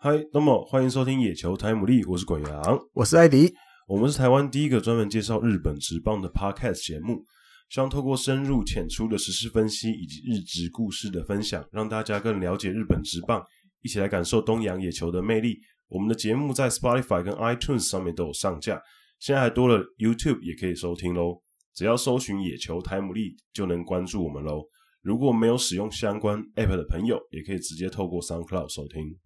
嗨，那么欢迎收听野球台姆利，我是滚羊，我是艾迪。我们是台湾第一个专门介绍日本职棒的 podcast 节目，希望透过深入浅出的实事分析以及日职故事的分享，让大家更了解日本职棒，一起来感受东洋野球的魅力。我们的节目在 Spotify 跟 iTunes 上面都有上架，现在还多了 YouTube 也可以收听喽。只要搜寻野球台姆利就能关注我们喽。如果没有使用相关 App 的朋友，也可以直接透过 SoundCloud 收听。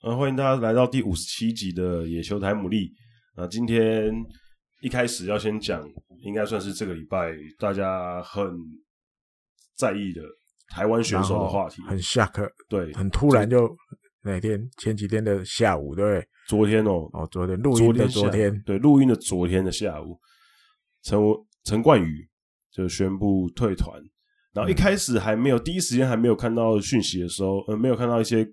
啊，欢迎大家来到第五十七集的野球台姆利。啊，今天一开始要先讲，应该算是这个礼拜大家很在意的台湾选手的话题。很下课，对，很突然就哪天前几天的下午，对不对？昨天哦，哦，昨天录音的下昨天，对，录音的昨天的下午，陈陈冠宇就宣布退团。然后一开始还没有、第一时间还没有看到讯息的时候，呃，没有看到一些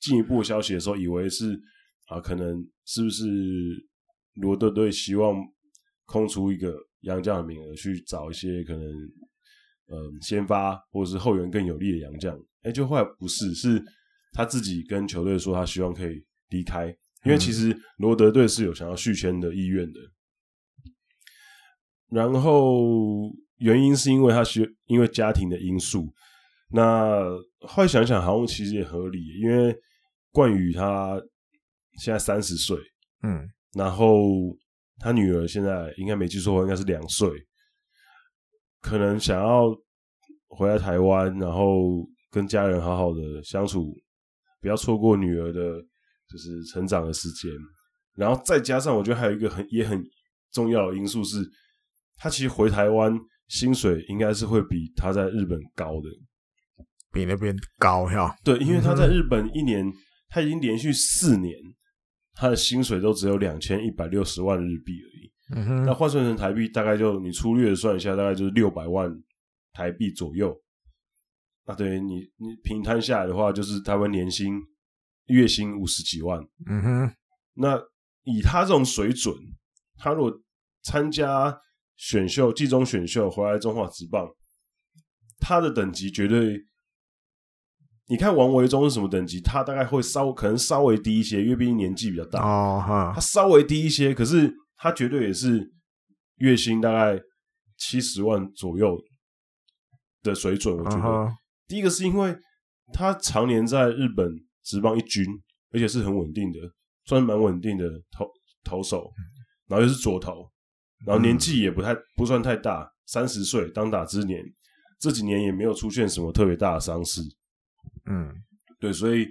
进一步的消息的时候，以为是啊，可能是不是罗德队希望空出一个洋将的名额，去找一些可能嗯先发或者是后援更有利的洋将。哎、就后来不是，是他自己跟球队说，他希望可以离开，因为其实罗德队是有想要续签的意愿的。然后原因是因为他学，因为家庭的因素。那后来想想，好像其实也合理，因为冠宇他现在三十岁，嗯，然后他女儿现在应该没记错，应该是两岁，可能想要回来台湾，然后跟家人好好的相处，不要错过女儿的就是成长的时间。然后再加上，我觉得还有一个很也很重要的因素是，他其实回台湾薪水应该是会比他在日本高的，比那边高哈。对，因为他嗯哼在日本一年，他已经连续四年，他的薪水都只有两千一百六十万日币而已。嗯那哼，换算成台币，大概就你粗略的算一下，大概就是六百万台币左右。那等于你你平摊下来的话，就是台湾年薪月薪五十几万。嗯哼，那以他这种水准，他如果参加选秀、季中选秀回来中华职棒，他的等级绝对，你看王维忠是什么等级，他大概会稍可能稍微低一些，因为毕竟年纪比较大。哦他哈，稍微低一些，可是他绝对也是月薪大概七十万左右的水准。我觉嗯得，哼，第一个是因为他常年在日本职棒一军，而且是很稳定的，算是蛮稳定的投投手，嗯然后又是左投，然后年纪也不太不算太大，三十岁当打之年，这几年也没有出现什么特别大的伤势，嗯，对，所以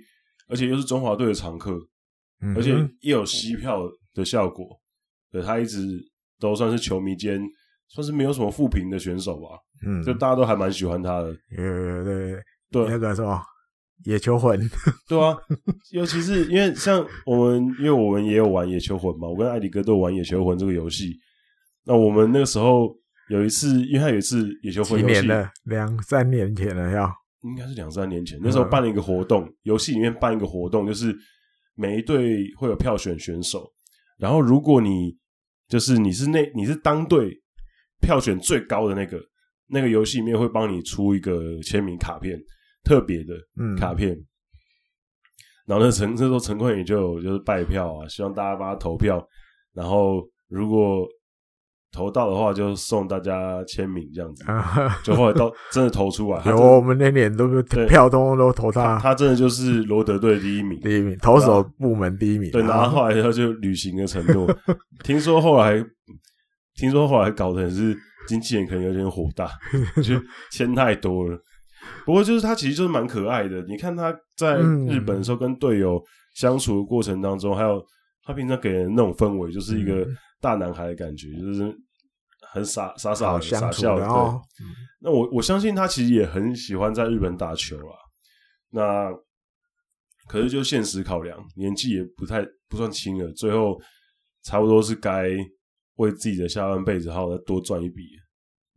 而且又是中华队的常客，嗯哼而且也有吸票的效果。对他一直都算是球迷间算是没有什么负评的选手吧，嗯，就大家都还蛮喜欢他的。有有有对对那个什么野球魂，对啊，尤其是因为像我们，因为我们也有玩野球魂嘛，我跟艾迪哥都有玩野球魂这个游戏。那我们那个时候有一次，因为他有一次野球魂几游戏年，了？两三年前了要。应该是两三年前，那时候办了一个活动，游戏里面办一个活动，就是每一队会有票选选手，然后如果你就是你是那你是当队票选最高的那个，那个游戏里面会帮你出一个签名卡片，特别的嗯卡片。然后那陈这时候陈冠宇就有就是拜票啊，希望大家帮他投票，然后如果投到的话就送大家签名这样子。啊哈，就后来到真的投 出来，他有哦真的我们那年都是对票通通都投他他他真的就是罗德队第一名，第一名，投手部门第一名。对，然后啊后来他就履行了承 诺。听说后来，听说后来搞的是经纪人可能有点火 大，就签太多了。不过就是他其实就是蛮可爱的，你看他在嗯日本的时候跟队友相处的过程当中，还有他平常给人那种氛围，就是一嗯个大男孩的感觉，就是很傻傻傻好的傻相处，笑的。然对后那我我相信他其实也很喜欢在日本打球啦。那可是就现实考量，年纪也不太不算轻了，最后差不多是该为自己的下半辈子好好再多赚一笔。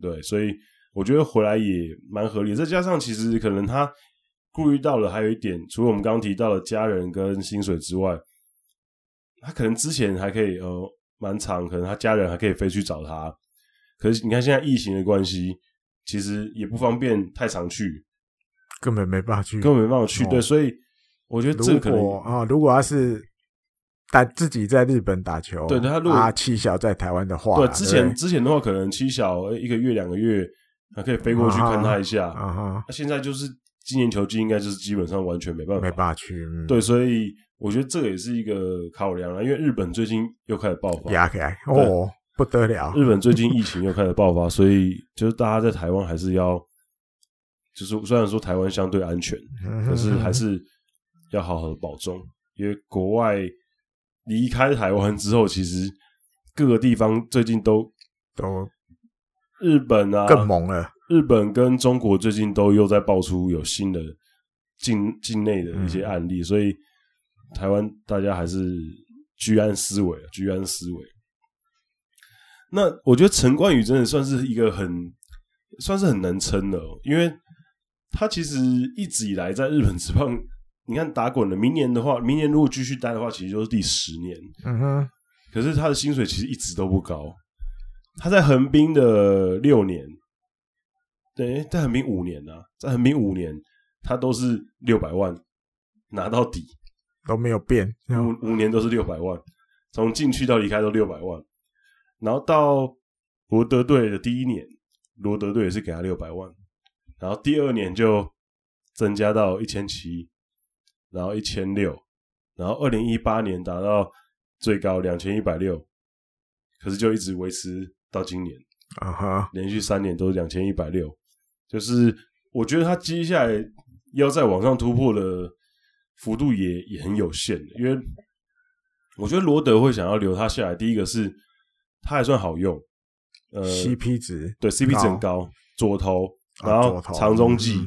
对，所以我觉得回来也蛮合理。再加上其实可能他顾虑到了还有一点，除了我们刚刚提到的家人跟薪水之外，他可能之前还可以呃蛮长，可能他家人还可以飞去找他，可是你看现在疫情的关系，其实也不方便太常去，根本没办法去。根本没办法去。哦对，所以我觉得这如可能果啊、如果他是打自己在日本打球，对他如果啊七小在台湾的话啦，对之前不之前的话，可能七小呃一个月两个月还可以飞过去看他一下，那、啊哈，现在就是今年球季应该就是基本上完全没办法没。办法去，嗯、对，所以我觉得这个也是一个考量了，因为日本最近又开始爆发，压起来哦，不得了，日本最近疫情又开始爆发，所以就是大家在台湾还是要，就是虽然说台湾相对安全，嗯可是还是要好好的保重，因为国外离开台湾之后，其实各个地方最近都都日本啊，更猛了，日本跟中国最近都又在爆出有新的境境内的一些案例，所以台湾大家还是居安思危，啊居安思危。那我觉得陈冠宇真的算是一个很算是很能撑的、哦，因为他其实一直以来在日本职棒，你看打滚了，明年的话，明年如果继续待的话，其实就是第十年。嗯哼，可是他的薪水其实一直都不高。他在横滨的六年，对，在横滨五年啊，在横滨五年，他都是六百万拿到底，都没有变，五五年都是六百万，从进去到离开都六百万。然后到罗德队的第一年，罗德队也是给他六百万，然后第二年就增加到一千七，然后一千六，然后二零一八年达到最高两千一百六，可是就一直维持到今年。啊哈，连续三年都是两千一百六，就是我觉得他接下来要再往上突破的幅度也也很有限的，因为我觉得罗德会想要留他下来，第一个是他还算好用，呃 CP 值对 CP 值很高高，左投，啊然后左投长中继，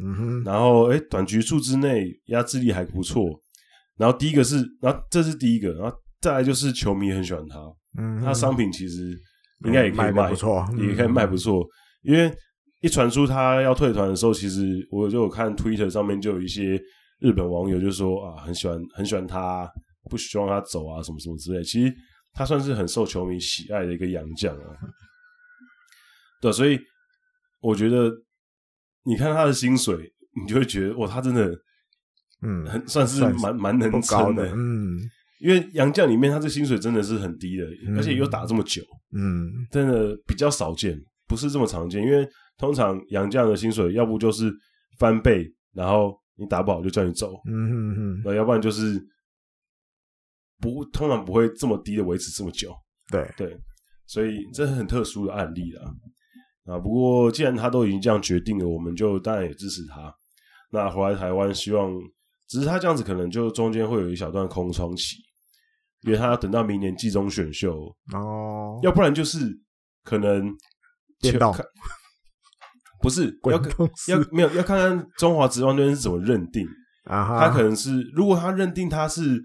嗯哼，然后哎短局数之内压制力还不错，然后第一个是，然后这是第一个，然后再来就是球迷很喜欢他，嗯哼，他商品其实应该也可以卖得不错也可以嗯卖不错。因为一传出他要退团的时候，其实我就有看 Twitter 上面就有一些日本网友就说啊，很喜欢很喜欢他，不希望他走啊，什么什么之类。其实他算是很受球迷喜爱的一个洋将啊。对，所以我觉得你看他的薪水，你就会觉得哇，他真的嗯很算是算是蛮蛮能不高撑的，嗯因为洋将里面他这薪水真的是很低的，嗯而且又打这么久，嗯真的比较少见，不是这么常见。因为通常洋将的薪水要不就是翻倍，然后你打不好就叫你走，嗯哼哼，那要不然就是不通常不会这么低的维持这么久，对，所以这是很特殊的案例啦。啊，不过既然他都已经这样决定了，我们就当然也支持他。那回来台湾，希望只是他这样子可能就中间会有一小段空窗期，因为他要等到明年季中选秀哦，要不然就是可能电球动看不是要滚看动式要没有要看看中华职棒那边是怎么认定，啊哈，他可能是如果他认定他是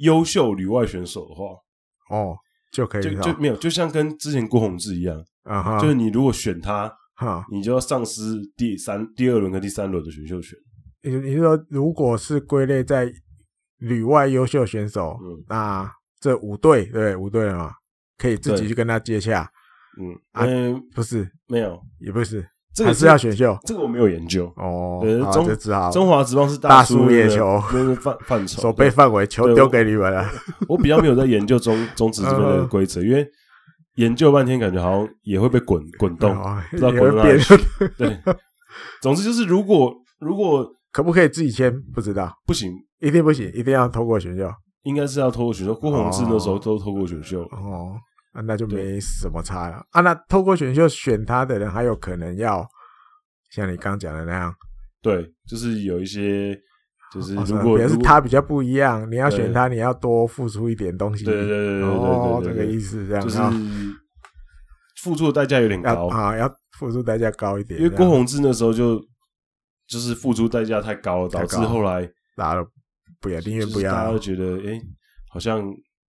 优秀旅外选手的话，哦就可以就了就没有就像跟之前郭宏志一样，啊哈，就是你如果选他，哈，你就要丧失第三、第二轮跟第三轮的选秀权。你你是说如果是归类在旅外优秀选手，嗯那这五队对不对五队了嘛，可以自己对去跟他接洽，嗯，啊嗯，不是没有，也不是，这个还是要选秀这个我没有研究。哦，对啊中这只好中华职棒是大叔叔野的球那个范范畴，守备范围球对丢我给你们了， 我比较没有在研究中 中职这边的规则，因为研究半天感觉好像也会被滚滚动， 哦不知道也滚会到哪变里去。 对，总之就是如果如果可不可以自己签不知道，不行，一定不行，一定要透过选秀应该是要透过选秀。郭宏志那时候都透过选秀，哦。啊那就没什么差了啊！那透过选秀选他的人，还有可能要像你刚讲的那样，对，就是有一些就是哦如果表示如果他比较不一样，你要对选他，你要多付出一点东西。对对对对对对哦，对这对个对意思这样就是啊付出的代价有点要高，啊要付出代价高一点，因为这郭样宏志那时候就就是付出代价太高了，导致太高后来大家都不要，宁愿不就是大家要都觉得哎、诶好像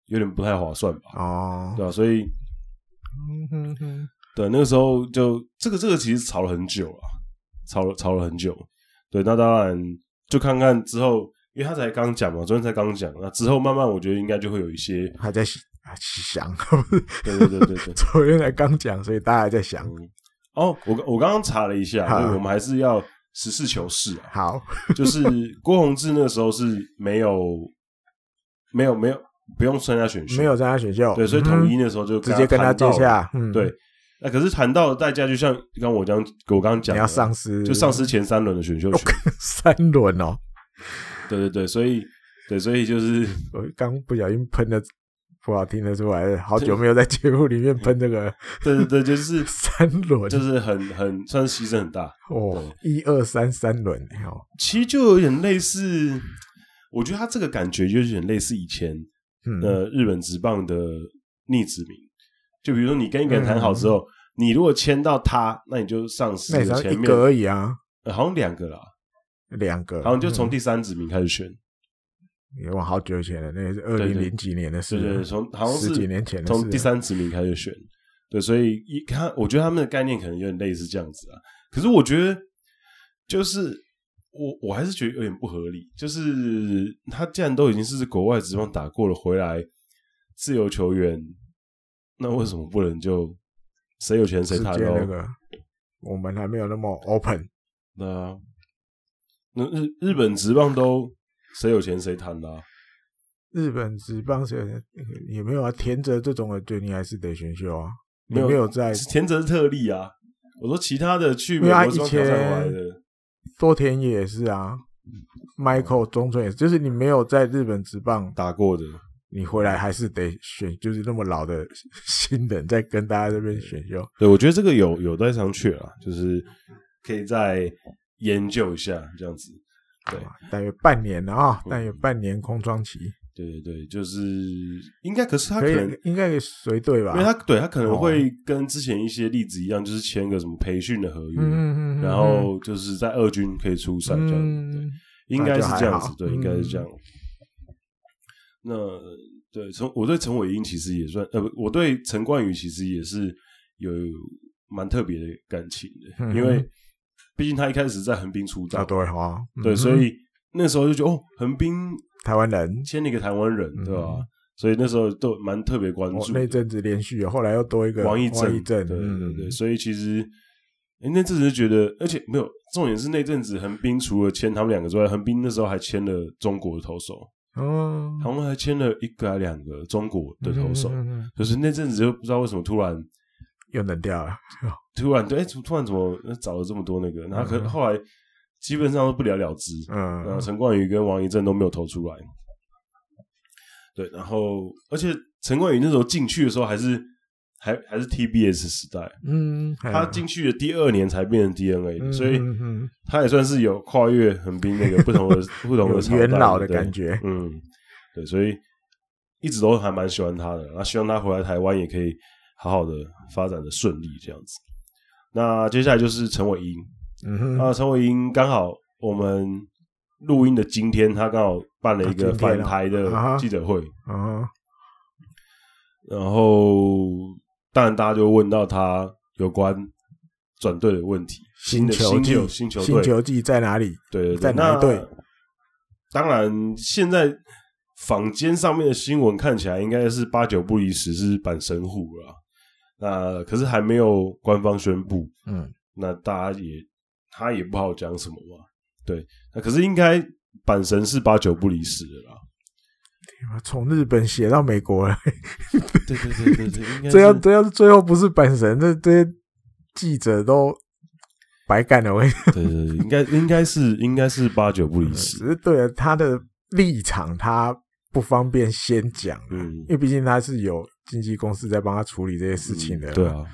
有点不太划算吧。哦。对啊，所以嗯哼哼对那个时候就这个这个其实吵了很久啊，吵了吵了很久。对，那当然就看看之后，因为他才刚讲嘛，昨天才刚讲，那之后慢慢我觉得应该就会有一些，还在想想， 对对对对对。昨天才刚讲，所以大家还在想。哦，我我刚刚查了一下，好对我们还是要实事求是啊，好，就是郭宏志那时候是没有没有没有不用参加选秀，没有参加选秀，对，所以统一嗯那时候就直接跟他谈到接了下，嗯，对，，那可是谈到的代价，就像刚我刚我刚刚讲你的，要丧失就丧失前三轮的选秀权， 三轮哦。对对对，所以对，所以就是我刚不小心喷的不好听的出来，好久没有在节目里面喷这个对对对，嗯就是 三轮，就是很很算是牺牲很大，哦，一二三三轮哦，其实就有点类似，我觉得他这个感觉就有点类似以前嗯，呃日本职棒的逆殖民，就比如说你跟一个人谈好之后，你如果签到他，那你就丧失嗯那也了才前一面个而已啊，嗯呃好像两个啦，两个，好像就从第三殖民开始选，嗯也往好久以前了，那也是二对零对零几年的事对了，对对，从好像是啊十几年前的事啊了从第三殖民开始选，对，所以一看，我觉得他们的概念可能有点类似这样子啊。可是我觉得，就是我我还是觉得有点不合理，就是他既然都已经是国外职棒打过了，回来自由球员，那为什么不能就谁有钱谁世谈界咯？那个，我们还没有那么 open，对啊，那日日本职棒都谁有钱谁谈啊啦、日本职棒选呃也没有啊，田泽这种的，对你还是得选秀啊，你没有没有在田泽是特例啊。我说其他的去美没有啊国职棒挑以前战回来的，多田野也是啊，Michael 中村也是，就是你没有在日本职棒打过的，你回来还是得选，就是那么老的新人在跟大家这边选秀，对，我觉得这个有有待商榷啊，就是可以再研究一下这样子。对啊大约半年啊、嗯大约半年空窗期，对对对，就是应该，可是他可可能，以应哦该可以随队吧？因为他对他可能会跟之前一些例子一样，就是签个什么培训的合约，嗯嗯嗯嗯，然后就是在二军可以出赛这样，对嗯，应该是这样那就还子好，对，嗯应该是这样。那对陈，我对陈伟英其实也算，呃，不，我对陈冠宇其实也是有蛮特别的感情的，嗯哼因为毕竟他一开始在横滨出啊道，对哈，对，嗯所以那时候就觉得哦，横滨台湾人签了一个台湾人，嗯对吧？所以那时候都蛮特别关哦注的。那阵子连续，啊后来又多一个王一义正，正，对对对，嗯所以其实、诶那阵子就觉得，而且没有重点是那阵子横滨除了签他们两个之外，横滨那时候还签了中国的投手，嗯，好像还签了一个还两个中国的投手，嗯嗯嗯嗯就是那阵子就不知道为什么突然又冷掉了，突然对，诶怎么突然怎么呃找了这么多那个，然后可嗯后来基本上都不了了之，然后嗯，陈冠宇跟王一正都没有投出来。对，然后而且陈冠宇那时候进去的时候还是还还是 TBS 时代，嗯，他进去的第二年才变成 DNA，的、嗯所以嗯嗯他也算是有跨越横滨那个不 同的不同的朝代有元老的对感觉嗯，对，所以一直都还蛮喜欢他的，那希望他回来台湾也可以好好的发展的顺利这样子。那接下来就是陈伟英，嗯哼那陈伟英刚好我们录音的今天，他刚好办了一啊个今天啊返台啊哈的记者会，啊然后当然大家就问到他有关转队的问题，新的球新季，球新球新队，球季在哪里？对对对，在哪一那队？当然，现在坊间上面的新闻看起来应该是八九不离十是板神户了，那可是还没有官方宣布，嗯，那大家也他也不好讲什么嘛，对，那可是应该板神是八九不离十的啦，从日本写到美国了，对对对对对，应该这要是这要是最后不是本神，这这些记者都白干了。我跟你对对对，应该应该是应该是八九不离十只，是对了他的立场，他不方便先讲，嗯因为毕竟他是有经纪公司在帮他处理这些事情的。对，啊，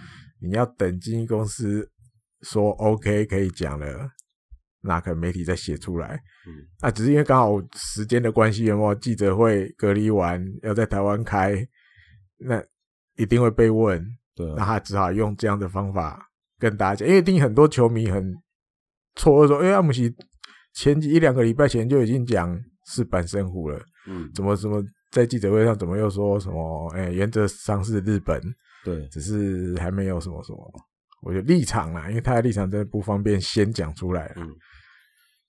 你要等经纪公司说 OK 可以讲了，那可能媒体再写出来。嗯那只是因为刚好时间的关系，有没有记者会隔离完要在台湾开，那一定会被问，对那啊，他只好用这样的方法跟大家讲，因为一定很多球迷很错愕说，哎、阿姆奇前几一两个礼拜前就已经讲是板神虎了，嗯，怎么怎么在记者会上怎么又说什么，哎、原则上是日本，对只是还没有什啊么什么，我觉得立场啦，因为他的立场真的不方便先讲出来啦嗯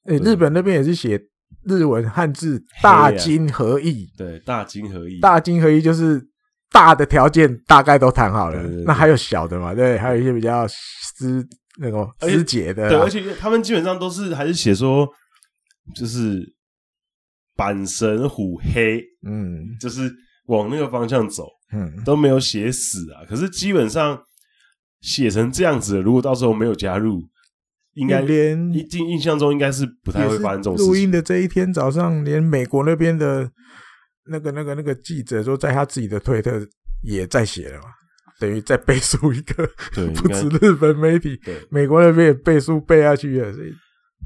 诶、日本那边也是写日文汉字“大金合意对，大金合”，意，大金合意就是大的条件大概都谈好了，对对对那还有小的嘛？对，还有一些比较私那种而且私结的啊对，啦而，且他们基本上都是还是写说，就是板神虎黑，嗯就是往那个方向走，嗯，都没有写死啊。可是基本上写成这样子，如果到时候没有加入，应该连一定印象中应该是不太会发生这种事录情。音的这一天早上，连美国那边的那个、那个、那个记者说，在他自己的推特也在写了嘛，等于在背书一个，对，应不该止日本媒体，对美国那边也背书背下去了，所以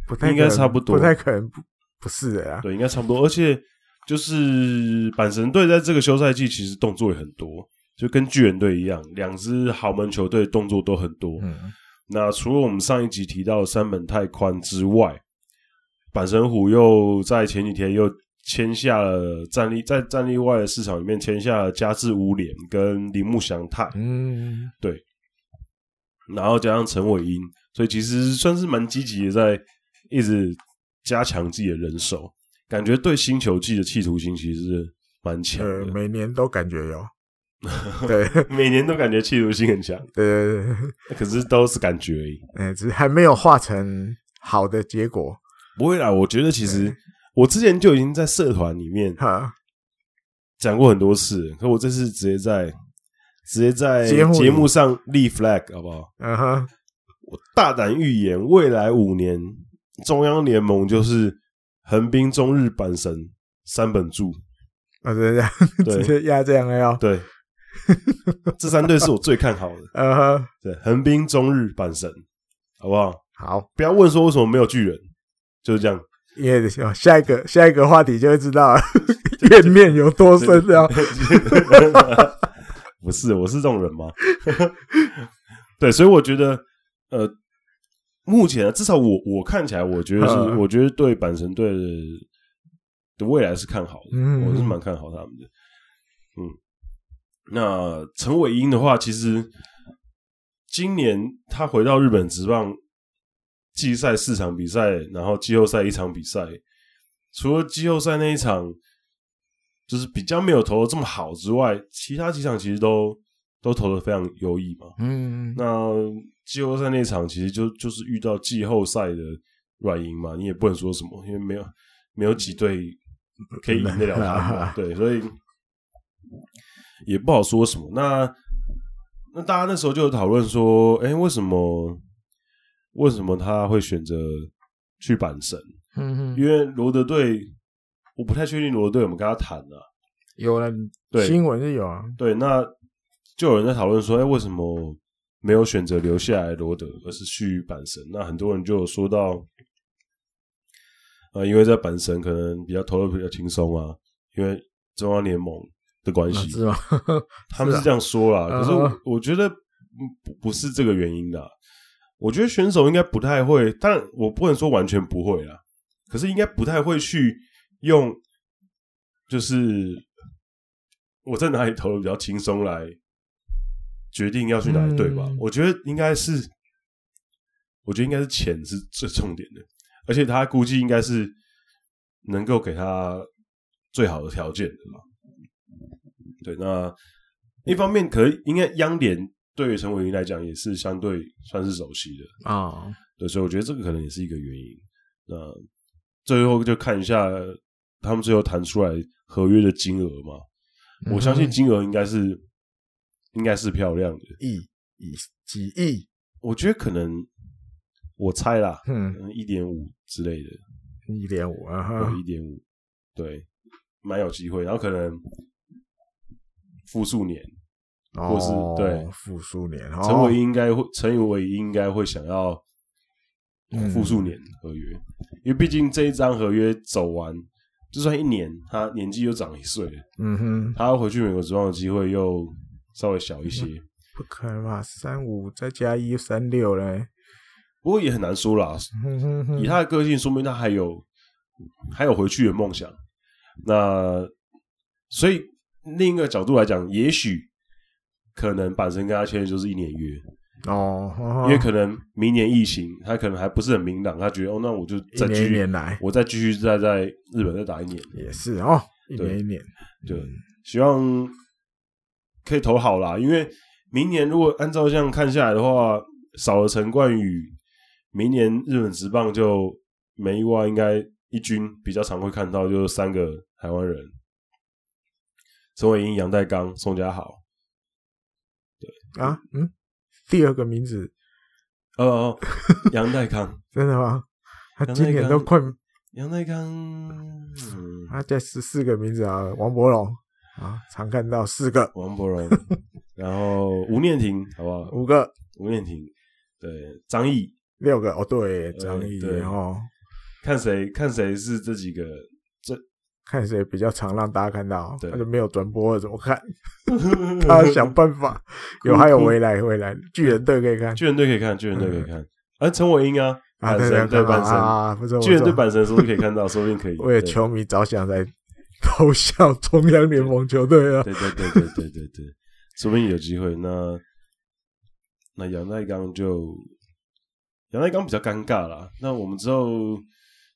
不太可能应该差不多不太可能不不是的啊。对，应该差不多。而且就是阪神队在这个休赛季其实动作也很多，就跟巨人队一样，两支豪门球队动作都很多。嗯，那除了我们上一集提到的山本太宽之外，阪神虎又在前几天又签下了战力在战力外的市场里面签下了加治屋脸跟铃木祥太，嗯，然后加上陈伟英，所以其实算是蛮积极的，在一直加强自己的人手，感觉对新球季的企图心其实是蛮强呃，的，每年都感觉有，对对 每年都感觉企图心很强，对，对可是都是感觉而已。呃，只是还没有化成好的结果不会啦，我觉得其实我之前就已经在社团里面哈。讲过很多次，可我这次直接在直接在节目里节目上立 flag 好不好？嗯哼，我大胆预言，未来五年中央联盟就是横滨中日阪神三本柱，我直接对 直接压这样了哟。对， 这三队是我最看好的。嗯哼，对，横滨中日阪神，好不好？好。不要问说为什么没有巨人，就是这样。 因为哦下一个下一个话题就会知道 了怨念有多深了。不是，我是这种人吗？ 对，所以我觉得，呃，目前啊至少我我看起来，我觉得是，嗯我觉得对阪神队的的未来是看好的，嗯我是蛮看好他们的。嗯，那陈伟英的话，其实今年他回到日本职棒季赛四场比赛，然后季后赛一场比赛，除了季后赛那一场就是比较没有投的这么好之外，其他几场其实都都投的非常优异嘛。嗯，那季后赛那场其实就就是遇到季后赛的软银嘛，你也不能说什么，因为没有没有几队可以赢得了他们嘛，对，所以也不好说什么。那那大家那时候就有讨论说，哎、为什么为什么他会选择去阪神？嗯，因为罗德队，我不太确定罗德队有没有跟他谈啊。有了，对新闻是有啊，对，那就有人在讨论说，哎、为什么没有选择留下来罗德，而是去阪神？那很多人就有说到，呃，因为在阪神可能比较投的比较轻松啊，因为中央联盟的关系，啊是吗？ 他们是这样说啦。是啊可是我,、嗯哼我觉得嗯不不是这个原因的啊、我觉得选手应该不太会，但我不能说完全不会啦，可是应该不太会去用，就是我在哪里投的比较轻松来决定要去哪一队吧。嗯我觉得应该是，我觉得应该是钱是最重点的，而且他估计应该是能够给他最好的条件的吧。对，那一方面可能应该央联对于陈伟霆来讲也是相对算是熟悉的，啊，对，所以我觉得这个可能也是一个原因。那最后就看一下他们最后谈出来合约的金额嘛，嗯我相信金额应该是应该是漂亮的。亿亿几亿，我觉得可能我猜啦，嗯，嗯，一点五之类的，一点五啊哈有，一点五，对，蛮有机会。然后可能复数年，或是哦对复数年，陈哦伟英应该会，陈伟英应该会想要嗯复数年合约，因为毕竟这一张合约走完，就算一年，他年纪又长一岁了，嗯哼，他要回去美国职棒的机会又稍微小一些。不可能吧？三五再加一三六嘞，不过也很难说啦，哼哼哼以他的个性，说明他还有还有回去的梦想。那所以另一个角度来讲，也许可能板神跟他签的就是一年约，哦，因为可能明年疫情，他可能还不是很明朗，他觉得哦，那我就一再继年一续，年来我再继续再在日本再打一年，也是哦，一年一年，对，希望可以投好啦。因为明年如果按照这样看下来的话，少了陈冠宇，明年日本职棒就没意外，应该一军比较常会看到就是三个台湾人：陈伟英、杨代刚、宋家豪。啊，嗯，第二个名字哦哦，杨代刚，真的吗？他刚才今年刚都快，杨代刚，嗯，他这十四个名字啊，王伯龙啊，常看到四个、王柏荣，然后吴念婷，好不好？五个、吴念婷，对，张毅，六个哦，对，张毅哎对哦，看谁看谁是这几个看谁比较常让大家看到，对他就没有转播了怎 么看？ 他想办法，有还有回来回来，巨人队可以 看巨人队可以看，巨人队可以看。啊，陈伟英啊，嗯啊，阪对对神对对，看阪到神，啊，不是我巨人对说阪神说不定可以看到，说不定可以。为了对球迷着想才投向中央联盟球队啊，对对对对对对对，说不定有机会。那那杨代刚就杨代刚比较尴尬啦。那我们之后，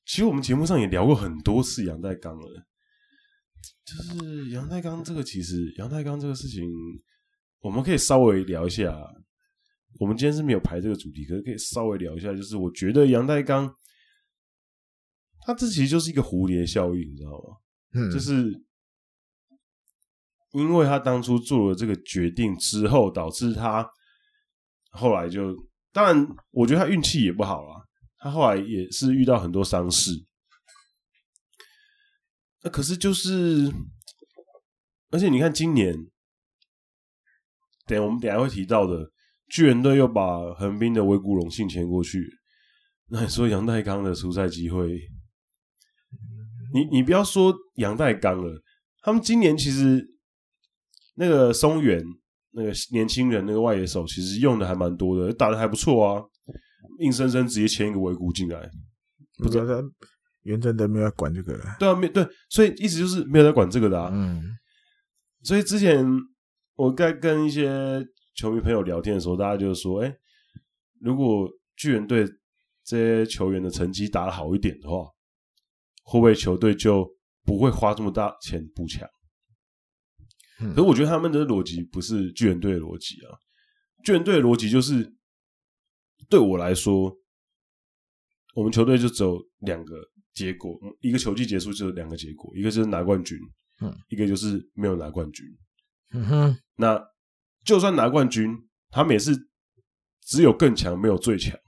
其实我们节目上也聊过很多次杨代刚了。就是杨代刚这个，其实杨代刚这个事情，我们可以稍微聊一下。我们今天是没有排这个主题，可是可以稍微聊一下。就是我觉得杨代刚，他这其实就是一个蝴蝶效应，你知道吗？嗯，就是因为他当初做了这个决定之后，导致他后来就，当然，我觉得他运气也不好啦，他后来也是遇到很多伤势。那可是就是，而且你看今年，等一下我们等一下会提到的，巨人队又把横滨的维古龙信签过去，那你说杨代刚的出赛机会，你你不要说杨代刚了，他们今年其实那个松原那个年轻人那个外野手，其实用的还蛮多的，打的还不错啊，硬生生直接签一个维谷进来。不知道他袁振德没有在管这个，对啊，没对，所以意思就是没有在管这个的啊。嗯，所以之前我在跟一些球迷朋友聊天的时候，大家就说：“哎、如果巨人队这些球员的成绩打得好一点的话，会不会球队就不会花这么大钱补强？”嗯可是我觉得他们的逻辑不是巨人队的逻辑啊，巨人队的逻辑就是，对我来说，我们球队就只有两个结果，一个球季结束就有两个结果，一个就是拿冠军，嗯，一个就是没有拿冠军。嗯哼，那就算拿冠军，他们也是只有更强，没有最强，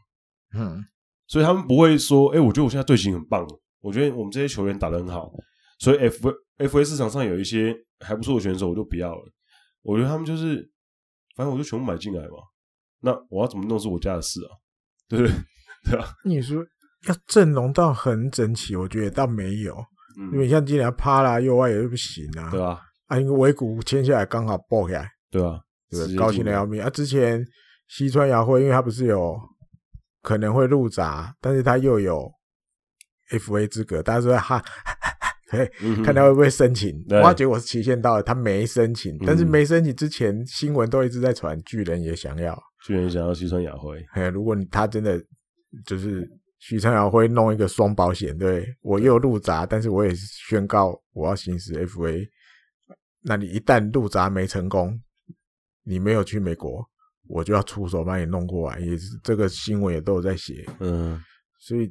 嗯所以他们不会说，哎、我觉得我现在队形很棒，我觉得我们这些球员打得很好，所以 F F A 市场上有一些还不错的选手，我就不要了。我觉得他们就是，反正我就全部买进来嘛，那我要怎么弄是我家的事啊，对不对？对啊，你说要阵容到很整齐，我觉得倒没有，因为嗯，像今年帕拉右外也不行啊，对啊，啊，因为尾骨签下来刚好爆起来，对啊，对直不对接高兴进的来要命啊！之前西川遥辉，因为他不是有可能会入闸，但是他又有 FA 资格，大家说哈，嘿，嗯哼看他会不会申请。对哇，结果是期限到了，他没申请。但是嗯没申请之前，新闻都一直在传巨人也想要。巨人想要西川雅辉，嘿，如果你他真的就是西川遥辉弄一个双保险，对我又入闸，但是我也宣告我要行使 FA。那你一旦入闸没成功，你没有去美国，我就要出手把你弄过来。也是这个新闻也都有在写，嗯，所以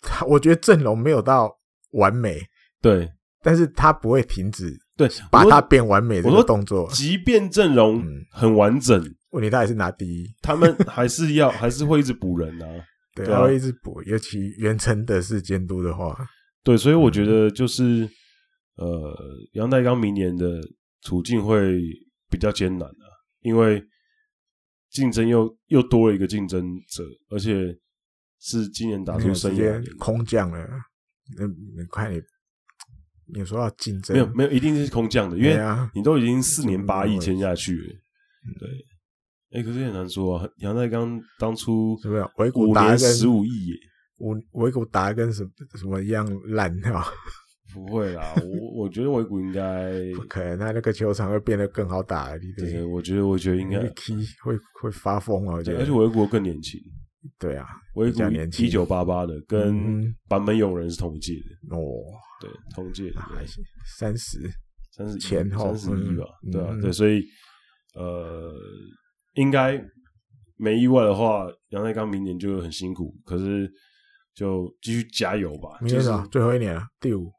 他我觉得阵容没有到完美，对但是他不会停止对，把我它变完美这我个说动作。即便阵容嗯很完整，问题他还是拿第一，他们还是要还是会一直补人啊。对，对啊他会一直补。尤其袁成德是监督的话，对，所以我觉得就是呃，杨代刚明年的处境会比较艰难啊，因为竞争又又多了一个竞争者，而且是今年打那出个生直涯接年空降了。嗯，你看你，你说要竞争，没有没有一定是空降的，因为对啊你都已经四年八亿签下去了，嗯对。哎、可是也很难说啊。杨代刚当初是不啊是维谷五达年跟十五亿耶？我维古达跟什么什么一样烂啊？不会啦，我我觉得维谷应该，不可能，他那个球场会变得更好打，你对对，嗯我觉得我觉得应该那个，踢会会发疯啊！我觉对得，而且维谷更年轻，对啊，维比谷较年轻一九八八的，跟嗯坂本勇人是同届的，哦，对，同届的，还行，三十，三十前后三十一嗯吧，对啊，嗯对，所以呃，应该没意外的话，杨太刚明年就很辛苦，可是就继续加油吧，明就年是是吧最后一年了，第五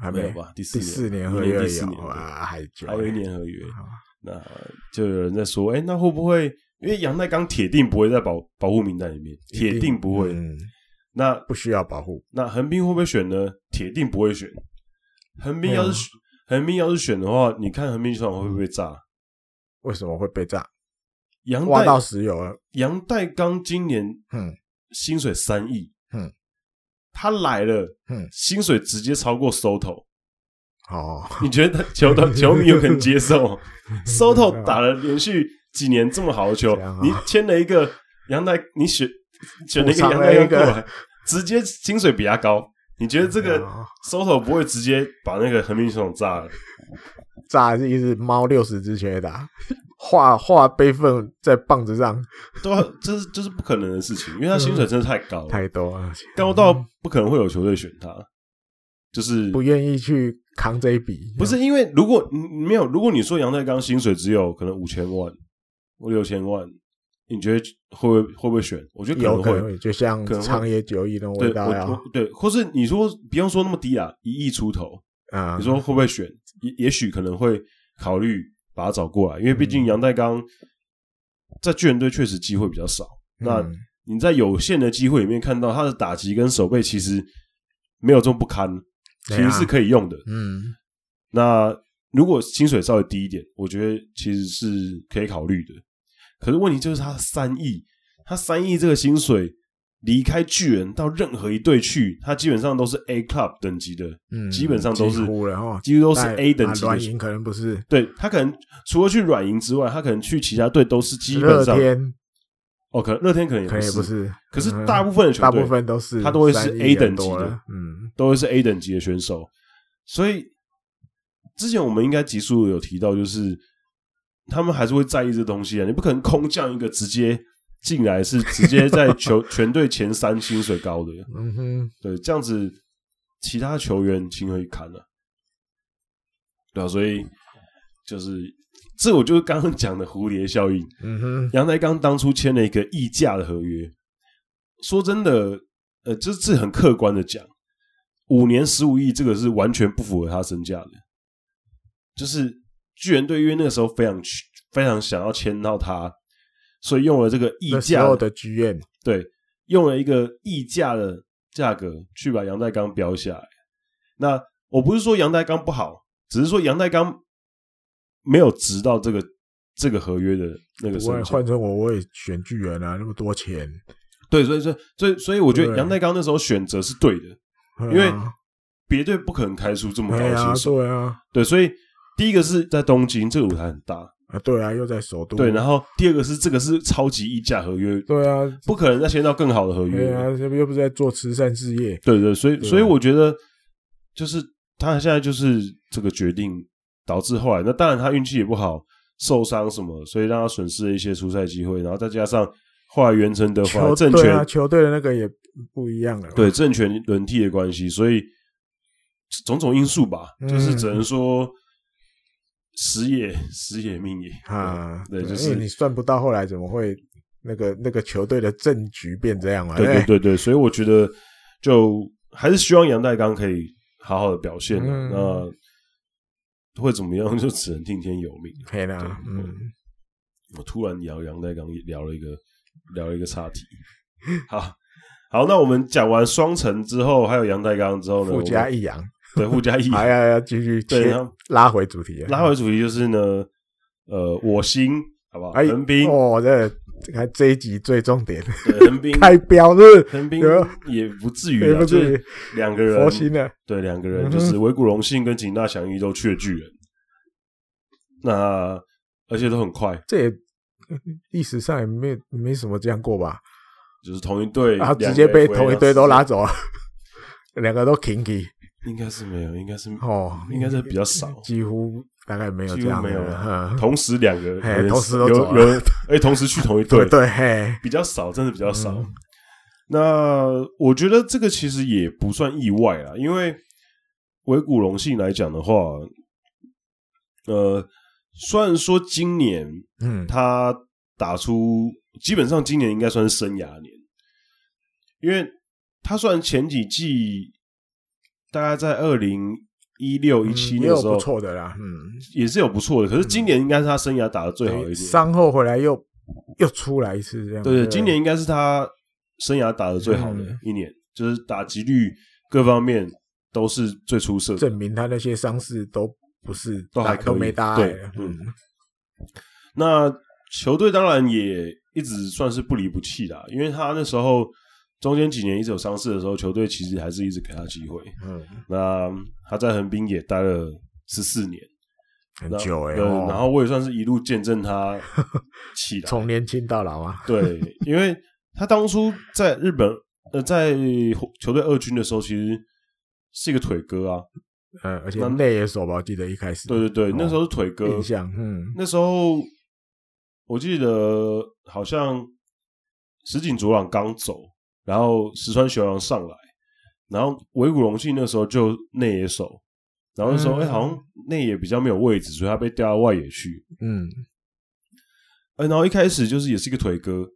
还没有没吧第第四四年年明合年约第四有年啊，还久，还有一年合约，好那就有人在说，哎、那会不会因为杨太刚铁定不会在保保护名单里面，一定铁定不会，嗯那不需要保护，那横滨会不会选呢？铁定不会选。横滨要没有是横滨要是选的话，你看横滨球场会不会被炸？为什么会被炸？杨挖代到石油了，杨代刚今年嗯薪水三亿，嗯，他来了，嗯薪水直接超过 Soto，哦， 你觉得他球 的球迷有可能接受？Soto 打了连续几年这么好的球，这样啊你签了一个杨代，你选选了一个杨补偿了代刚一过个来，直接薪水比他高，你觉得这个哦 Soto 不会直接把那个横滨球场炸了？炸是一只猫六十只全垒 打，画画悲愤在棒子上对啊，这是这是不可能的事情，因为他薪水真的太高了，太多啊了，高到不可能会有球队选他，就是不愿意去扛这一笔，不是因为如果你你没有，如果你说杨代刚薪水只有可能五千万或六千万，你觉得会不会会不会选？我觉得有可可能能会会，，就像可能会长野久义那种对味我道呀我，对，或是你说不用说那么低啊，一亿出头，啊，你说会不会选？也也许可能会考虑把他找过来，因为毕嗯竟杨代刚在巨人队确实机会比较少。那嗯你在有限的机会里面看到他的打击跟手背其实没有这么不堪，其对啊实是可以用的。嗯，那如果薪水稍微低一点，我觉得其实是可以考虑的。可是问题就是他三亿，他三亿这个薪水离开巨人到任何一队去，他基本上都是 A club 等级的，嗯基本上都是几乎了哦几乎都是但 A 等啊级软的。银可能不是，对他可能除了去软银之外，他可能去其他队都是基本乐上天哦，可能乐天可能也可不能也是，不是，可是嗯大部分的球大队部分都是他都会是三亿 A 等人多级的了，嗯，都会是 A 等级的选手，所以之前我们应该集数有提到，就是他们还是会在意这东西啊，你不可能空降一个直接进来是直接在 球全队前三薪水高的，嗯哼，对，这样子其他球员情何以堪呢、啊？对啊，所以就是这，我就是刚刚讲的蝴蝶效应，嗯哼，杨才刚当初签了一个溢价的合约，说真的，呃，这是很客观的讲，五年十五亿这个是完全不符合他身价的。就是巨人队因为那个时候非常去非常想要签到他，所以用了这个溢那时价候的剧院，对，用了一个溢价的价格去把杨代刚标下来。那我不是说杨代刚不好，只是说杨代刚没有值到这个这个合约的那个不身会价。换成我，我也选巨人啊，那么多钱，对，所以所以所以所以，我觉得对杨代刚那时候选择是对的，因因为别队不可能开出这么高啊对的啊薪，水。对啊，对，所以第一个是在东京，这个舞台很大，啊对啊，又在首都，对。然后第二个是这个是超级溢价合约，对啊，不可能再签到更好的合约对。啊，这不又不是在做慈善事业，对对，所以对啊所以我觉得就是他现在就是这个决定导致后来，那当然他运气也不好，受伤什么，所以让他损失了一些出赛机会，然后再加上后来袁成德回来球政对啊，权球队的那个也不一样了，对政权轮替的关系，所以种种因素吧，嗯就是只能说时也时也命也啊，对，对就因是为你算不到后来怎么会那个那个球队的政局变这样嘛，对不对对对，所以我觉得就还是希望杨代刚可以好好的表现啊、嗯那会怎么样，就只能听天由命。嘿啦，对嗯，我突然聊杨代刚聊了一个聊了一个岔题，好好，那我们讲完双城之后，还有杨代刚之后呢，富我加们一阳，对附 加一还要要继续对切然后拉回主题了，拉回主题就是呢，呃，我心好不好？哎横滨，哦，这这个这一集最重点，对横滨，开标是横滨有也不至于对啊，不就对是？两个人，佛心的，对，两个嗯人哼就是维古荣信跟井大祥一都去了巨人，那而且都很快，这也 历史上也没有没什么这样过吧？就是同一队，然后两啊直个接被 FA 同一堆都 然拉啊后走了，两个都 kinky，应该是没有，应该是哦应该是比较少，几乎大概没有几这乎样的没有人了。嗯同时两个嘿人同时都走有了 有，哎，同时去同一队对，对嘿，比较少，真的比较少。嗯那我觉得这个其实也不算意外啦，因为维古隆系来讲的话，呃，虽然说今年嗯，他打出基本上今年应该算是生涯年，因为他虽然前几季大概在二零一六一七嗯年也的有时候、不错嗯的啦，嗯，也是有不错的，可是今年应该是他生涯打的最好一对年。伤后回来又又出来一次这样，对对，今年应该是他生涯打的最好的嗯一年，就是打击率各方面都是最出色的。证明他那些伤势都不是都还大可以都没大碍对了，嗯嗯，那球队当然也一直算是不离不弃啦，因为他那时候中间几年一直有伤势的时候，球队其实还是一直给他机会。嗯，那他在横滨也待了十四年，很那久哎、对哦然后我也算是一路见证他起来。从年轻到老 啊，对，因为他当初在日本呃在球队二军的时候，其实是一个腿哥啊，嗯，而且那内野手吧，我记得一开始，对对对，哦那时候是腿哥，印象，嗯，那时候我记得好像石井卓朗刚走，然后石川雄洋上来，然后尾谷隆信那时候就内野手，然后那时候哎、诶嗯好像内野比较没有位置，所以他被调到外野去。嗯，哎、然后一开始就是也是一个腿哥，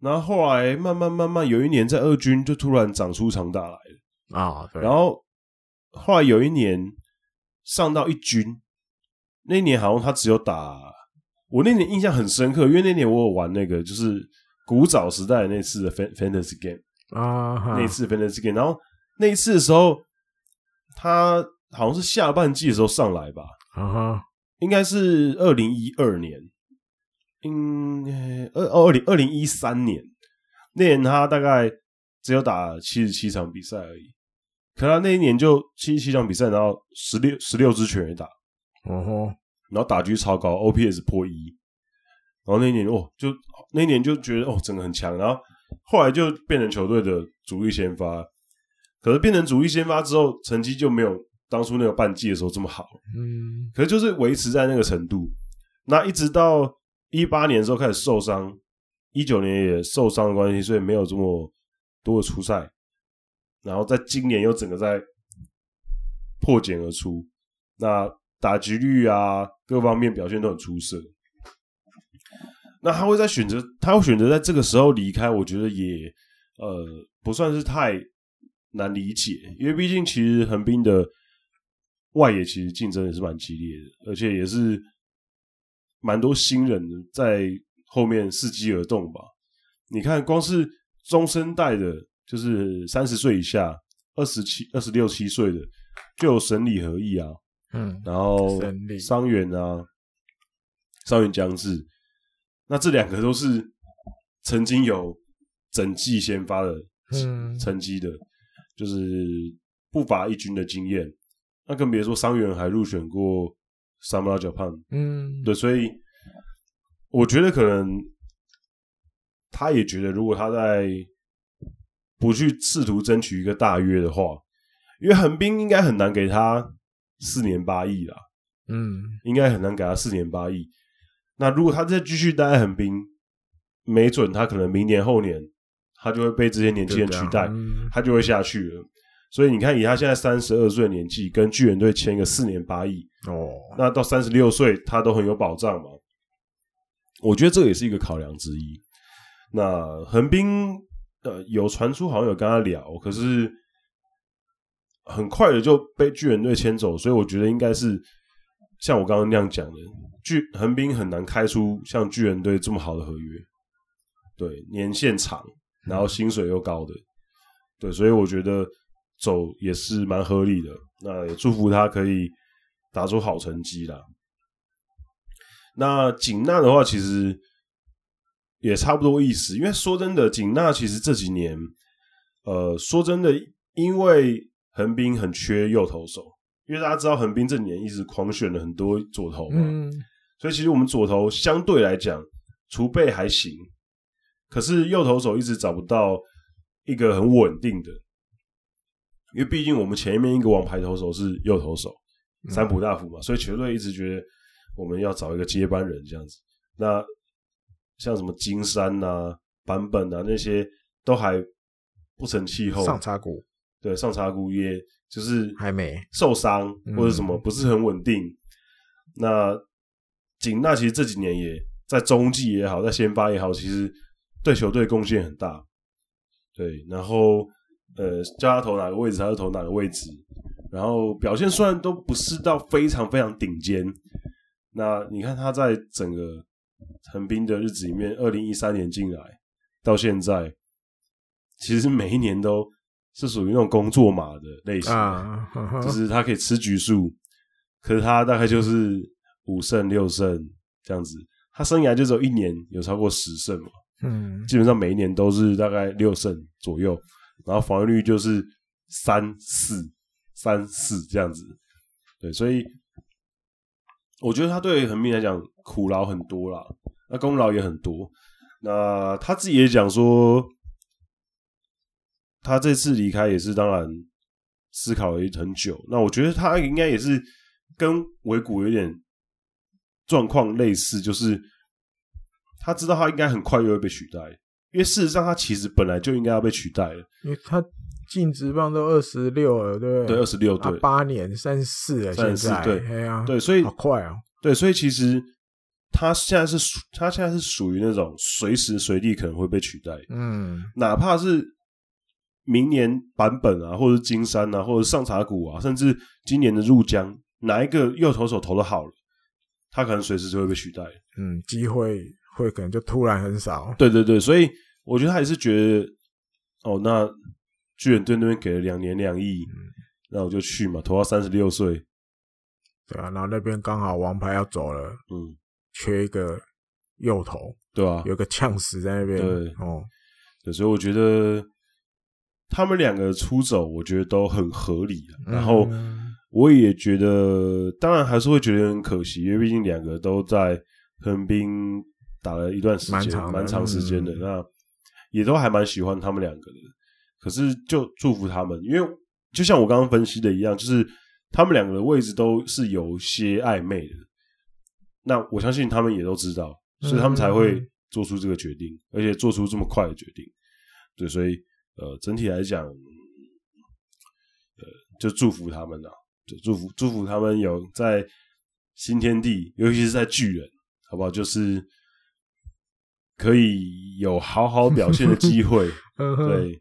然后后来慢慢慢慢有一年在二军就突然长出长大来了，啊、对，然后后来有一年上到一军，那一年好像他只有打，我那年印象很深刻，因为那年我有玩那个就是古早时代的那次的 fan- fantasy game，、啊，哈那一次 fantasy game，然后那一次的时候，他好像是下半季的时候上来吧，啊哈，应该是二零一二年，嗯，二二零二零一三年，那年他大概只有打七十七场比赛而已，可他那一年就七十七场比赛，然后十六十六支全垒打，哦吼，然后打击率超高，OPS 破一，然后那一年哦，就那一年就觉得哦，整个很强，然后后来就变成球队的主力先发，可是变成主力先发之后，成绩就没有当初那个半季的时候这么好。嗯，可是就是维持在那个程度。那一直到一八年的时候开始受伤，一九年也受伤的关系，所以没有这么多的出赛。然后在今年又整个在破茧而出，那打击率啊各方面表现都很出色。那他会在选择，他会选择在这个时候离开，我觉得也呃不算是太难理解，因为毕竟其实横滨的外野其实竞争也是蛮激烈的，而且也是蛮多新人在后面伺机而动吧。你看，光是中生代的，就是三十岁以下、二十七、二十六七岁的，就有神里合意啊，嗯，然后神里伤员啊，伤员将至，那这两个都是曾经有整季先发的嗯成绩的，就是不乏一军的经验。那更别说伤员还入选过萨姆拉脚胖，嗯，对，所以我觉得可能他也觉得，如果他在不去试图争取一个大约的话，因为横滨应该很难给他四年八亿啦，嗯，应该很难给他四年八亿。那如果他再继续待在横滨，没准他可能明年后年他就会被这些年轻人就这取样代，嗯他就会下去了。所以你看，以他现在三十二岁的年纪，跟巨人队签一个四年八亿，哦，那到三十六岁他都很有保障嘛。我觉得这也是一个考量之一。那横滨呃有传出好像有跟他聊，可是很快的就被巨人队牵走，所以我觉得应该是像我刚刚那样讲的，巨横滨很难开出像巨人队这么好的合约，对，年限长，然后薪水又高的，对，所以我觉得走也是蛮合理的。那也祝福他可以打出好成绩啦。那景纳的话，其实也差不多意思，因为说真的，景纳其实这几年，呃，说真的，因为横滨很缺右投手，因为大家知道横滨这几年一直狂选了很多左投嘛，嗯，所以其实我们左投相对来讲储备还行，可是右投手一直找不到一个很稳定的。因为毕竟我们前面一个王牌投手是右投手三浦大辅嘛，所以球队一直觉得我们要找一个接班人这样子。那像什么金山呐、版本啊那些都还不成气候，上茶股对上茶姑也就是还没受伤嗯或者什么不是很稳定。那景纳其实这几年也在中继也好，在先发也好，其实对球队贡献很大。对，然后呃，叫他投哪个位置，他就投哪个位置。然后表现虽然都不是到非常非常顶尖，那你看他在整个横滨的日子里面，二零一三年进来到现在，其实每一年都是属于那种工作马的类型。啊，呵呵哦就是他可以吃局数，可是他大概就是五胜六胜这样子。他生涯就只有一年有超过十胜嘛，嗯，基本上每一年都是大概六胜左右，然后防御率就是三四三四这样子。对，所以我觉得他对横滨来讲苦劳很多啦，那功劳也很多。那他自己也讲说，他这次离开也是当然思考了很久。那我觉得他应该也是跟维谷有点状况类似，就是他知道他应该很快就会被取代，因为事实上他其实本来就应该要被取代了。因为他进职棒都二十六了，对不对，对？二十六啊队，，八年三十四了，现34在对哎呀，对，所以好快哦，对，所以其实他现在是属，他现在是属于那种随时随地可能会被取代，嗯，哪怕是明年版本啊，或者是金山啊，或者是上茶谷啊，甚至今年的入江，哪一个右投手投的好了，他可能随时就会被取代。嗯，机会会可能就突然很少。对对对，所以我觉得他也是觉得，哦，那巨人队那边给了两年两亿，嗯那我就去嘛，投到三十六岁，对啊，然后那边刚好王牌要走了，嗯，缺一个右头，对吧、啊？有一个呛死在那边。对哦，对，所以我觉得他们两个出走，我觉得都很合理啊、嗯然后我也觉得，当然还是会觉得很可惜，因为毕竟两个都在横滨打了一段时蛮间，长的蛮长时间的，嗯那也都还蛮喜欢他们两个的。可是就祝福他们，因为就像我刚刚分析的一样，就是他们两个的位置都是有些暧昧的。那我相信他们也都知道，所以他们才会做出这个决定，而且做出这么快的决定。对，所以呃，整体来讲，呃，就祝福他们啦、就祝福祝福他们有在新天地，尤其是在巨人，好不好？就是可以有好好表现的机会。对嗯哼，对。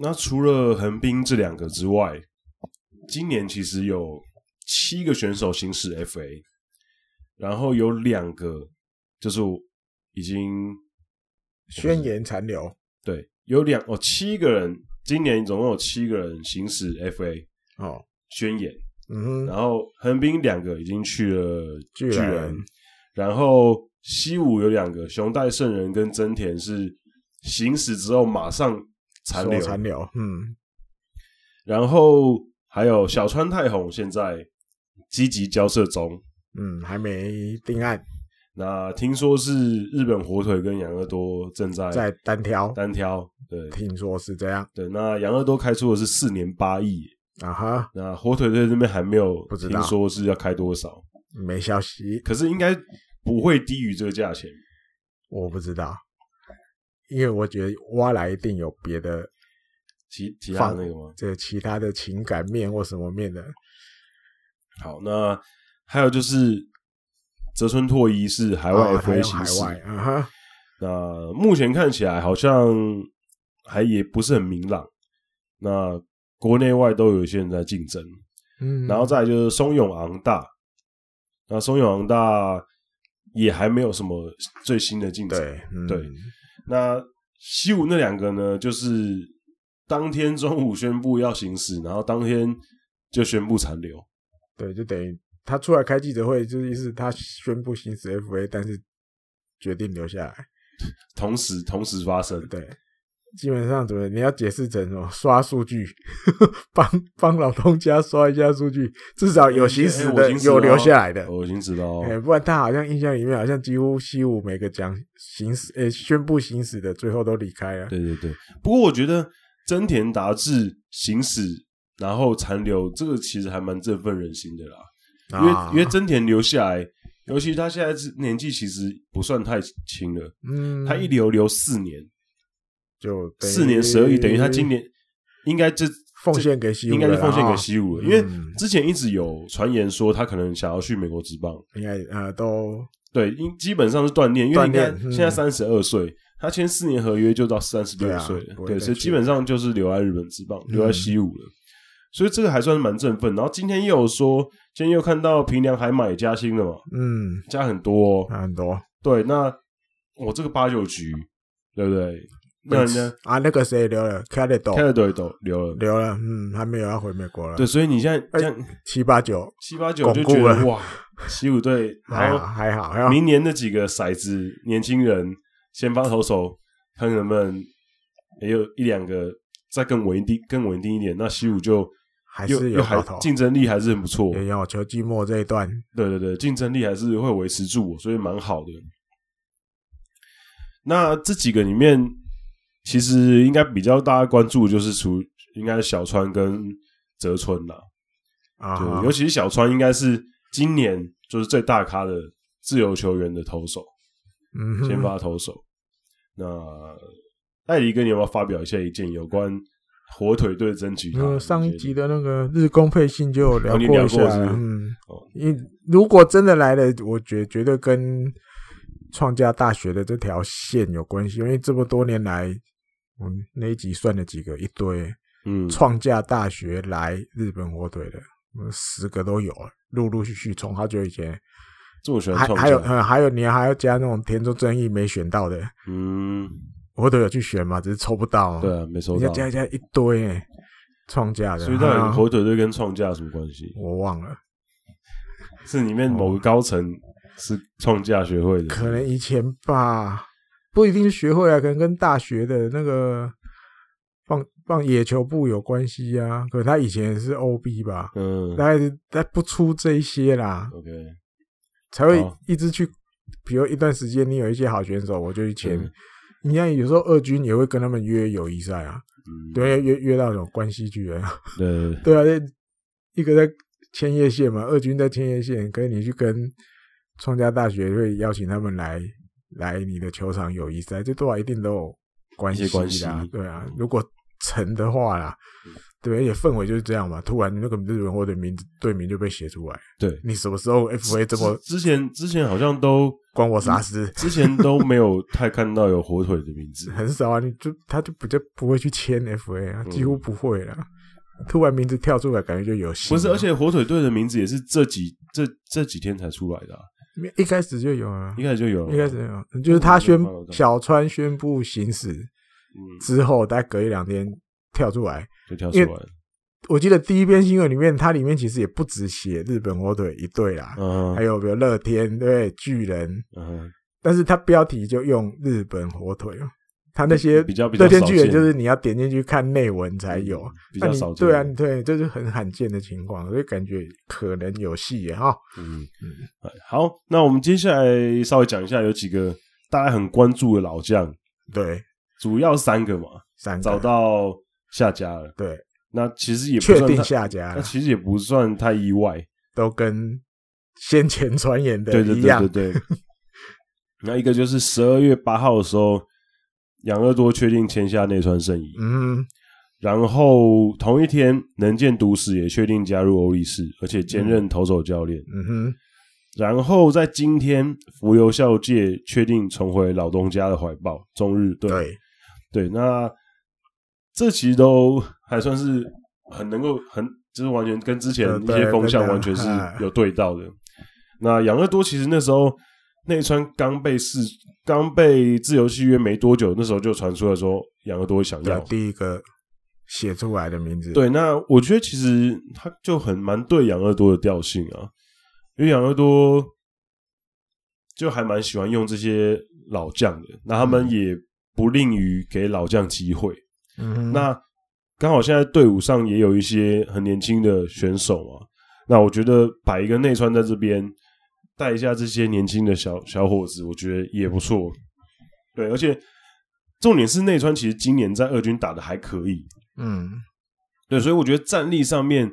那除了横滨这两个之外，今年其实有七个选手行使 FA，然后有两个就是已经宣言残留对，有两哦七个人，今年总共有七个人行使 FA 哦，宣言，嗯然哼，后横滨两个已经去了巨巨人人，然后西武有两个熊代圣人跟真田是行使之后马上残留，说残留，嗯，然后还有小川太宏现在积极交涉中，嗯，还没定案，那听说是日本火腿跟养乐多正在在单挑，哎单挑，对听说是这样对，那养乐多开出的是四年八亿，啊哈，那火腿队这边还没有不知道听说是要开多少，没消息，可是应该不会低于这个价钱。我不知道，因为我觉得挖来一定有别的其其他放的那个吗？这其他的情感面或什么面的，好，那还有就是泽村拓一是海外啊他 FA 用形海式，外啊哈，那目前看起来好像还也不是很明朗。那国内外都有一些人在竞争，嗯，然后再来就是松永昂大，那松永昂大也还没有什么最新的进展。对嗯对那西武那两个呢，就是当天中午宣布要行驶，然后当天就宣布残留。对，就等于他出来开记者会，就是意思他宣布行使 FA，但是决定留下来。同时同时发生，对，基本上怎么你要解释成什么刷数据， 帮帮老东家刷一下数据，至少啊有行使哎我的，行使有了留哦下来的。我已经知道哦哎、不然他好像印象里面好像几乎西武每个讲行使，哎、宣布行使的最后都离开了。对对对，不过我觉得真田达志行驶，然后残留，这个其实还蛮振奋人心的啦。因为、啊因为真田留下来，尤其他现在是年纪其实不算太轻了，嗯，他一留留四年，就等于四年十二亿，等于他今年应该这奉献给西武应该是了奉献啊给西武了，因为嗯之前一直有传言说他可能想要去美国职棒，应该呃都对，因基本上是锻炼，因为锻你看炼嗯现在三十二岁，他签四年合约就到三十六对啊岁了，不会对，再所以去嗯基本上就是留在日本职棒，留在西武了。所以这个还算是蛮振奋。然后今天又有说，今天又看到平良海马也加薪了嘛，嗯加很多、哦。那很多对，那我这个八九局，对不对？那人家啊那个谁留了 c a d e t c a o l d e 都留了，留了，嗯，还没有要回美国了，对，所以你现在这样七八九七八九就哎觉巩固得了啊哇，西武 队，还然好后还好，还好明年那几个骰子年轻人先发投手，看能不能也有一两个再更稳定、更稳定一点。那西武就还又是又有还搞头，竞争力还是很不错，也有球季末这一段，对对对，竞争力还是会维持住，所以蛮好的。那这几个里面，其实应该比较大家关注的就是除应该是小川跟泽村啦，啊对，哈，尤其是小川应该是今年就是最大咖的自由球员的投手。嗯哼先发投手。那艾迪哥，你要不要发表一下意见有关火腿队争取他的意见？呃，上一集的那个日工配信就有聊哦你过聊一过下，是不是嗯哦，因如果真的来了，我觉绝对跟创价大学的这条线有关系，因为这么多年来，我们那一集算了几个一堆嗯，创价大学来日本火腿的，嗯十个都有了，陆陆续续从好久以前，这么喜欢还创还有作，呃还有你还要加那种田中正义没选到的，嗯，火腿有去选嘛，只是抽不到哦，对啊，没收人家到。加一加一堆、欸、创价的，所以到底啊火腿队跟创价有什么关系？我忘了。是里面某个高层是创价学会的，可能以前吧，不一定是学会啊，可能跟大学的那个棒棒野球部有关系啊。可能他以前是 OB 吧，嗯大概是他不出这一些啦， ，OK，才会哦一直去。比如一段时间你有一些好选手，我就去签嗯。你看有时候二军也会跟他们约友谊赛啊，嗯，对，约约到那种关系去啊。 对对对啊，那一个在千叶县嘛，二军在千叶县，可是你去跟创价大学会邀请他们来来你的球场友谊赛，这多少一定都有关系一些关系嗯啦，对啊，如果成的话啦，对，而且氛围就是这样嘛，突然那个日本或者名字队名就被写出来，对。你什么时候 FA 这么之之前之前好像都关我嗯啥事？之前都没有太看到有火腿的名字， 很少啊，你就他就比较不会去签 FA 嗯啊，几乎不会啦。突然名字跳出来，感觉就有戏。不是，而且火腿队的名字也是这几这这几天才出来的啊、一开始就有啊，一开始就有了，一开始有，就是他宣哦我有看到小川宣布行驶嗯，之后，大概隔一两天跳出来。就跳出来因了，我记得第一篇新闻里面，它里面其实也不只写日本火腿一队啦，嗯还哼，有比如乐天对巨人，嗯哼，但是它标题就用日本火腿嘛。它那些比较比较乐天少巨人见嗯就是你要点进去看内文才有，比那较你少见，对啊，你对，这是很罕见的情况，所以感觉可能有戏耶哈。嗯，哎好，那我们接下来稍微讲一下有几个大家很关注的老将，对，主要三个嘛，三个找到下家了，对，那其实也不确算定太，下家那了。其实也不算太意外，都跟先前传言的对对一对样对对。 那一个就是十二月八号的时候，养乐多确定签下内川圣一，嗯，然后同一天，能见独史也确定加入欧力士，而且兼任投手教练。嗯哼，然后在今天，浮游校界确定重回老东家的怀抱，中日队。对，对那这其实都还算是很能够很，就是完全跟之前对一对些风向跟完全是哎有对到的。那养乐多其实那时候内川刚被试刚被自由契约没多久，那时候就传出来说养乐多想对要啊，第一个写出来的名字，，哦对，那我觉得其实他就很蛮对养乐多的调性啊，因为养乐多就还蛮喜欢用这些老将的，那他们也不吝于给老将机会。嗯哼，那刚好现在队伍上也有一些很年轻的选手嘛，那我觉得摆一个内川在这边带一下这些年轻的小小伙子，我觉得也不错。对，而且重点是内川其实今年在二军打的还可以，嗯，对，所以我觉得战力上面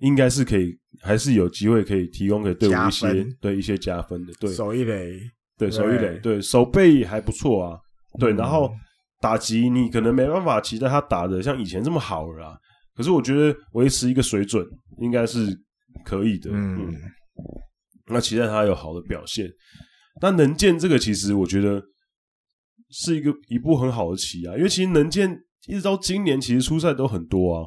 应该是可以，还是有机会可以提供给队伍加一些分对一些加分的，对手一垒，对手一垒对，对手背还不错啊，对，嗯然后打击你可能没办法期待他打的像以前这么好了啊，可是我觉得维持一个水准应该是可以的，嗯嗯，那期待他有好的表现。那能见这个，其实我觉得是一个一步很好的棋啊，因为其实能见一直到今年，其实出赛都很多啊，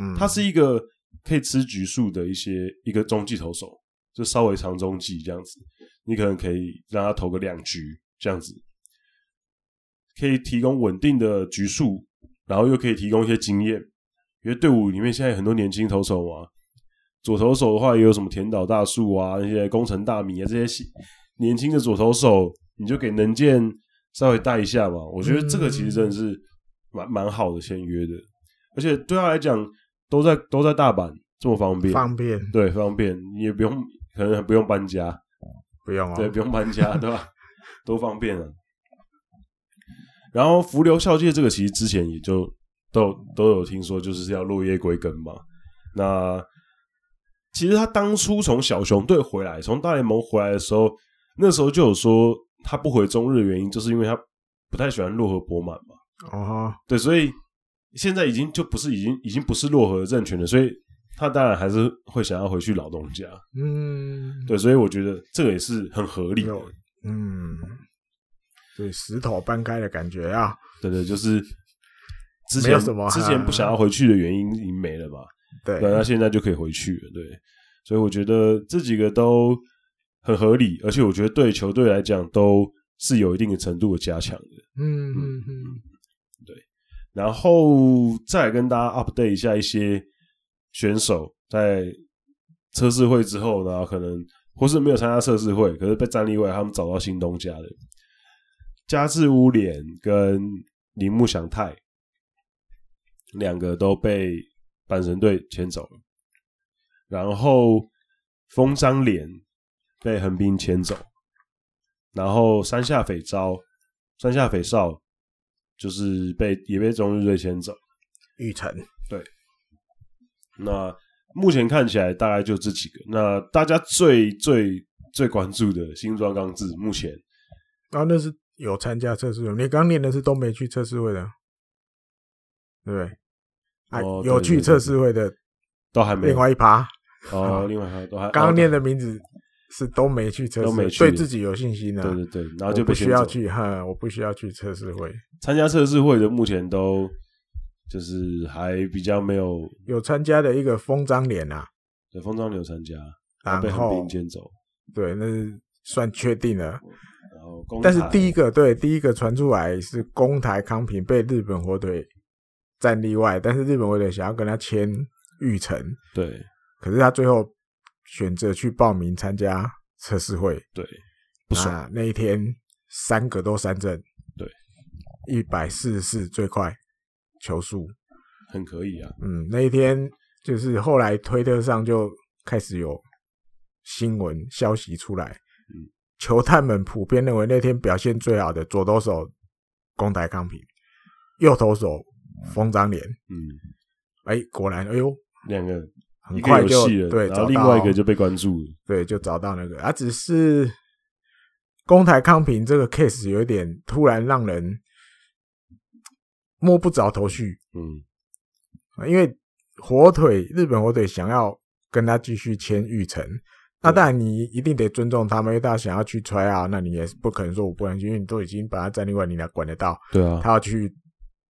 嗯，他是一个可以吃局数的一些一个中继投手，就稍微长中继这样子，你可能可以让他投个两局这样子，可以提供稳定的局数，然后又可以提供一些经验，因为队伍里面现在很多年轻投手嘛，左投手的话也有什么田岛大树啊，那些工程大米啊这些新年轻的左投手，你就给能见稍微带一下嘛，我觉得这个其实真的是蛮蛮好的签约的。而且对他来讲，都在都在大阪，这么方便，方便，对方便，你也不用可能不用搬家，不用对，哦，不用搬家，对吧？ 多方便啊！然后浮流孝介这个，其实之前也就都有都有听说，就是要落叶归根嘛。那其实他当初从小熊队回来，从大联盟回来的时候，那时候就有说他不回中日的原因，就是因为他不太喜欢洛河博满嘛。哦，对，所以现在已经就不是已经已经不是洛河的政权了，所以他当然还是会想要回去老东家。嗯，对，所以我觉得这个也是很合理的。有嗯，对，石头搬开的感觉啊，对对，就是之没有前什么之前不想要回去的原因已经没了吧？ 对，对，那现在就可以回去了。对，所以我觉得这几个都很合理，而且我觉得对球队来讲都是有一定的程度的加强的。嗯嗯嗯，然后再来跟大家 update 一下一些选手在测试会之后，然后可能或是没有参加测试会，可是被战力外他们找到新东家的加治屋脸跟铃木祥太两个都被阪神队牵走了，然后风张脸被横滨牵走，然后山下斐昭、山下斐少就是被也被中日队牵走。玉成，那目前看起来大概就这几个。那大家最最最关注的新庄刚志，目前然后啊那是有参加测试会，你刚念的是都没去测试会的，对不对？啊哦，对有去对对测试会的，都还没有另外一趴，哦，另外还有都还刚刚念念的名字是都没去测试都没会，去对自己有信心的，对对对，然我后就被不需要牵走去哈，我不需要去测试会。参加测试会的，目前都就是还比较没有有参加的一个风张脸啊，对风张流参加，然啊被横后滨牵走，对，那是算确定了。然后公但是台第一个对第一个传出来是公台康平被日本火腿战例外，但是日本火腿想要跟他签玉成，对可是他最后选择去报名参加测试会，对不爽，那那一天三个都三振，对，一百四十四最快球速，很可以啊，嗯，那一天就是后来推特上就开始有新闻消息出来，嗯球探们普遍认为那天表现最好的左投手宫台康平，右投手风张脸，嗯，哎、果然，哎呦，两个很一快个有就戏了，对，然后找到另外一个就被关注了，对就找到那个啊，只是宫台康平这个 case 有一点突然让人摸不着头绪，嗯啊因为火腿日本火腿想要跟他继续签玉成，那当然你一定得尊重他们，因为他想要去 try out，那你也是不可能说我不能去，因为你都已经把他战力外，你哪管得到？对啊，他要去，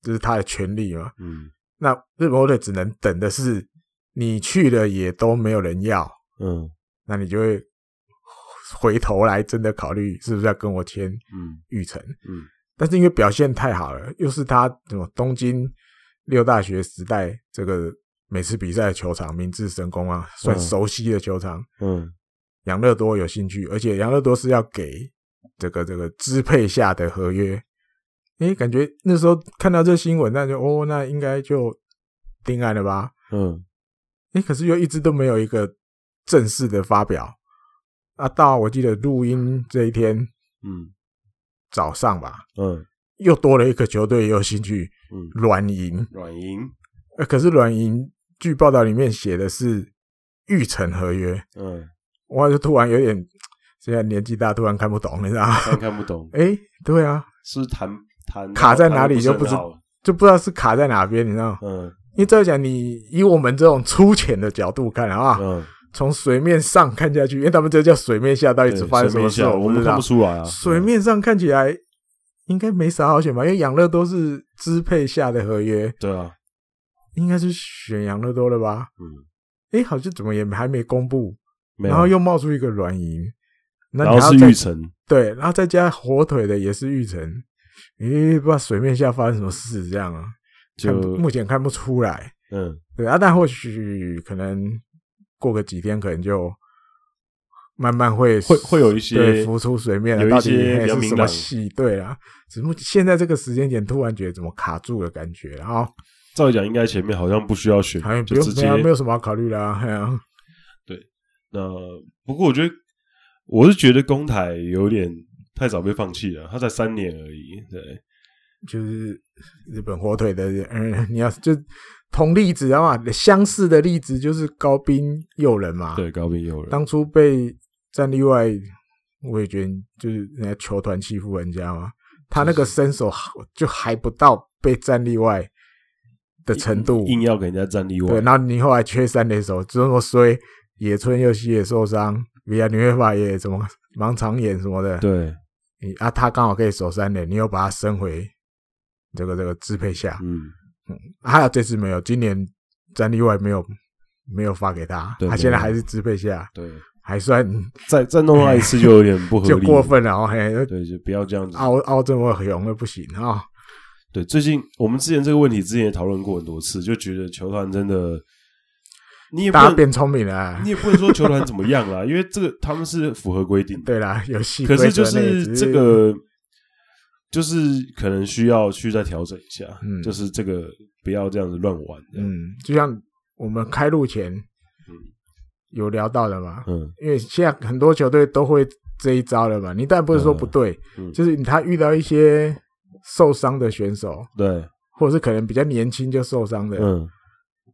这是他的权利嘛。嗯那日本火腿只能等的是你去了也都没有人要，嗯那你就会回头来真的考虑是不是要跟我签嗯玉成。嗯，但是因为表现太好了，又是他什么东京六大学时代这个每次比赛的球场，明治神宫啊，算嗯熟悉的球场。嗯养乐多有兴趣，而且养乐多是要给这个这个支配下的合约。诶，感觉那时候看到这新闻，那就哦，那应该就定案了吧？嗯诶，可是又一直都没有一个正式的发表。啊，到我记得录音这一天嗯早上吧，嗯又多了一个球队也有兴趣，嗯，软银。软银，呃可是软银据报道里面写的是预成合约，嗯，我就突然有点现在年纪大，突然看不懂，你知道吗？ 看看不懂，哎、对啊，是不是谈谈卡在哪里就不不是知很好就不知道是卡在哪边，你知道吗？嗯因为照讲，你以我们这种粗浅的角度看啊， 嗯，从水面上看下去，因为他们这叫水面下，到底是对发生随什便么一事下我不们知看道不。出来 啊，水面上看起来应该没啥好选吧？因为养乐多是支配下的合约，对啊，应该是选养乐多了吧？嗯，哎、好像怎么也还没公布，没有然后又冒出一个软银，那然你还后要是再玉成，对，然后再加火腿的也是玉成，咦，不知道水面下发生什么事这样啊？就看不目前看不出来，嗯对啊，但或许可能过个几天，可能就慢慢会会会有一些对浮出水面了，有一到底些嘿比较是敏什么感戏？对啊，只目现在这个时间点，突然觉得怎么卡住的感觉，然后照理讲应该前面好像不需要选好像，不就用直没接有没有什么好考虑啦、嘿啊，那不过我觉得，我是觉得公台有点太早被放弃了，他才三年而已。对，就是日本火腿的，嗯，你要就同例子啊嘛，相似的例子就是高滨诱人嘛，，对，高滨有人，当初被战例外，我也觉得就是人家球团欺负人家嘛，他那个身手好就还不到被战例外的程度，硬要给人家站例外对，，然后你后来缺三垒手，这么衰，哎野村佑希也受伤，比亚纽约法也什么盲肠炎什么的，对，你啊，他刚好可以守三垒，你又把他升回这个这个支配下，嗯，还有这次没有，今年战例外没有没有发给他，对他没现在有还是支配下， 对，还算再再弄他一次就有点不合理， 就过，分啊了哦，嘿，对，就不要这样子。凹凹这么红了不行啊、对，最近我们之前这个问题之前也讨论过很多次，就觉得球团真的，你也不大家能，变聪明了啊、你也不能说球团怎么样啦，因为这个他们是符合规定 的。对啦，游戏可规是则就内是只这个，就是可能需要去再调整一下，嗯就是这个不要这样子乱玩这样。嗯，就像我们开录前有聊到的嘛，嗯因为现在很多球队都会这一招了嘛。你当然不是说不对，嗯嗯就是他遇到一些受伤的选手，对，或者是可能比较年轻就受伤的，嗯，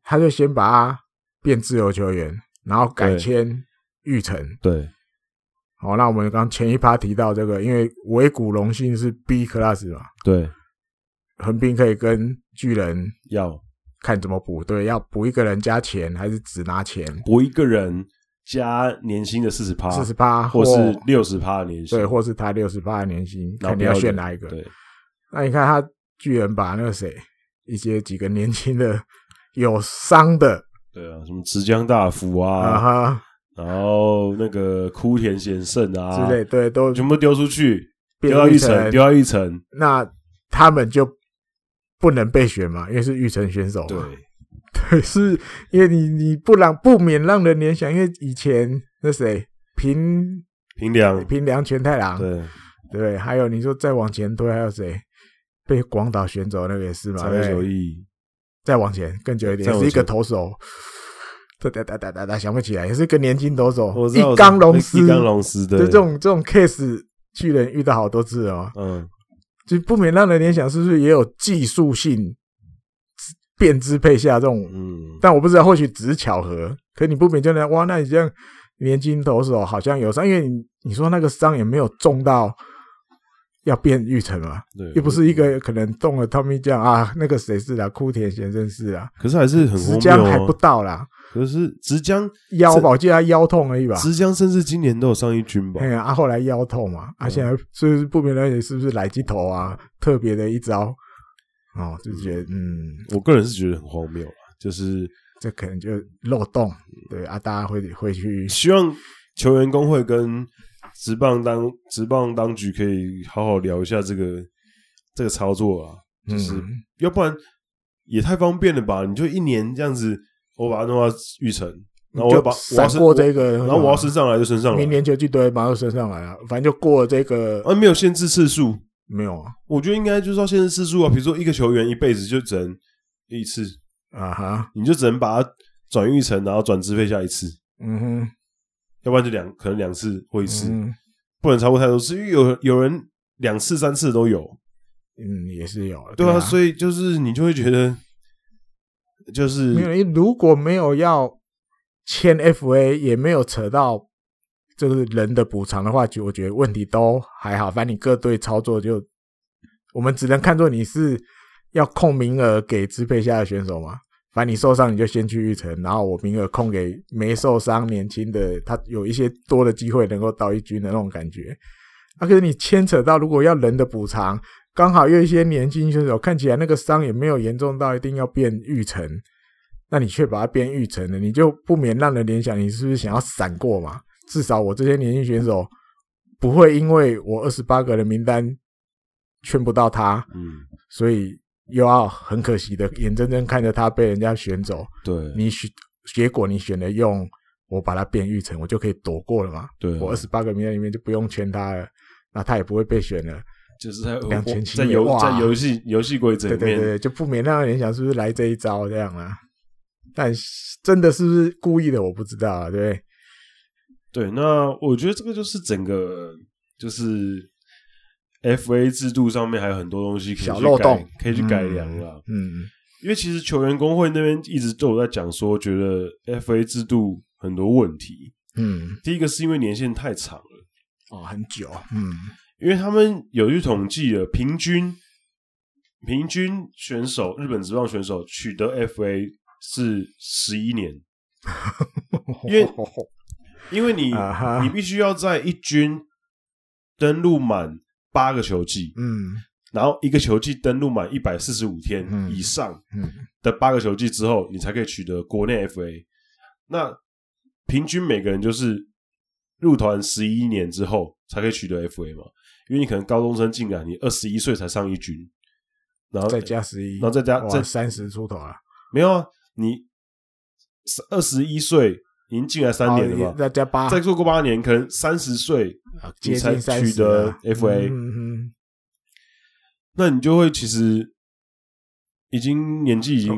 他就先把他变自由球员，然后改签玉成。对，好、那我们刚前一趴提到这个，因为尾谷荣幸是 B class 嘛，对，横滨可以跟巨人要看怎么补，对，要补一个人加钱还是只拿钱？我一个人加年薪的四十趴，四十八，啊或是六十趴的年薪，对，或是他六十八的年薪，然后看不你要选哪一个。对，那你看他巨人把那个谁一些几个年轻的有伤的对啊，什么直江大辅啊啊，哈然后那个枯田贤胜啊之类，，对，都全部丢出去，变丢到玉玉成成，丢到玉成，那他们就不能备选嘛，因为是育成选手嘛。 对，对， 是因为你你不让不免让人联想，因为以前那谁平平良，平良全太郎，对，对，还有你说再往前推，还有谁被广岛选走那个也是嘛？长对野不对久义，再往前更久一点，再也往是一个前投手，哒哒哒哒哒哒，想不起来，也是一个年轻投手我，知道一冈龙司，一冈龙司，对，就这种这种 case，巨人遇到好多次哦，嗯，就不免让人联想是不是也有技术性变支配下这种，嗯，但我不知道，或许只是巧合，可你不免就能哇，那你这样年轻投手好像有伤，因为你你说那个伤也没有重到要变玉成嘛，对，又不是一嗯个可能动了 Tommy 酱啊，那个谁是啊，枯田先生是啊。可是还是很直荒江谬还啊不。到啦，可是直江，腰这吧，我记得他腰痛而已吧。直江甚至今年都有上一军吧哎？呀，啊，后来腰痛嘛，啊，嗯现在所以不明了解是不是来鸡头啊，特别的一招哦，就觉得嗯，我个人是觉得很荒谬啊，就是这可能就漏洞，对啊，大家会会去希望球员工会跟职棒当职棒当局可以好好聊一下这个这个操作啊，就是、嗯要不然也太方便了吧？你就一年这样子，我把它弄到玉成，然后我要就把我要闪升过这个，然后我要升上来就升上来，明年球季队马上升上来了，啊反正就过了这个啊没有限制次数，没有啊我觉得应该就是要限制次数啊，比如说一个球员一辈子就只能一次，啊哈，你就只能把它转育成，然后转支配下一次，嗯哼，要不然就两可能两次或一次，嗯不能超过太多次，因为有有人两次三次都有，嗯也是有，对啊，以所以就是你就会觉得就是没有，因为如果没有要签 FA，也没有扯到就是人的补偿的话，就我觉得问题都还好。反正你各队操作就，我们只能看作你是要控名额给支配下的选手嘛。反正你受伤你就先去育成，然后我名额空给没受伤年轻的，他有一些多的机会能够到一军的那种感觉。啊，可是你牵扯到如果要人的补偿，刚好又有一些年轻选手看起来那个伤也没有严重到一定要变育成，那你却把它变育成了，你就不免让人联想你是不是想要闪过嘛？至少我这些年轻选手不会因为我二十八个的名单圈不到他，嗯，所以又要很可惜的眼睁睁看着他被人家选走。对，你选结果你选了用我把它变育成，我就可以躲过了嘛？对啊我二十八个名单里面就不用圈他了，那他也不会被选了。就是在两全其在美游哇在游戏游戏规则对里对面，对，就不免让人想是不是来这一招这样啦、但是真的是不是故意的，我不知道啊，对不对？对，那我觉得这个就是整个就是 FA 制度上面还有很多东西可以去小漏改洞可以去改良啊啦。嗯，因为其实球员工会那边一直都有在讲说，觉得 FA 制度很多问题。嗯嗯，第一个是因为年限太长了，哦，很久，嗯，因为他们有去统计了，平均平均选手日本职棒选手取得 FA 是十一年，因为因为你、啊哈你必须要在一军登录满八个球季， 嗯然后一个球季登录满一百四十五天嗯以上嗯的八个球季之后，你才可以取得国内 FA。那平均每个人就是入团十一年之后才可以取得 FA 嘛？因为你可能高中生进来，你二十一岁才上一军，然后再加十一，然后再加哇再三十出头啊，没有啊？你二十一岁已经进来三年了哦嘛？再加八，再做过八年，可能三十岁啊你接才近三取得 FA 嗯嗯那你就会其实已经年纪已经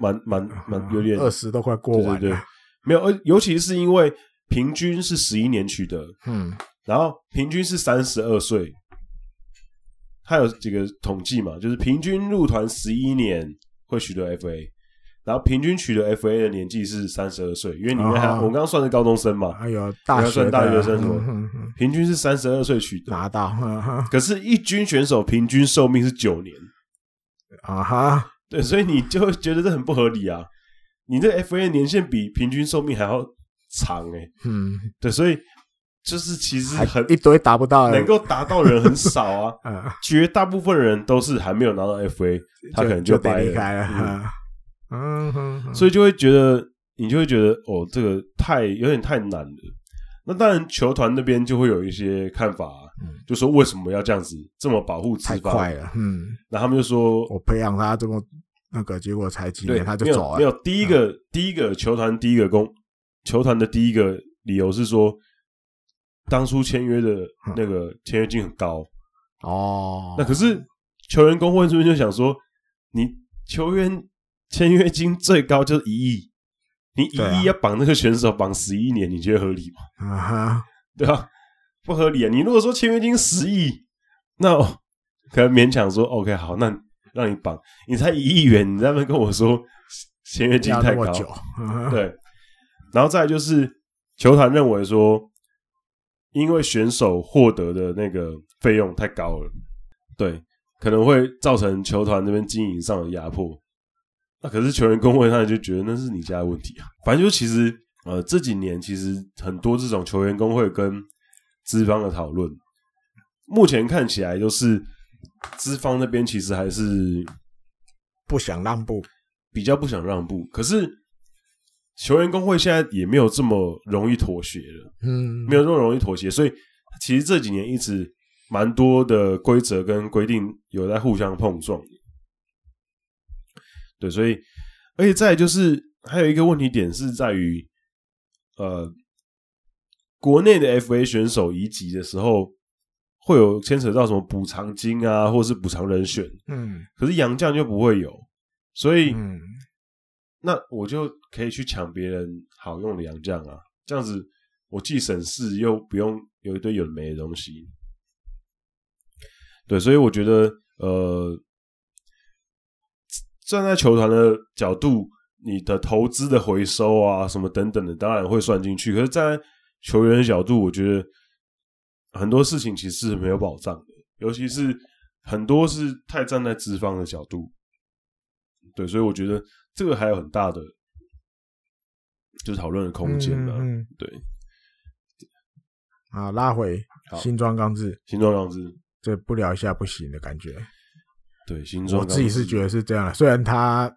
蛮蛮蛮有点哦二十都快过完了，啊对对对，没有，而尤其是因为平均是十一年取得，嗯然后平均是三十二岁，它有几个统计嘛，就是平均入团十一年会取得 FA。然后平均取得 FA 的年纪是三十二岁，因为里面还、啊我刚刚算是高中生嘛，还有哎大学的大学生什么嗯嗯嗯平均是三十二岁取得。拿到嗯嗯可是，一军选手平均寿命是九年，啊哈，对，所以你就会觉得这很不合理啊！你这 FA 年限比平均寿命还要长哎、嗯，对，所以就是其实还 很一堆达不到的，，能够达到人很少啊嗯，绝大部分人都是还没有拿到 FA，他可能就掰得离开了嗯，嗯嗯嗯，所以就会觉得你就会觉得哦，这个太有点太难了。那当然，球团那边就会有一些看法、啊，嗯就说为什么要这样子这么保护资太方？快了，嗯，然后他们就说，我培养他这么那个，结果才几对，年他就没有走没了，嗯有，第一个、第一个球团第一个公球团的第一个理由是说，当初签约的嗯那个签约金很高。哦，那可是球员工会是不是就想说，你球员签约金最高就是一亿，你对啊一亿要绑那个选手绑十一年，你觉得合理吗？啊哈，对吧、不合理啊！你如果说签约金十亿，那我可能勉强说 OK 好，那让你绑，你才一亿元，你在那边跟我说签约金要那太么高，久，嗯 对，然后再来就是球团认为说，因为选手获得的那个费用太高了，对，可能会造成球团那边经营上的压迫。那可是球员工会他们就觉得那是你家的问题啊。反正就其实呃这几年其实很多这种球员工会跟资方的讨论，目前看起来就是资方那边其实还是不想让步，比较不想让步，可是球员工会现在也没有这么容易妥协了，嗯，没有这么容易妥协，所以其实这几年一直蛮多的规则跟规定有在互相碰撞的对，所以而且再来就是还有一个问题点是在于，呃，国内的 FA 选手移籍的时候会有牵扯到什么补偿金啊，或是补偿人选，嗯可是洋将就不会有，所以。嗯，那我就可以去抢别人好用的洋将啊，这样子我既省事又不用有一堆有的没的东西。对，所以我觉得，呃，站在球团的角度，你的投资的回收啊什么等等的，当然会算进去。可是站在球员的角度，我觉得很多事情其实是没有保障的，尤其是很多是太站在资方的角度。对，所以我觉得这个还有很大的就是讨论的空间呢、啊。嗯嗯嗯对，啊，拉回好新装钢制，新装样子，这不聊一下不行的感觉。对新装我样子，自己是觉得是这样的，虽然他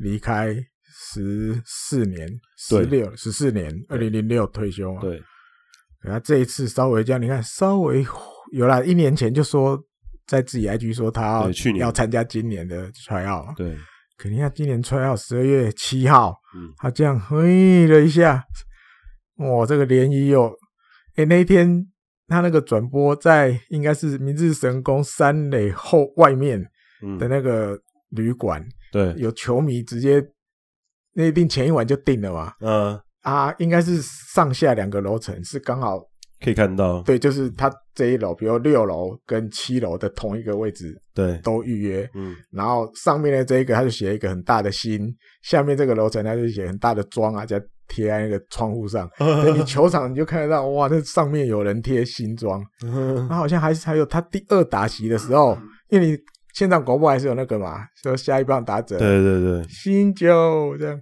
离开十四年、十对六、十四年，二零零六退休嘛，啊对可他这一次稍微这样，你看稍微有啦，一年前就说在自己 IG 说他要对去年要参加今年的 tryout，嘛对，可你看今年 tryout 十二月七号，嗯，他这样嘿了一下，哇，这个涟漪哟、哦！哎、那一天他那个转播在应该是明治神宫三垒后外面嗯的，那个旅馆，对，有球迷直接那一定前一晚就订了嘛。呃，啊，应该是上下两个楼层是刚好可以看到，对，就是他这一楼，比如六楼跟七楼的同一个位置对，都预约，嗯，然后上面的这一个他就写一个很大的心，下面这个楼层他就写很大的庄啊，加贴在那个窗户上。 对 你球场你就看得到，哇，那上面有人贴新装，那好像还是还有他第二打席的时候，因为你现场广播还是有那个嘛，说下一棒打者对对对，新酒这样。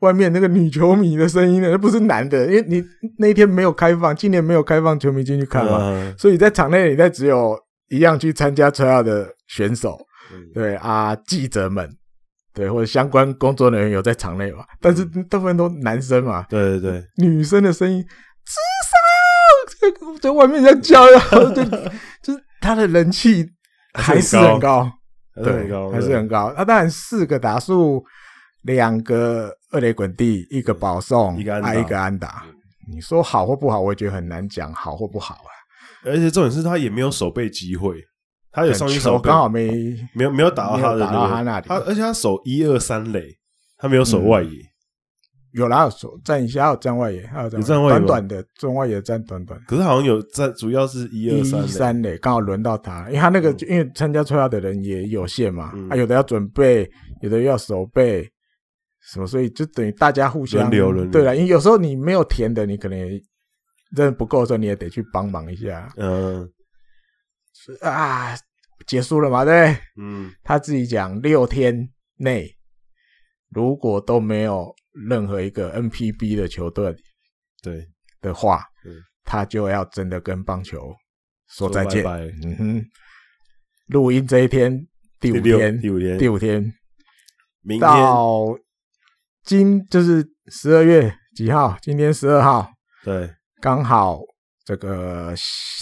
外面那个女球迷的声音呢？那不是男的，因为你那一天没有开放，今年没有开放球迷进去看嘛，嗯所以在场内，你在只有一样去参加 tryout 的选手，嗯对啊，记者们，对或者相关工作人员有在场内嘛，但是嗯大部分都男生嘛，对对对，女生的声音，至少在在外面在叫， 然后就就是他的人气还是很高，还是对，很高，还是对很高。他、啊当然四个打数，两个二垒滚地，一个保送，一个安打啊一个安打。你说好或不好，我也觉得很难讲好或不好啊。而且重点是他也没有守备机会，他有上一手球背刚好没没有没有打到他的没有打对不到他对那里他而且他守一二三垒，他没有守外嗯野，有啦，有手站一下，有站外野，还有有站外野吗短短的中外野站短短。可是好像有在主要是一二一三垒，三垒刚好轮到他，因为他那个、因为参加抽亚的人也有限嘛，嗯啊，有的要准备，有的又要守备，什么，所以就等于大家互相轮流轮流对了，因为有时候你没有填的，你可能也人不够的时候，你也得去帮忙一下嗯啊。结束了嘛，对不对嗯他自己讲，六天内如果都没有任何一个 NPB 的球队对，的话，嗯他就要真的跟棒球说再见。说拜拜嗯哼，录音这一天第五六天，第五天第五天明天到今就是十二月几号？今天十二号，对刚好这个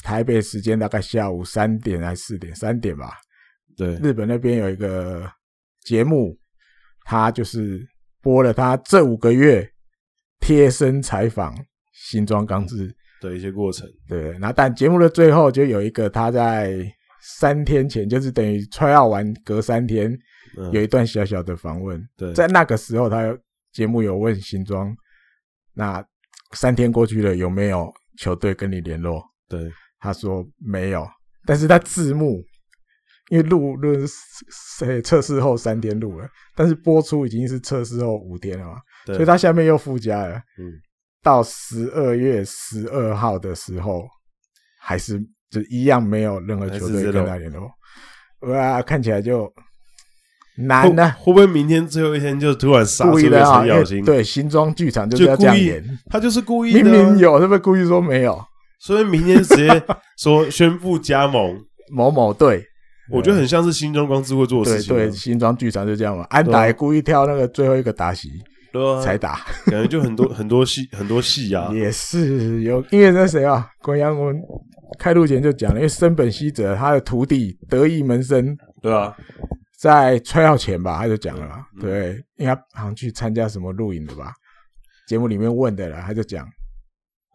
台北时间大概下午三点还是四点，三点吧。对日本那边有一个节目，他就是播了他这五个月贴身采访新庄刚志。的一些过程，对，然后但节目的最后就有一个他在三天前，就是等于快要完隔三天，嗯有一段小小的访问，对在那个时候他节目有问新庄，那三天过去了有没有球队跟你联络？对他说没有，但是他字幕因为录录是测试后三天录了，但是播出已经是测试后五天了嘛，对，所以他下面又附加了，嗯到十二月十二号的时候，还是就一样没有任何球还是队 zero 跟他联络，哇，看起来就难呢、会会不会明天最后一天就突然杀出故一意个的啊，程因为咬金？，对，新庄剧场就是就要故这样意演，他就是故意的啊，明明有，是不是故意说没有所以明天直接说宣布加 盟，某某队？我觉得很像是新中光智会做的对事情啊，对，新庄剧场就这样嘛。安打也故意挑那个最后一个打席对啊，才打，感觉就很多很多戏很多戏 啊，也是有，因为那谁啊，国阳我们开录前就讲了，因为森本希哲他的徒弟得意门生对啊，在吹要前吧，他就讲了啦，嗯对，因为他好像去参加什么录影的吧，节目里面问的了，他就讲，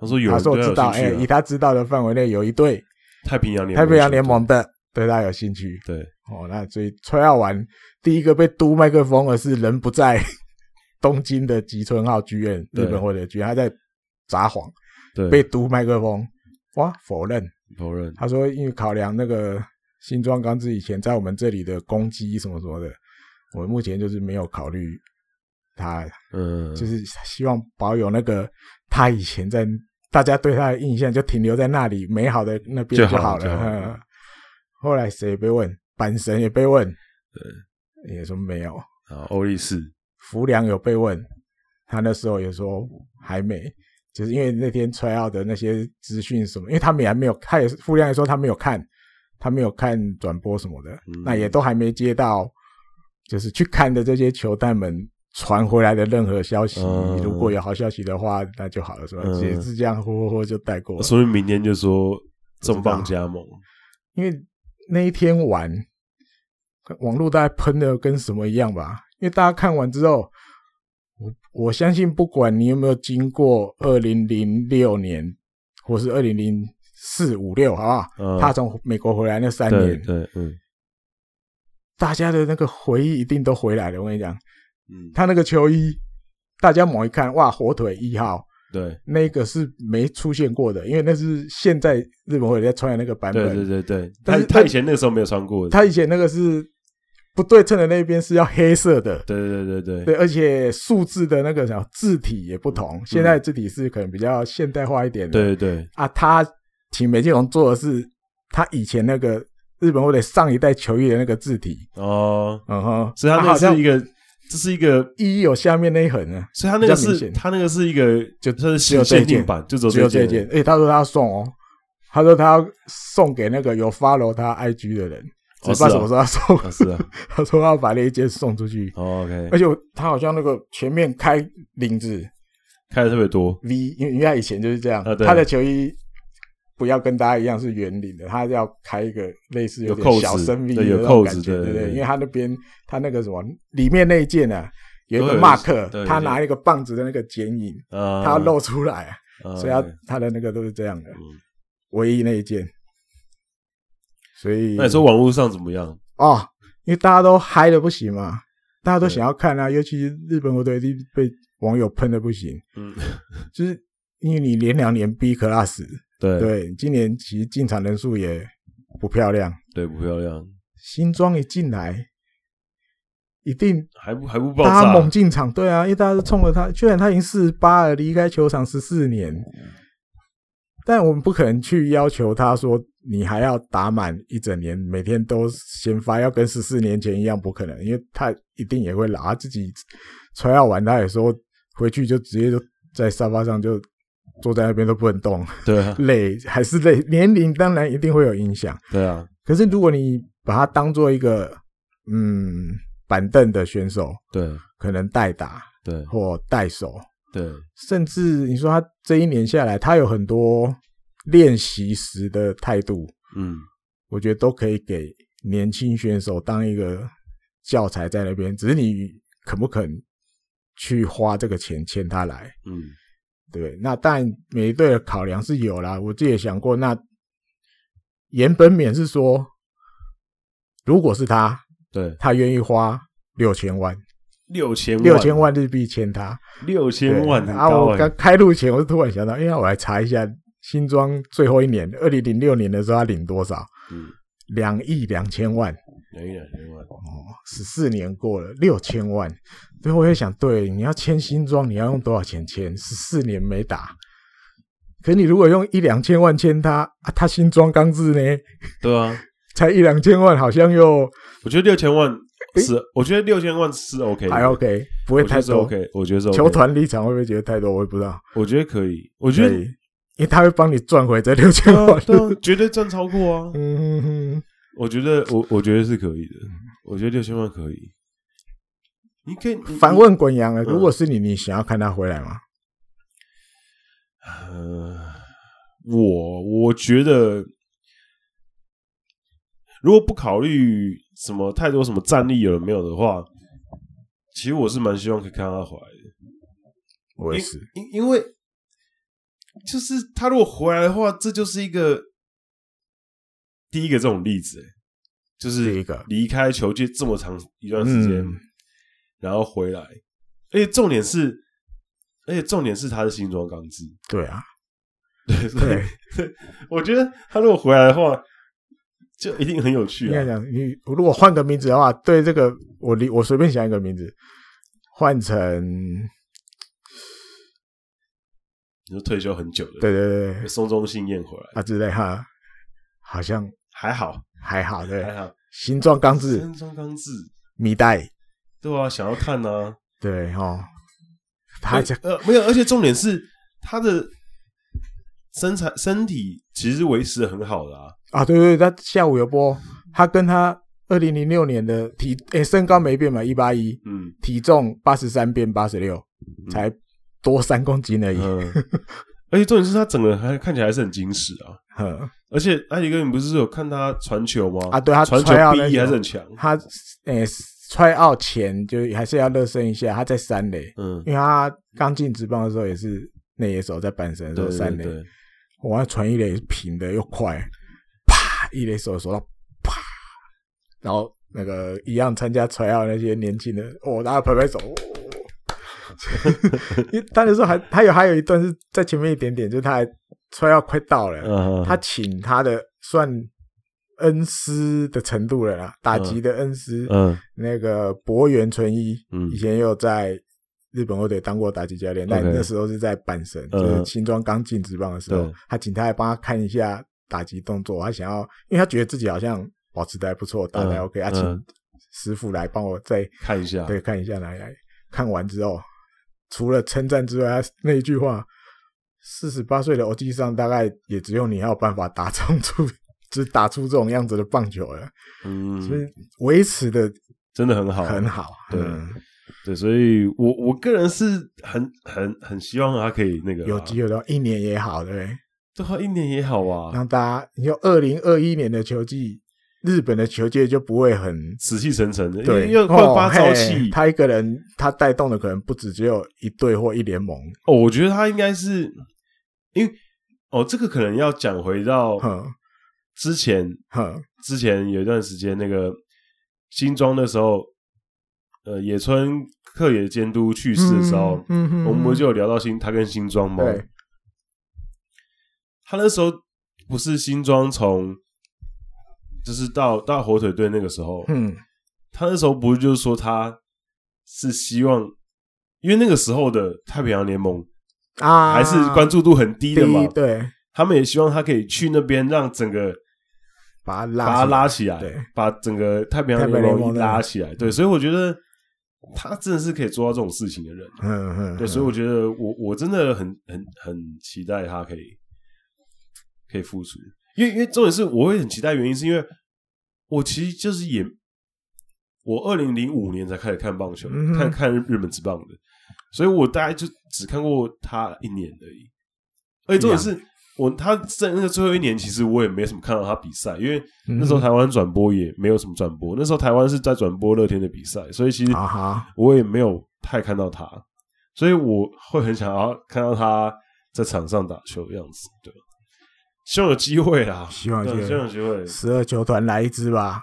他说有他人说对知道，他哎、有兴以趣啊，他知道的范围内有一队太平洋联盟太平洋联盟的对他有兴趣，对，哦，那所以吹要完第一个被嘟麦克风的是人不在 东京的吉村浩剧院，日对本或者剧院，他在札幌对被嘟麦克风，哇，否认，否认，他说因为考量那个新庄刚志以前在我们这里的攻击什么什么的，我目前就是没有考虑他，嗯，就是希望保有那个他以前在大家对他的印象就停留在那里美好的那边就好好就了。好嗯 后来谁被问？阪神也被问，对，也说没有。然后欧力士，福良有被问，他那时候也说还没，就是因为那天 t r 的那些资讯什么，因为他们也还没有，他也是福良也说他没有看，他没有看转播什么的，嗯那也都还没接到，就是去看的这些球探们传回来的任何消息，嗯如果有好消息的话，那就好了，是吧？嗯也是这样呼呼呼就带过了，说明明天就说道重磅加盟，因为那一天玩，网络大概喷的跟什么一样吧。因为大家看完之后，我我相信不管你有没有经过二零零六年，或是二零零四五六，好不好？嗯他从美国回来那三对年，对，嗯大家的那个回忆一定都回来了。我跟你讲，嗯，他那个球衣，大家猛一看，哇，火腿一号。对那个是没出现过的，因为那是现在日本火腿在穿的那个版本。对对对对，但他是他但以前那个时候没有穿过的，他以前那个是不对称的那边是要黑色的，对对对对对，而且数字的那个什么字体也不同，现在的字体是可能比较现代化一点的。嗯对对对，啊，他请梅建宏做的是他以前那个日本或者上一代球衣的那个字体，哦，嗯哼，所以他啊那好个是像一个，这是一个，一有下面那一横呢，啊所以他那个比较明是显他那个是一个，就算是只有这一限定件版，就只有只有这一一件件，，而且他说他要送哦，他说他要送给那个有 follow 他 IG 的人，哦只是不知道是什啊么时候要送，啊是啊 他说他要把那一件送出去。哦，OK， 而且我他好像那个前面开领子开的特别多， V，因为因为他以前就是这样，啊对他的球衣不要跟大家一样是圆领的，他要开一个类似有扣点子小深 V 的对有那种扣感子觉，对对对对因为他那边他那个什么里面那一件啊，有一都个有 mark，对他有拿一个棒子的那个剪影，啊，他要露出来啊，啊，所以他 OK 他的那个都是这样的嗯，唯一那一件，所以那你说网络上怎么样？哦，因为大家都嗨的不行嘛，大家都想要看啊，尤其日本国队一定被网友喷的不行，嗯， 就是因为你连两年 B class，对对，今年其实进场人数也不漂亮，对，不漂亮，新装一进来，一定还不还不爆大家猛炸，进场，对啊，因为大家都冲着他，虽然他已经四十八了，离开球场十四年，但我们不可能去要求他说你还要打满一整年，每天都先发，要跟十四年前一样，不可能，因为他一定也会老，他自己穿要玩，他也说回去就直接就在沙发上就坐在那边都不能 动， 对啊累还是累，年龄当然一定会有影响。对啊，可是如果你把他当做一个嗯板凳的选手，对可能代打对或代手，对，甚至你说他这一年下来，他有很多练习时的态度，嗯，我觉得都可以给年轻选手当一个教材在那边。只是你肯不肯去花这个钱签他来，嗯，对不对？那但每一队的考量是有啦，我自己也想过，那岩本勉是说，如果是他，对，他愿意花六千万，六千六千万日币签他。六千对万很啊！高我哎刚，开录前，我就突然想到，因为我来查一下新庄最后一年，二零零六年的时候，他领多少？嗯，两亿两千万两亿两千万，哦，十四年过了，六千万。所以我也想，对，你要签新庄，你要用多少钱签？十四年没打，可你如果用一两千万签他，啊、他新庄刚志呢，对啊，才一两千万，好像又我觉得六千万是，我觉得六千万是 OK，的还 OK，不我会觉太得是多。 OK，我觉得是 OK，球，团立场会不会觉得太多？我也不知道，我觉得可以，我觉所得以因为他会帮你赚回这六对千啊 万。对啊，绝对赚超过啊，嗯哼哼，我觉得我我觉得是可以的，我觉得六千万可以，你可以你反问滚阳啊，嗯如果是你，你想要看他回来吗？呃，我我觉得，如果不考虑什么太多什么战力有没有的话，其实我是蛮希望可以看到他回来的。我也是，因因为就是他如果回来的话，这就是一个第一个这种例子、欸就是第一个离开球界这么长一段时间，嗯然后回来，而且重点是，而且重点是他是新装钢制， 对啊，对，啊所以对，我觉得他如果回来的话，就一定很有趣应该啊。讲你如果换个名字的话，对这个我离我随便想一个名字，换成你说退休很久的，对对对松中信彦回来、啊之类哈，好像还好，还好对还，好。形状刚志山中刚志，米袋对啊，想要看啊。对哦，他讲呃没有，而且重点是他的身材身体其实维持的很好的啊，啊对对，对他下午有播，他跟他二零零六年的体诶、身高没变嘛，一八一，嗯体重八十三变八十六，才多三公斤而已，嗯。而且重点是他整个人还看起来还是很精实啊，哼。而且埃里哥，你不是有看他传球吗？啊对他传球踹到那臂力还球是很强。他诶踹奥前就还是要热身一下，他在三垒，嗯，因为他刚进职棒的时候也是内野手在板神的时对候对三垒，对，我要传一垒平的又快，啪一垒手手到啪，然后那个一样参加踹奥那些年轻的，哦，大家拍拍手。哦 因为他那时候还还有还有一段是在前面一点点，就是他还踹奥快到了，嗯，他请他的算恩师的程度了啦，打击的恩师，嗯那个博元纯一，嗯以前也有在日本火腿当过打击教练，那 OK 那时候是在阪神，嗯就是新庄刚进职棒的时候对，他请他来帮他看一下打击动作，他想要，因为他觉得自己好像保持的还不错，打的还 OK，他嗯请师傅来帮我再看一下，对，看一下哪里来。看完之后，除了称赞之外，他那一句话：“四十八岁的欧基上，大概也只有你还有办法打中出，就是打出这种样子的棒球了。嗯，所以维持的真的很好，很好，对嗯对，所以我我个人是很很很希望他可以那个啊有机会的话，一年也好，对不对？对啊，一年也好啊，让大家，你说二零二一年的球季，日本的球界就不会很。死气沉沉的，因为对，因为焕发朝哦嘿气。他一个人，他带动的可能不止只有一队或一联盟。哦，我觉得他应该是因为哦，这个可能要讲回到哼之前哼，之前有一段时间，那个新庄的时候，呃，野村克野监督去世的时候，嗯嗯嗯嗯我们不就有聊到新他跟新庄吗？对他那时候不是新庄从就是到到火腿队那个时候，嗯，他那时候不是就是说他是希望，因为那个时候的太平洋联盟啊，还是关注度很低的嘛，第一对，他们也希望他可以去那边让整个把它把拉它起拉起来，对把整个太平洋太平洋联联盟盟一的拉起来，对，所以我觉得他真的是可以做到这种事情的人，嗯嗯，对，所以我觉得我我真的很很很期待他可以可以复出，因为因为重点是我会很期待，原因是因为我其实就是也我二零零五年才开始看棒球，嗯哼看看日本职棒的，所以我大概就只看过他一年而已，而且重点是。我他在那个最后一年，其实我也没什么看到他比赛，因为那时候嗯台湾转播也没有什么转播，那时候台湾是在转播乐天的比赛，所以其实啊哈，我也没有太看到他，所以我会很想要看到他在场上打球的样子。对，希望有机会啦，希望有机对会希望有机会。十二球团来一支吧，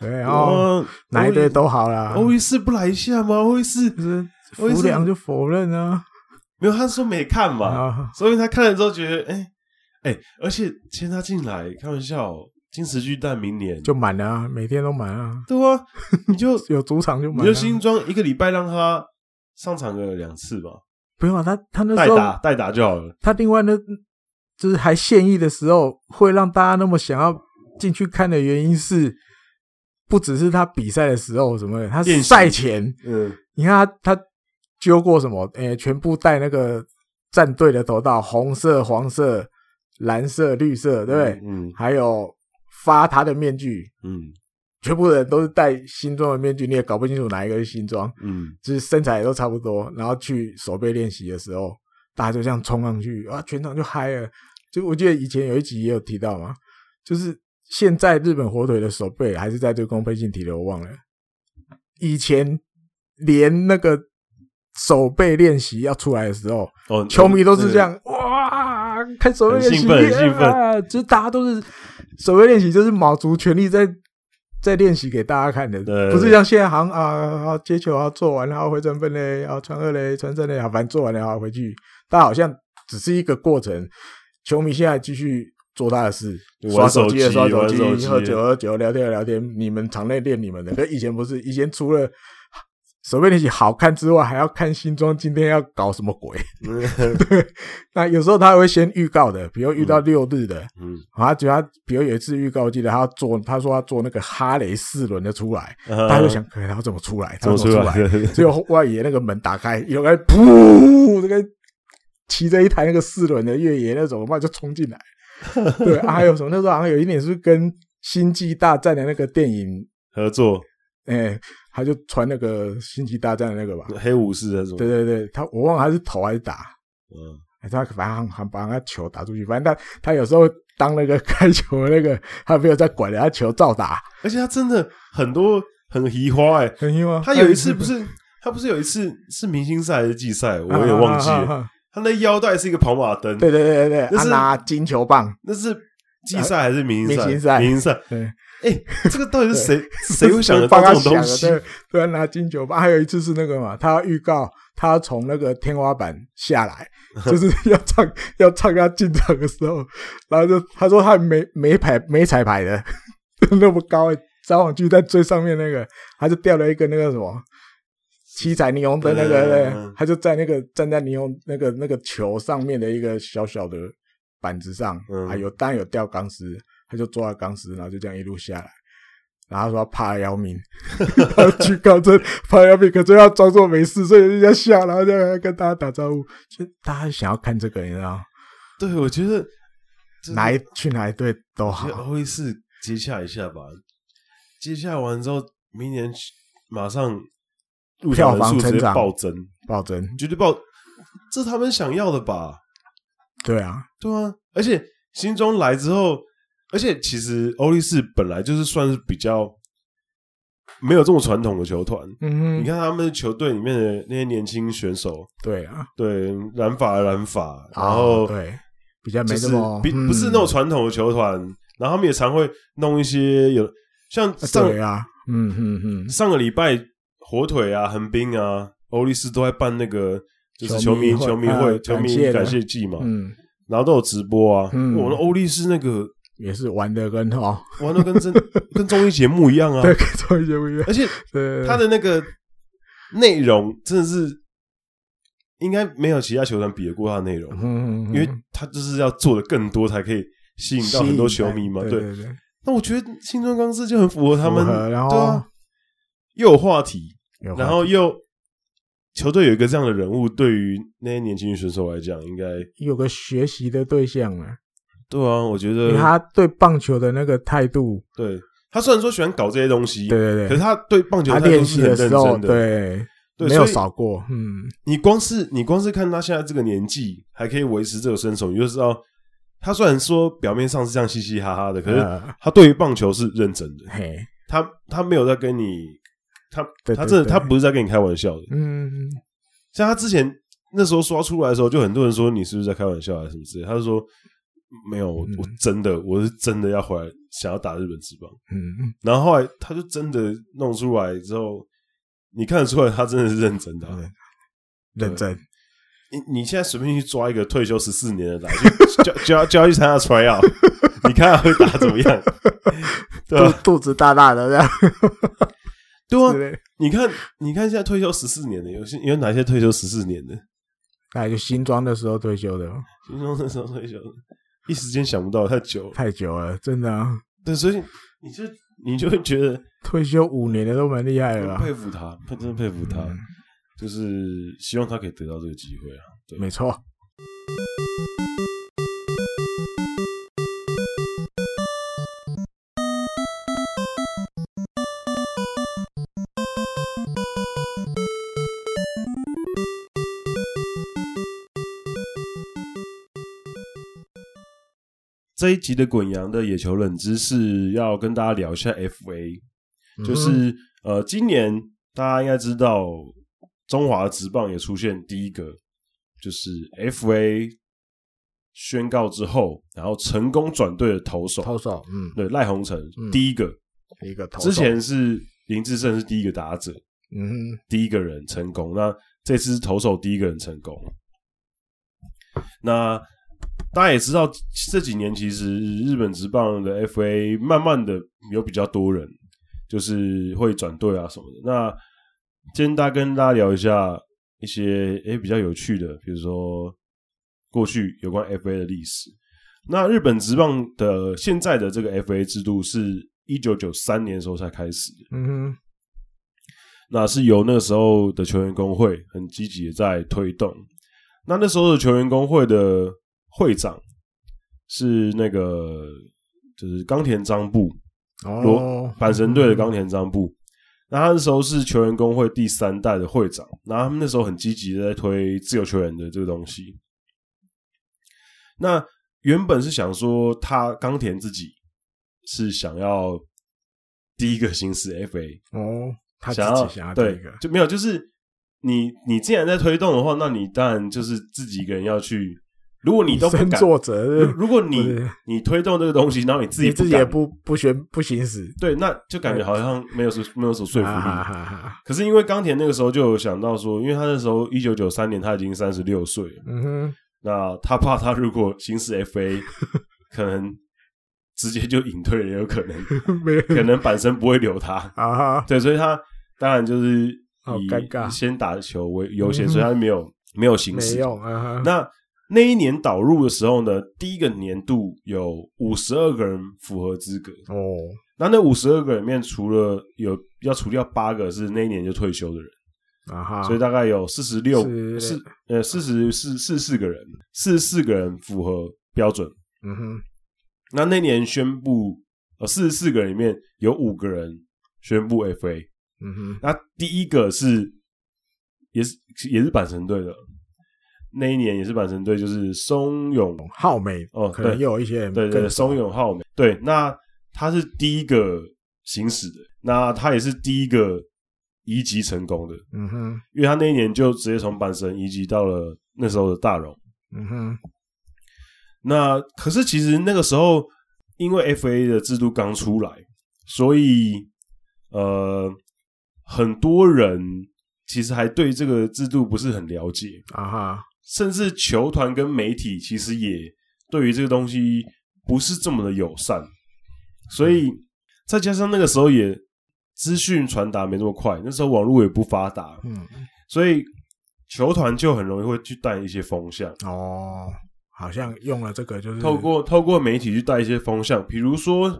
对，然后哇哪一队都好啦。欧伊斯不来一下吗？欧伊斯就是哦我也是福良就否认啊，没有，他说没看嘛，啊，所以他看了之后觉得，哎、哎、而且签他进来，开玩笑哦，金石巨蛋明年就满了啊，每天都满啊，对啊，你就有主场 就你满啊就了。新装一个礼拜让他上场个两次吧，不用啊，他他那代时候打代打就好了。他另外呢，就是还现役的时候，会让大家那么想要进去看的原因是，不只是他比赛的时候什么的，他练习赛前嗯，你看他他揪过什么？诶、全部戴那个战队的头套，红色、黄色、蓝色、绿色，对不对？嗯还有发他的面具，嗯全部人都是戴新装的面具，你也搞不清楚哪一个是新装，嗯就是身材也都差不多。然后去守备练习的时候，大家就这样冲上去啊，全场就嗨了。就我记得以前有一集也有提到嘛，就是现在日本火腿的手背还是在对公配性体的，我忘了。以前连那个手背练习要出来的时候，哦，球迷都是这样。样哇，看手背练很兴习，奋很兴奋啊就是大家都是手背练习，就是卯足全力在在练习给大家看的，对不是像现在好像啊，好接球啊，做完了啊回转分嘞，啊传二嘞，传三嘞，啊反正做完了啊回去，大家好像只是一个过程，球迷现在继续。做他的事，玩刷手机的手刷机手玩手机喝酒喝酒，聊天的聊天。你们场内练你们的，可以前不是，以前除了守备练习好看之外，还要看新庄今天要搞什么鬼。那有时候他还会先预告的，比如遇到六日的，嗯，啊，他主要比如有一次预告，我记得他要做，他说他做那个哈雷四轮的出来，呃大家就想，可能他要怎么出来？怎他么要出怎么出来 来？结果外野那个门打开，有人噗，这个骑着一台那个四轮的越野那种，嘛就 冲进来。对啊，还有什么？那时候好像有一点是跟《星际大战》的那个电影，合作哎、他就穿那个《星际大战》的那个吧？黑武士还是什么？对对对，他我忘了他是投还是打，嗯，哎他反正还把那球打出去，反正他他有时候当那个开球的那个，他没有在管的，他球照打，而且他真的很多很移花哎、很硬吗？他有一次不是，他不是有一次是明星赛还是季赛，啊，我也忘记啊了。啊啊他那腰带是一个跑马灯，对对对对对，那他是拿金球棒，那是季赛还是明星赛？啊明星赛明星赛。对，哎、这个到底是谁 谁会想得帮到他这种想东的西？对，对他拿金球棒。还有一次是那个嘛，他预告他从那个天花板 下来，就是要唱要唱他进场的时候，然后就他说他没没牌没彩排的， 那么高、欸，张网剧在最上面那个，他就掉了一个那个什么。七彩霓虹灯那个，嗯对嗯嗯他就在那个站在霓虹那个那个球上面的一个小小的板子上，啊嗯还有当然有吊钢丝，他就抓了钢丝，然后就这样一路下来。然后他说他怕的要命，他去高真怕得要命，可是要装作没事，所以人家笑，然后就跟大家打招呼，就大家想要看这个，你知道吗，对，我觉得哪一去哪一队都我觉得好，欧力士接洽一下吧。接洽完之后，明年马上入场票房人数直接成长暴增，暴增，绝对暴，这是他们想要的吧？对啊，对啊，而且新中来之后，而且其实欧力士本来就是算是比较没有这么传统的球团。嗯你哼，看他们球队里面的那些年轻选手，对啊，对染发的染发，然哦后对，比较就没那是么比不是那种嗯传统的球团，然后他们也常会弄一些有像上对啊，嗯嗯嗯，上个礼拜火腿啊、横滨啊、欧力士都在办那个就是球球迷迷会球迷啊会感球迷谢的感谢季嘛，嗯，然后都有直播啊。嗯我的欧力士那个也是玩的跟哦，玩的跟真 跟综艺节目一样啊，对，跟综艺节目一 样，而且对，他的那个内容真的是应该没有其他球团比得过他的内容，嗯，嗯，嗯因为他就是要做的更多才可以吸引到很多球迷嘛。吸引哎对对，那我觉得新庄刚志就很符合他们符合，然后对啊，又有话题，有然话后又球队有一个这样的人物，对于那些年轻选手来讲，应该有个学习的对象啊，对啊，我觉因得为他对棒球的那个态度，对他虽然说喜欢搞这些东西，对对可是对，他对棒球他态度练是习很的认时候，真的，对，对没有所以少过，嗯，你光是你光是看他现在这个年纪还可以维持这个身手，你就知道他虽然说表面上是这样嘻嘻哈哈的，可是呃他对于棒球是认真的。嘿，他他没有在跟你，他对他对真的对他不是在跟你开玩笑的。嗯，像他之前那时候刷出来的时候，就很多人说你是不是在开玩笑啊什么之类的，他就说没有，我嗯我真的我是真的要回来想要打日本职棒。嗯，然后后来他就真的弄出来之后，你看得出来他真的是认真的啊、对认真，你你现在随便去抓一个退休十四年的来，就就就要就要去参加 try out，你 看他会打怎么样？对啊肚吧？肚子大大的这样，对之啊，类的你看你看现在退休十四年的，有些有哪些退休十四年的？那就新装的时候退休的，新中那时候退休的，一时间想不到太久了。太久了，真的啊，对，所以你就你就会觉得退休五年的都蛮厉害的啦佩，服他，佩真的佩服他，嗯就是希望他可以得到这个机会啊。对，没错，这一集的滚羊的野球冷知识要跟大家聊一下 FA，就是、呃，今年大家应该知道，中华职棒也出现第一个，就是 FA 宣告之后，然后成功转队的投手，投手，嗯，对赖鸿成、嗯第一个，一个投手，之前是林志胜是第一个打者，嗯第一个人成功。那这次是投手第一个人成功。那大家也知道，这几年其实日本职棒的 FA 慢慢的有比较多人，就是会转队啊什么的。那今天大家跟大家聊一下一些诶、比较有趣的，比如说过去有关 FA 的历史。那日本职棒的现在的这个 FA 制度是一九九三年的时候才开始的，嗯那是由那时候的球员工会很积极的在推动。那那时候的球员工会的会长是那个就是冈田章布，哼，罗哦，阪神队的冈田章布。那他那时候是球员工会第三代的会长，然后他们那时候很积极的在推自由球员的这个东西。那原本是想说，他冈田自己是想要第一个行使 FA，哦，他自想要己想要这对个，就没有，就是你你既然在推动的话，那你当然就是自己一个人要去。如果你都不身敢，作则如如果不你是你推动这个东西，然后你自己你不自己敢也不不宣不行使，对，那就感觉好像没有说没有所说服啊哈力。哈哈，可是因为冈田那个时候就有想到说，因为他那时候一九九三年他已经三十六岁了，嗯哼，那他怕他如果行使 FA，可能直接就隐退了，也有可能， 没有可能板神不会留他。啊哈，对，所以他当然就是好以尴尬先打球为优先，嗯所以他没有没有行没使。用啊哈，那那一年导入的时候呢，第一个年度有五十二个人符合资格，哦，那那五十二个里面，除了有要除掉八个是那一年就退休的人，啊哈，所以大概有四十六是四呃四十四四四个人，四十四个人符合标准。嗯哼，那那年宣布，呃，四十四个人里面有五个人宣布 FA。嗯哼，那第一个是也是也是阪神队的，那一年也是阪神队，就是松永浩美哦可能对又有一些人对对，更对松永浩美，对，那他是第一个行使的，那他也是第一个移籍成功的，嗯哼，因为他那一年就直接从阪神移籍到了那时候的大荣。嗯哼，那可是其实那个时候，因为 FA 的制度刚出来，所以呃，很多人其实还对这个制度不是很了解，啊哈，甚至球团跟媒体其实也对于这个东西不是这么的友善，所以再加上那个时候也资讯传达没那么快，那时候网络也不发达，嗯，所以球团就很容易会去带一些风向，哦，好像用了这个就是透过透过媒体去带一些风向，比如说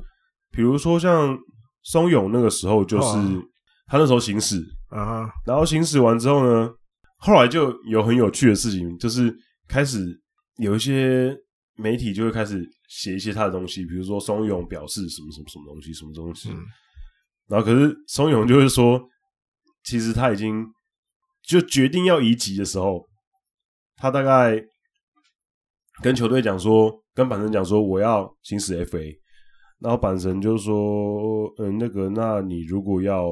比如说像松永那个时候就是、哦他那时候行使，啊哈，然后行驶完之后呢，后来就有很有趣的事情，就是开始有一些媒体就会开始写一些他的东西，比如说松永表示什么什么什么东西，什么东西。嗯然后可是松永就会说，其实他已经就决定要移籍的时候，他大概跟球队讲说，跟板神讲说我要行使 FA，然后板神就说，嗯，那个，那你如果要，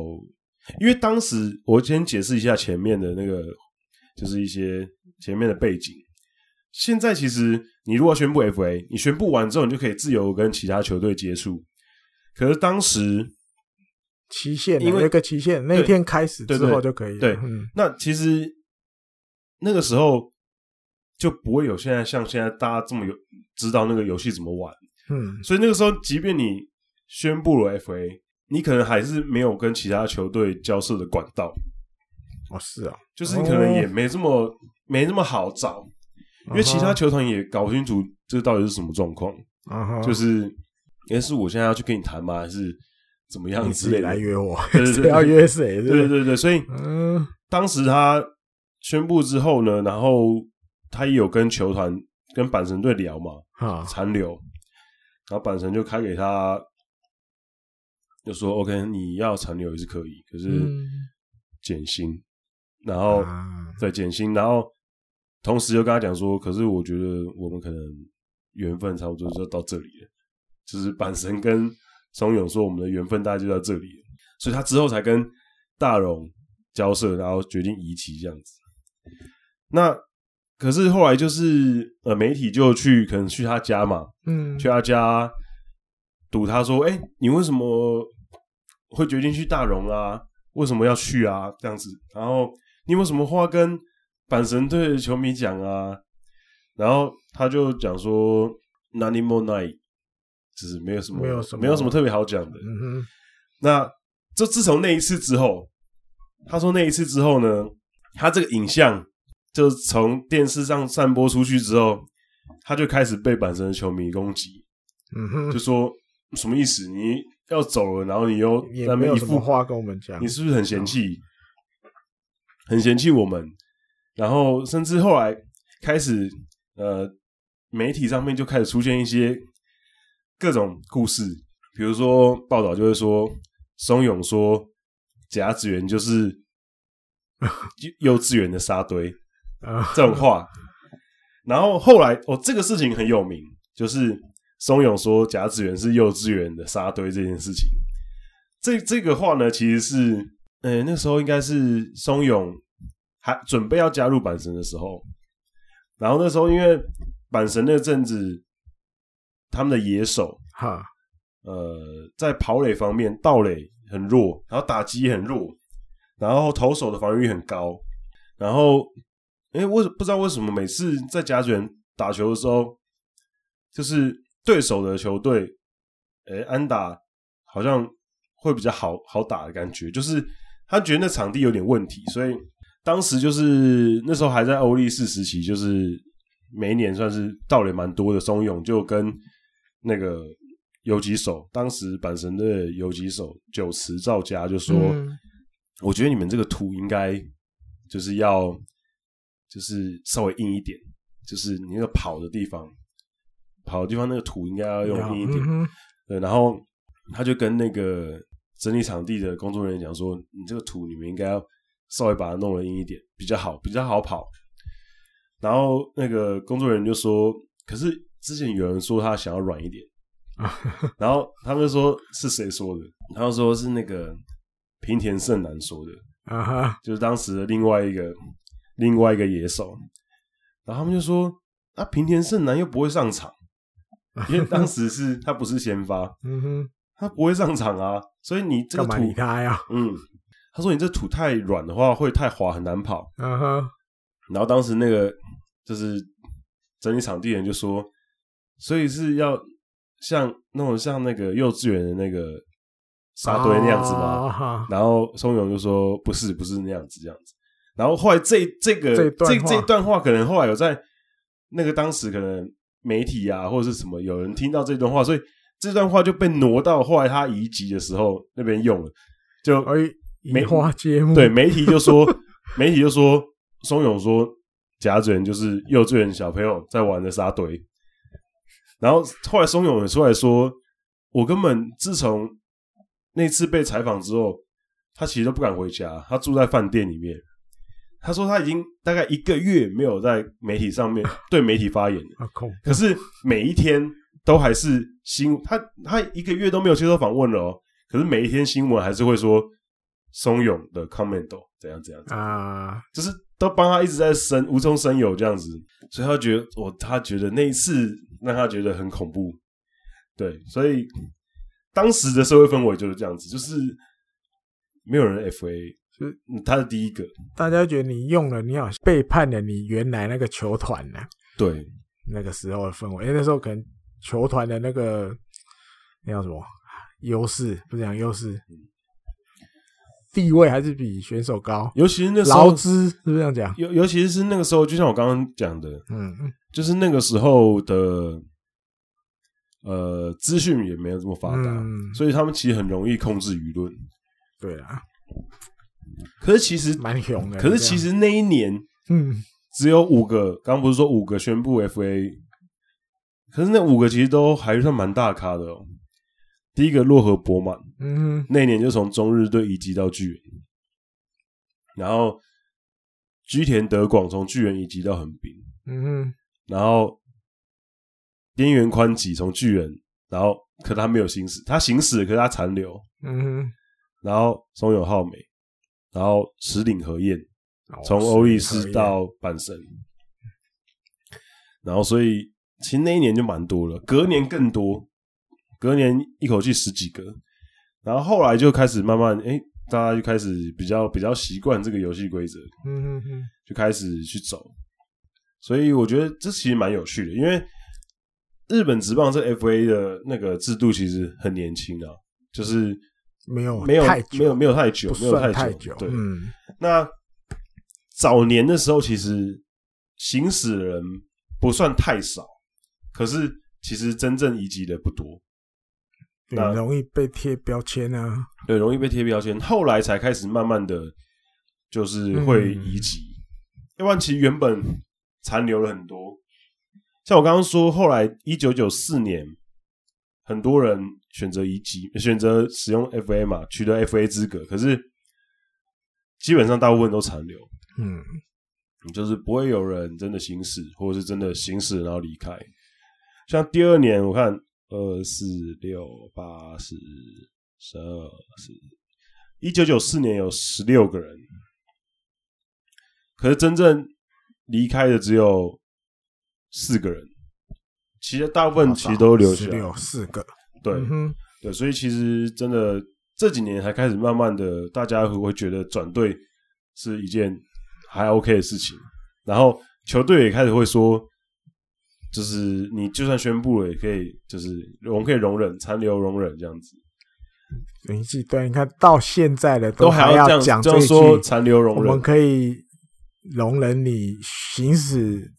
因为当时我先解释一下前面的那个，就是一些前面的背景。现在其实你如果宣布 FA，你宣布完之后，你就可以自由跟其他球队接触。可是当时期限啊，因为有一个期限，那一对天开始对之对后就可以了，对嗯那其实那个时候就不会有现在像现在大家这么有知道那个游戏怎么玩，嗯，所以那个时候即便你宣布了 FA，你可能还是没有跟其他球队交涉的管道，哦是哦，就是你可能也哦啊没这么、没那么好找，因为其他球团也搞不清楚这到底是什么状况，啊哈，就是诶是我现在要去跟你谈吗，还是怎么样你之自类己的来？约我， 对 对对谁要约谁，是不对是，对对，所以嗯当时他宣布之后呢，然后他也有跟球团、跟阪神队聊嘛，好，残留，然后阪神就开给他，就说 OK，你要残留也是可以，可是嗯减薪，然后、啊对减薪，然后同时又跟他讲说，可是我觉得我们可能缘分差不多就到这里了，就是阪神跟松永说我们的缘分大概就到这里了，所以他之后才跟大荣交涉，然后决定移籍这样子。那可是后来就是呃，媒体就去可能去他家嘛，嗯去他家堵他说：“哎、你为什么会决定去大荣啊？为什么要去啊？这样子，然后你有没有什么话跟阪神队的球迷讲啊？”然后他就讲说 n a n i m o n i 就是没有什么嗯没有什么嗯没有什么特别好讲的。嗯哼，那就自从那一次之后，他说那一次之后呢，他这个影像就是从电视上散播出去之后，他就开始被阪神的球迷攻击，嗯哼就，说什么意思？你要走了，然后你又在也那没边有一什副么话跟我们讲你。是不是很嫌弃？很嫌弃我们？然后甚至后来开始，呃，媒体上面就开始出现一些各种故事，比如说报道就会说，松永说甲子园就是 幼幼稚园的沙堆啊这种话。然后后来，哦，这个事情很有名，就是松永说甲子园是幼稚园的沙堆这件事情。这这个话呢，其实是，呃，那时候应该是松永还准备要加入阪神的时候，然后那时候因为阪神那阵子，他们的野手，哈，呃，在跑垒方面，盗垒很弱，然后打击也很弱，然后投手的防御率很高，然后，哎，为不知道为什么每次在甲卷打球的时候，就是对手的球队，哎，安打好像会比较好好打的感觉，就是他觉得那场地有点问题，所以当时就是那时候还在欧力士时期，就是每一年算是盗垒蛮多的松永，就跟那个游击手，当时阪神的游击手久池照家就说。嗯我觉得你们这个图应该就是要就是稍微硬一点，就是你那个跑的地方，跑的地方那个图应该要用硬一点。嗯哼对，然后他就跟那个整理场地的工作人员讲说：“你这个土你们应该要稍微把它弄得硬一点，比较好，比较好跑。”然后那个工作人员就说：“可是之前有人说他想要软一点， 然后他们就说是谁说的？然后说是那个平田胜男说的，啊哈，就是当时的另外一个另外一个野手。然后他们就说：啊，平田胜男又不会上场，因为当时是他不是先发。”嗯哼，他不会上场啊，所以你这个干嘛啊土理，他呀？嗯，他说你这土太软的话会太滑，很难跑。啊哈，然后当时那个就是整理场地的人就说，所以是要像那种像那个幼稚园的那个沙堆那样子吗？啊哈，然后松永就说不是，不是那样子，这样子。然后后来这这个这一段这话这一段话，可能后来有在那个当时可能媒体啊或者是什么有人听到这段话，所以这段话就被挪到后来他移籍的时候那边用了。就、哎，没移花接木，对媒体就说，媒体就说松永说甲子园就是幼稚园小朋友在玩的沙堆。然后后来松永也出来说，我根本自从那次被采访之后，他其实都不敢回家，他住在饭店里面。他说他已经大概一个月没有在媒体上面对媒体发言了，啊，恐 可是每一天都还是新他他一个月都没有接受访问了哦，可是每一天新闻还是会说松永的 comment 哦怎样怎样，啊，就是都帮他一直在生无中生有这样子，所以他觉得我他觉得那一次让他觉得很恐怖，对，所以当时的社会氛围就是这样子，就是没有人 FA，就是他是第一个，大家觉得你用了，你好像背叛了你原来那个球团啊呢、对，那个时候的氛围，因为那时候可能球团的那个那叫什么优势，不是讲优势，地位还是比选手高，尤其是那时劳候，资是不是这样讲？尤尤其是那个时候，就像我刚刚讲的，嗯，就是那个时候的呃资讯也没有这么发达，嗯所以他们其实很容易控制舆论。对啦，可是其实，蛮勇的。可是其实，实那一年嗯，只有五个，刚刚不是说五个宣布 FA，可是那五个其实都还算蛮大咖的哦。第一个洛河博满，嗯那一年就从中日队移籍到巨人，然后居田德广从巨人移籍到横滨，嗯然后边缘宽己从巨人，然后可他没有行驶，他行驶了可是他残留，嗯，然后松永浩美，然后石岭和彦哦从欧力士，到阪神，然后所以其实那一年就蛮多了，隔年更多，隔年一口气十几个，然后后来就开始慢慢哎，大家就开始比较比较习惯这个游戏规则，嗯嗯嗯，就开始去走。所以我觉得这其实蛮有趣的，因为日本职棒这 FA 的那个制度其实很年轻啊，就是没有没有哦太久没有没有太久不，没有算太久，对，嗯，那早年的时候，其实行驶的人不算太少，可是其实真正移籍的不多，那很容易被贴标签啊。对，容易被贴标签。后来才开始慢慢的，就是会移籍，要不然其实原本残留了很多。像我刚刚说，后来一九九四年，很多人选择移籍，选择使用 FA 嘛，取得 FA 资格，可是基本上大部分都残留。嗯，就是不会有人真的行驶，或者是真的行驶然后离开。像第二年，我看二四六八十十二十，一九九四年有十六个人，可是真正离开的只有四个人，其实大部分其实都留下十来。六四个，对、嗯哼，对，所以其实真的这几年才开始慢慢的，大家会会觉得转队是一件还 OK 的事情，然后球队也开始会说，就是你就算宣布了，也可以就是我们可以容忍残留容忍这样子，年纪对，你看到现在的都还还要这样讲这这样一句说残留我容们忍，可以容忍你行使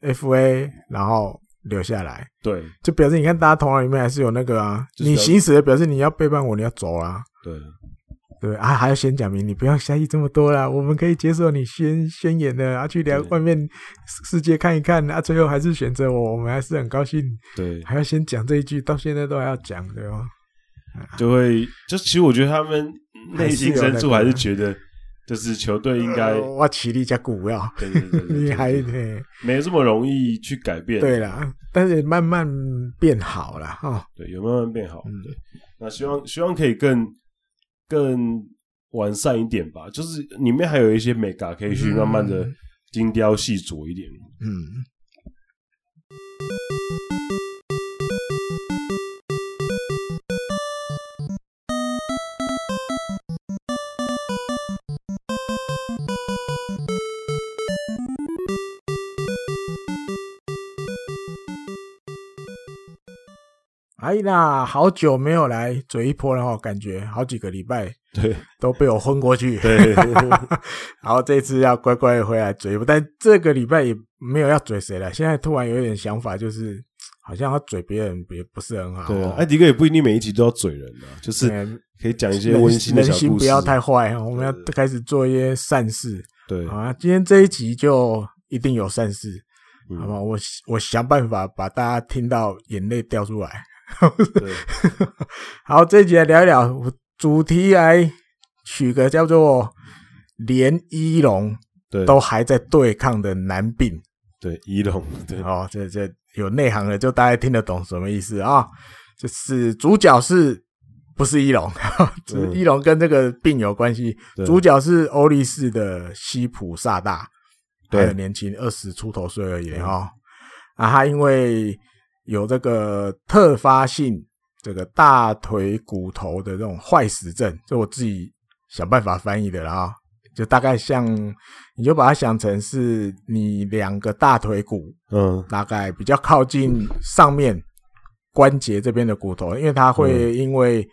FA，然后留下来，对就表示你看大家头脑里面还是有那个啊，就是你表示行使的表示你要背叛我，你要走啦、对对啊，还要先讲明，你不要在意这么多啦，我们可以接受你宣宣言的，啊，去聊对外面世世界看一看，啊，最后还是选择我，我们还是很高兴，对，还要先讲这一句，到现在都还要讲，对吗？就会就其实我觉得他们内还是有心深那处个还是觉得，就是球队应该呃。我起立加鼓要，对对 对对对你还对得没这么容易去改变，对啦，但是慢慢变好啦。哦，对，有慢慢变好。嗯对，那希望希望可以更更完善一点吧，就是里面还有一些美感可以去慢慢的嗯精雕细琢一点。嗯，哎呀，好久没有来嘴一波了哦，感觉好几个礼拜对都被我昏过去。 对然后这次要乖乖地回来嘴一波，但这个礼拜也没有要嘴谁了。现在突然有一点想法，就是好像要嘴别人也不是很好、对哦啊，艾迪哥也不一定每一集都要嘴人啊，就是嗯可以讲一些人温馨的人小心故不事。要太坏哦，我们要对对对开始做一些善事。对，好啊，今天这一集就一定有善事，嗯好吧？我我想办法把大家听到眼泪掉出来。 对，好，这一集来聊一聊主题，来取个叫做“连一龙对，都还在对抗的难病对，仪容，”对，哦，这这有内行的就大概听得懂什么意思啊、就是主角是不是一龙？ 只嗯一龙跟这个病有关系，对主角是欧力士的西普萨大，对还很年轻，二十出头岁而已哈、啊，他因为有这个特发性这个大腿骨头的这种坏死症，就我自己想办法翻译的啦、啊，就大概像你就把它想成是你两个大腿骨嗯，大概比较靠近上面关节这边的骨头，因为它嗯会因为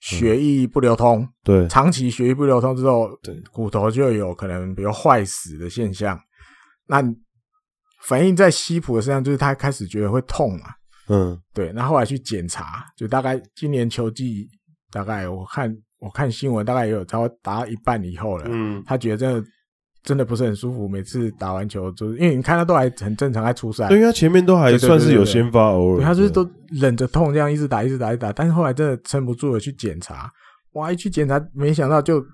血液不流通，对，长期血液不流通之后嗯对，骨头就有可能比如坏死的现象。那反映在西普的身上，就是他开始觉得会痛嘛，嗯，对。那后来去检查，就大概今年球季，大概我看我看新闻，大概也有超达到一半以后了，嗯，他觉得真的真的不是很舒服。每次打完球，就是因为你看他都还很正常，还出赛，对，因为他前面都还对对对算是有对对先发偶尔，对，他就是对都忍着痛这样一直打，一直打，一直打，但是后来真的撑不住了，去检查，哇，一去检查，没想到就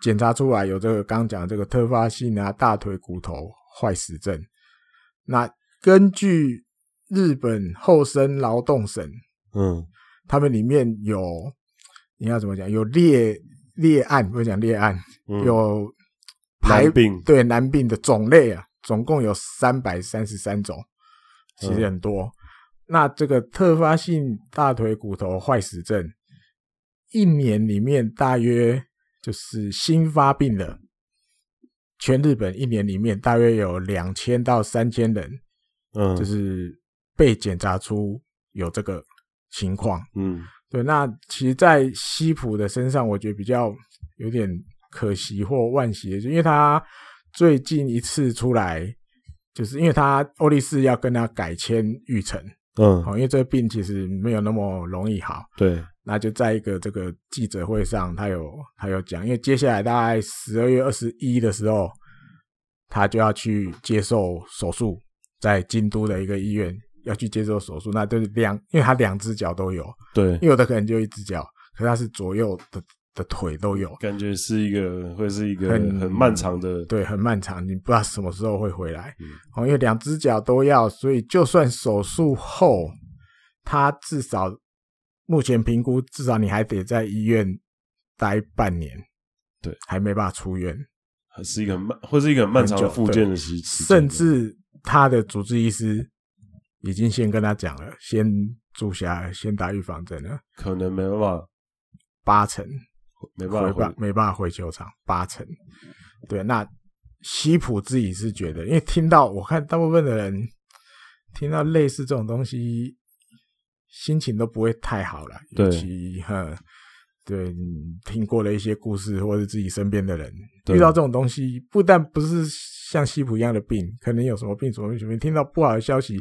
检查出来有这个刚刚讲的这个特发性啊大腿骨头坏死症。那根据日本厚生劳动省，嗯，他们里面有你要怎么讲，有列列案，不是讲列案，嗯有男排病对男病的种类啊，总共有三百三十三种，其实嗯很多。那这个特发性大腿骨头坏死症，一年里面大约就是新发病的，全日本一年里面大约有两千到三千人，嗯，就是被检查出有这个情况。嗯，对，那其实，在西普的身上，我觉得比较有点可惜或惋惜，就因为他最近一次出来，就是因为他欧力士要跟他改签育成，嗯，哦，因为这个病其实没有那么容易好。对，那就在一个这个记者会上，他有他有讲，因为接下来大概十二月二十一的时候，他就要去接受手术，在京都的一个医院要去接受手术。那就是两，因为他两只脚都有，对，因为有的可能就一只脚，可是他是左右的的腿都有，感觉是一个会是一个很很漫长的，对，很漫长，你不知道什么时候会回来。嗯哦，因为两只脚都要，所以就算手术后，他至少目前评估，至少你还得在医院待半年，对，还没办法出院，还是一个很漫，会是一个很漫长的很久复健的时期，甚至他的主治医师已经先跟他讲了，先住下，先打预防针了，可能没办法，八成没回办法办回，没办法回球场，八成。对，那西普自己是觉得，因为听到我看大部分的人听到类似这种东西，心情都不会太好了。对尤其呵，对，你听过了一些故事，或者自己身边的人对遇到这种东西，不但不是像西普一样的病，可能有什么病什么病什么病，听到不好的消息，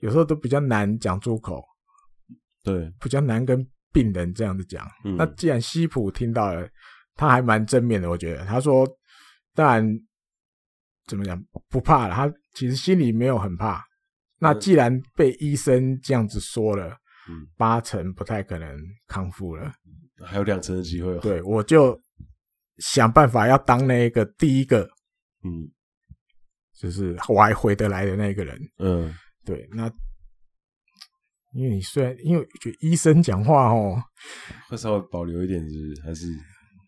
有时候都比较难讲出口，对，比较难跟病人这样子讲。嗯那，既然西普听到了，他还蛮正面的，我觉得。他说，当然怎么讲不怕了，他其实心里没有很怕。那既然被医生这样子说了，嗯八成不太可能康复了。还有两成的机会哦，对我就想办法要当那个第一个，嗯就是我还回得来的那个人。嗯，对，那因为你虽然因为我觉得医生讲话哦，会稍微保留一点，是不是还是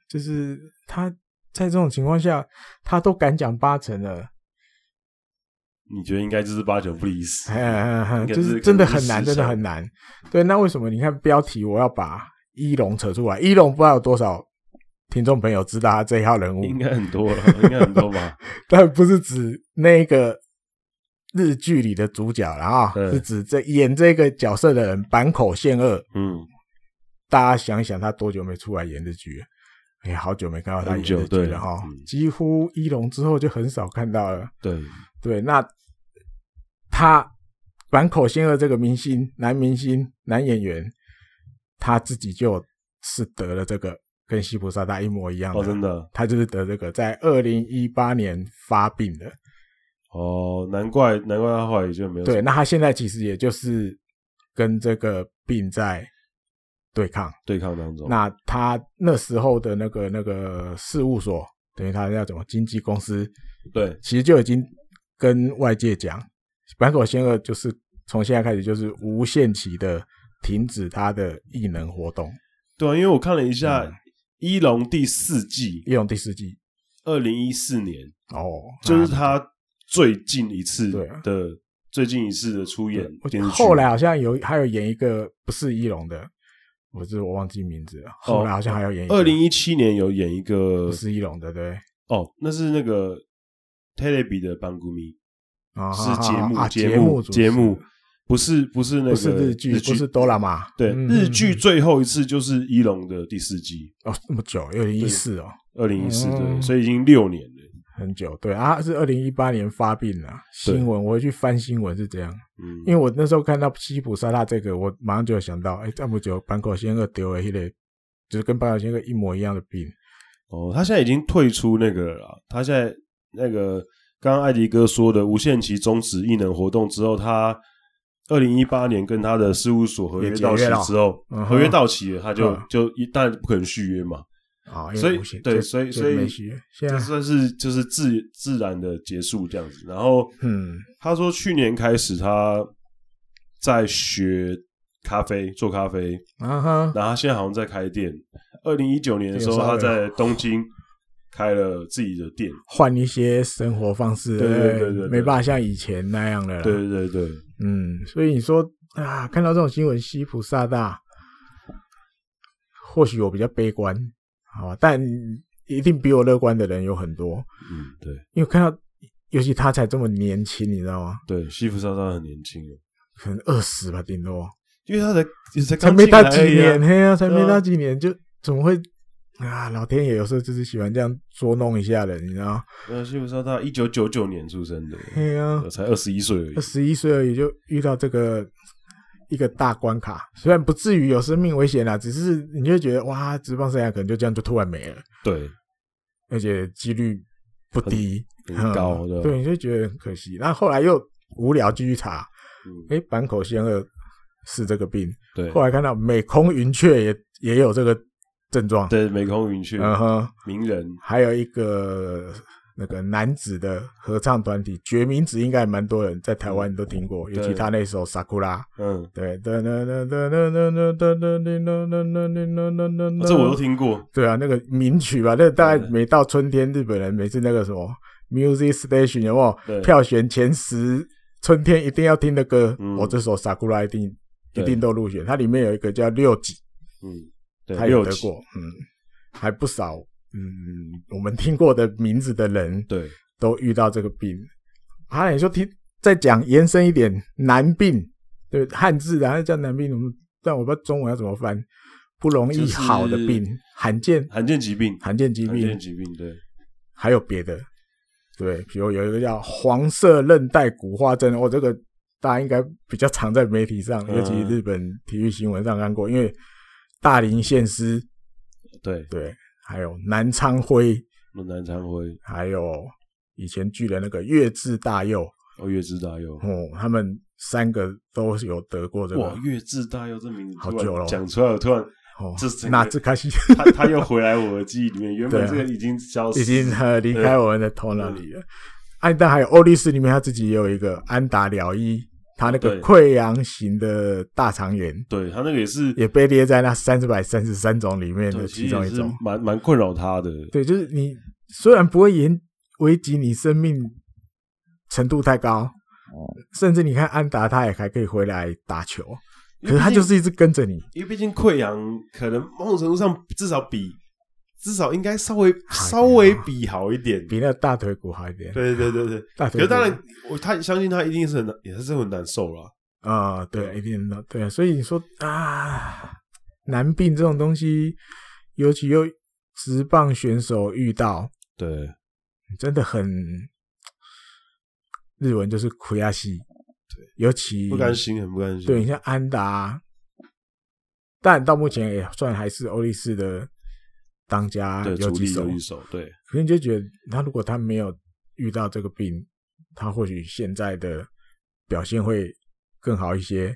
就是他在这种情况下，他都敢讲八成 了，你觉得应该就是八九不离十，哎，该就是是真的很可能难，是啊真的很难。对，那为什么你看标题我要把一龙扯出来？一龙不知道有多少听众朋友知道他这一号人物，应该很多了， 应该很多 吧？但不是指那个日剧里的主角了啊，对是指这演这个角色的人坂口宪二。嗯，大家想一想，他多久没出来演日剧了？哎、好久没看到他演很久日剧对了哈，嗯几乎一龙之后就很少看到了。对，对，那他坂口宪二这个明星，男明星、男演员，他自己就是得了这个，跟西普萨大一模一样的，哦，真的，他就是得这个，在二零一八年发病的。哦，难怪难怪他后来也就没有对，那他现在其实也就是跟这个病在对抗。对抗当中，那他那时候的那个那个事务所，等于他要怎么经纪公司，对其实就已经跟外界讲，坂口宪二就是从现在开始就是无限期的停止他的艺能活动，对啊，因为我看了一下嗯《一龙》第四季，一龙第四季二零一四年哦，就是那他最近一次对啊的最近一次的出演我电视剧，后来好像有还有演一个不是一龙的，我这我忘记名字了，后来好像还有演一个哦二零一七年有演一个不是一龙的，对。哦，那是那个 Telebi 的班古米啊，是啊节目、啊节节目主持节目，不是不是那个不是日剧，不是哆啦 A 对，嗯日剧最后一次就是一龙的第四季，哦，那么久，二零一四哦，二零一四对，嗯所以已经六年了。很久。对啊，是二零一八年发病了。对新闻我会去翻新闻是这样，嗯，因为我那时候看到西普沙拉这个，我马上就有想到，哎，这么久坂口宪二丢了一类，就是跟坂口宪二一模一样的病。哦，他现在已经退出那个了啦，他现在那个刚刚艾迪哥说的无限期终止艺能活动之后，他二零一八年跟他的事务所合约也解到期约了之后，嗯哼合约到期了，他就、嗯就一当然不可能续约嘛，啊，因为所以无限对就所以就所以没学这现在算是就是自自然的结束这样子。然后嗯他说去年开始他在学咖啡做咖啡，啊哈，然后他现在好像在开店。二零一九年的时候，有稍他微在东京开了自己的店。换一些生活方式，哎对对对对对没办法像以前那样了啦。对对对，嗯，所以你说啊，看到这种新闻，西普萨大，或许我比较悲观，好吧，但一定比我乐观的人有很多，嗯，对因为看到，尤其他才这么年轻，你知道吗？对，西服莎莎很年轻哦，可能二十吧，顶多。因为他才也才才刚没进来打几年，而已啊嘿啊，才没对啊打几年就怎么会啊？老天爷有时候就是喜欢这样捉弄一下人，你知道？呃，幸福烧他一九九九年出生的，嘿啊，呃才二十一岁而已二。十一岁而已就遇到这个一个大关卡，虽然不至于有生命危险啦，只是你就会觉得哇，职棒生涯可能就这样就突然没了，对，而且几率不低，很很高嗯对吧对，你就觉得很可惜。那后来又无聊继续查，嗯诶，坂口宪二是这个病，对，后来看到美空云雀也也有这个症状，对，美空云雀，嗯哼，名人，还有一个那个男子的合唱团体决明子，应该也蛮多人在台湾都听过，尤其对他那首《Sakura》。嗯，对，噔噔噔噔噔噔噔噔噔噔噔噔噔这我都。听过，对啊，那个名曲吧，那个大概每到春天，日本人每次那个什么 Music Station 有没有对票选前十，春天一定要听的歌，嗯我这首《Sakura》一定一对定都入选。它里面有一个叫六级，嗯，对，还有六得级过，嗯，还不少，嗯，我们听过的名字的人对，都遇到这个病。啊，你说听再讲延伸一点，男病，对汉字的，它叫男病，我们但我不知道中文要怎么翻，不容易就是好的病，罕见罕见疾病，罕见疾罕见病，疾病，对，还有别的，对，比如有一个叫黄色韧带骨化症，哦，这个大家应该比较常在媒体上，嗯尤其日本体育新闻上看过，因为大林宪师对，对，还有南昌辉，那南昌辉，还有以前巨人那个月志大佑，哦，月之大佑，哦，他们三个都有得过这个。哇，月之大佑这名字好突然久了哦讲出来，我突 然哦这是，那这开始他他又回来我的记忆里面，原本这对啊个已经消失，已经呃离开我们的头脑里了。安但还有欧力士里面他自己也有一个安达辽一，他那个对溃疡型的大肠炎对他那个也是，也被列在那三百三十三种里面的对，其其中实一也是种。蛮蛮困扰他的，对，就是你虽然不会严危及你生命程度太高，哦甚至你看安达他也还可以回来打球，可是他就是一直跟着你。因为毕竟溃疡可能某种程度上至少比至少应该稍微好一点啊稍微比好一点。比那个大腿骨好一点，对对 对对，大可腿骨。是当然，我他相信他一定是很难，也是很难受啦。啊、对，一定的，对，所以你说啊，男病这种东西，尤其又直棒选手遇到，对嗯真的很，日文就是苦亚西，对，尤其不甘心，很不甘心。对你像安达，啊但到目前也算还是欧力士的当家对，游处击理啊手有，一手，对可是你就觉得他如果他没有遇到这个病，他或许现在的表现会更好一些。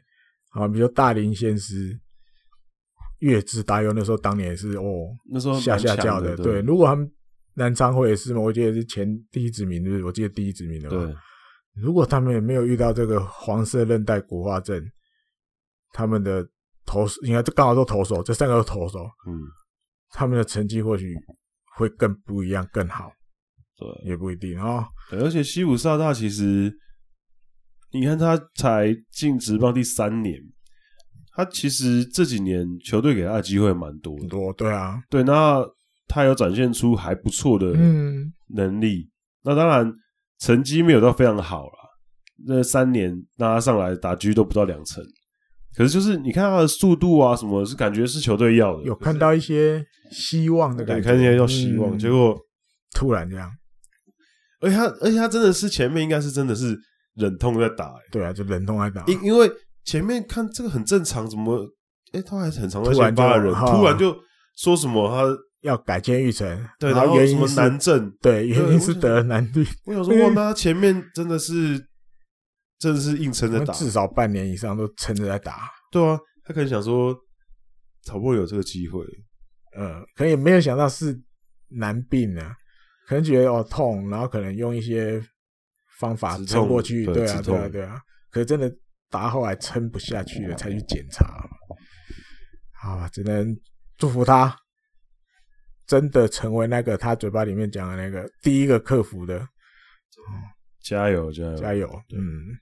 啊，比如说大林先师、月之大佑那时候当年也是哦那时候蛮下下强叫的对，对如果他们南昌会也是嘛，我记得是前第一指名，就是我记得第一指名的嘛。对，如果他们也没有遇到这个黄色韧带骨化症，他们的投手应该这刚好都投手，这三个都投手，嗯，他们的成绩或许会更不一样，更好。对也不一定哦。对。而且西普萨大其实，你看他才进职棒第三年，他其实这几年球队给他的机会蛮多很的。多对啊，对，那他有展现出还不错的嗯，能力。那当然成绩没有到非常好啦，那三年那他上来打狙都不到两成，可是就是你看他的速度啊，什么是感觉是球队要的，有看到一些希望的可感是对觉，看起来要希望，嗯结果突然这样，而且他而且他真的是前面应该是真的是忍痛在打、欸对啊，就忍痛挨打，因因为前面看这个很正常，怎么哎、他还是很常在突然先就发的人，哈突然就说什么他要改建育成，对，然然后后原什因么是难症，对，原对因我是就得了男病，我想说哇，那他前面真的是真的是硬撑着打，至少半年以上都撑着在打，对啊，他可能想说，好不容易有这个机会，呃，可能也没有想到是男病啊，可能觉得哦痛，然后可能用一些方法止撑痛过去，对对啊，止对啊，痛对啊，可是真的打到后来撑不下去了，才去检查，好吧，只能祝福他，真的成为那个他嘴巴里面讲的那个第一个克服的，加油加油加油，对嗯。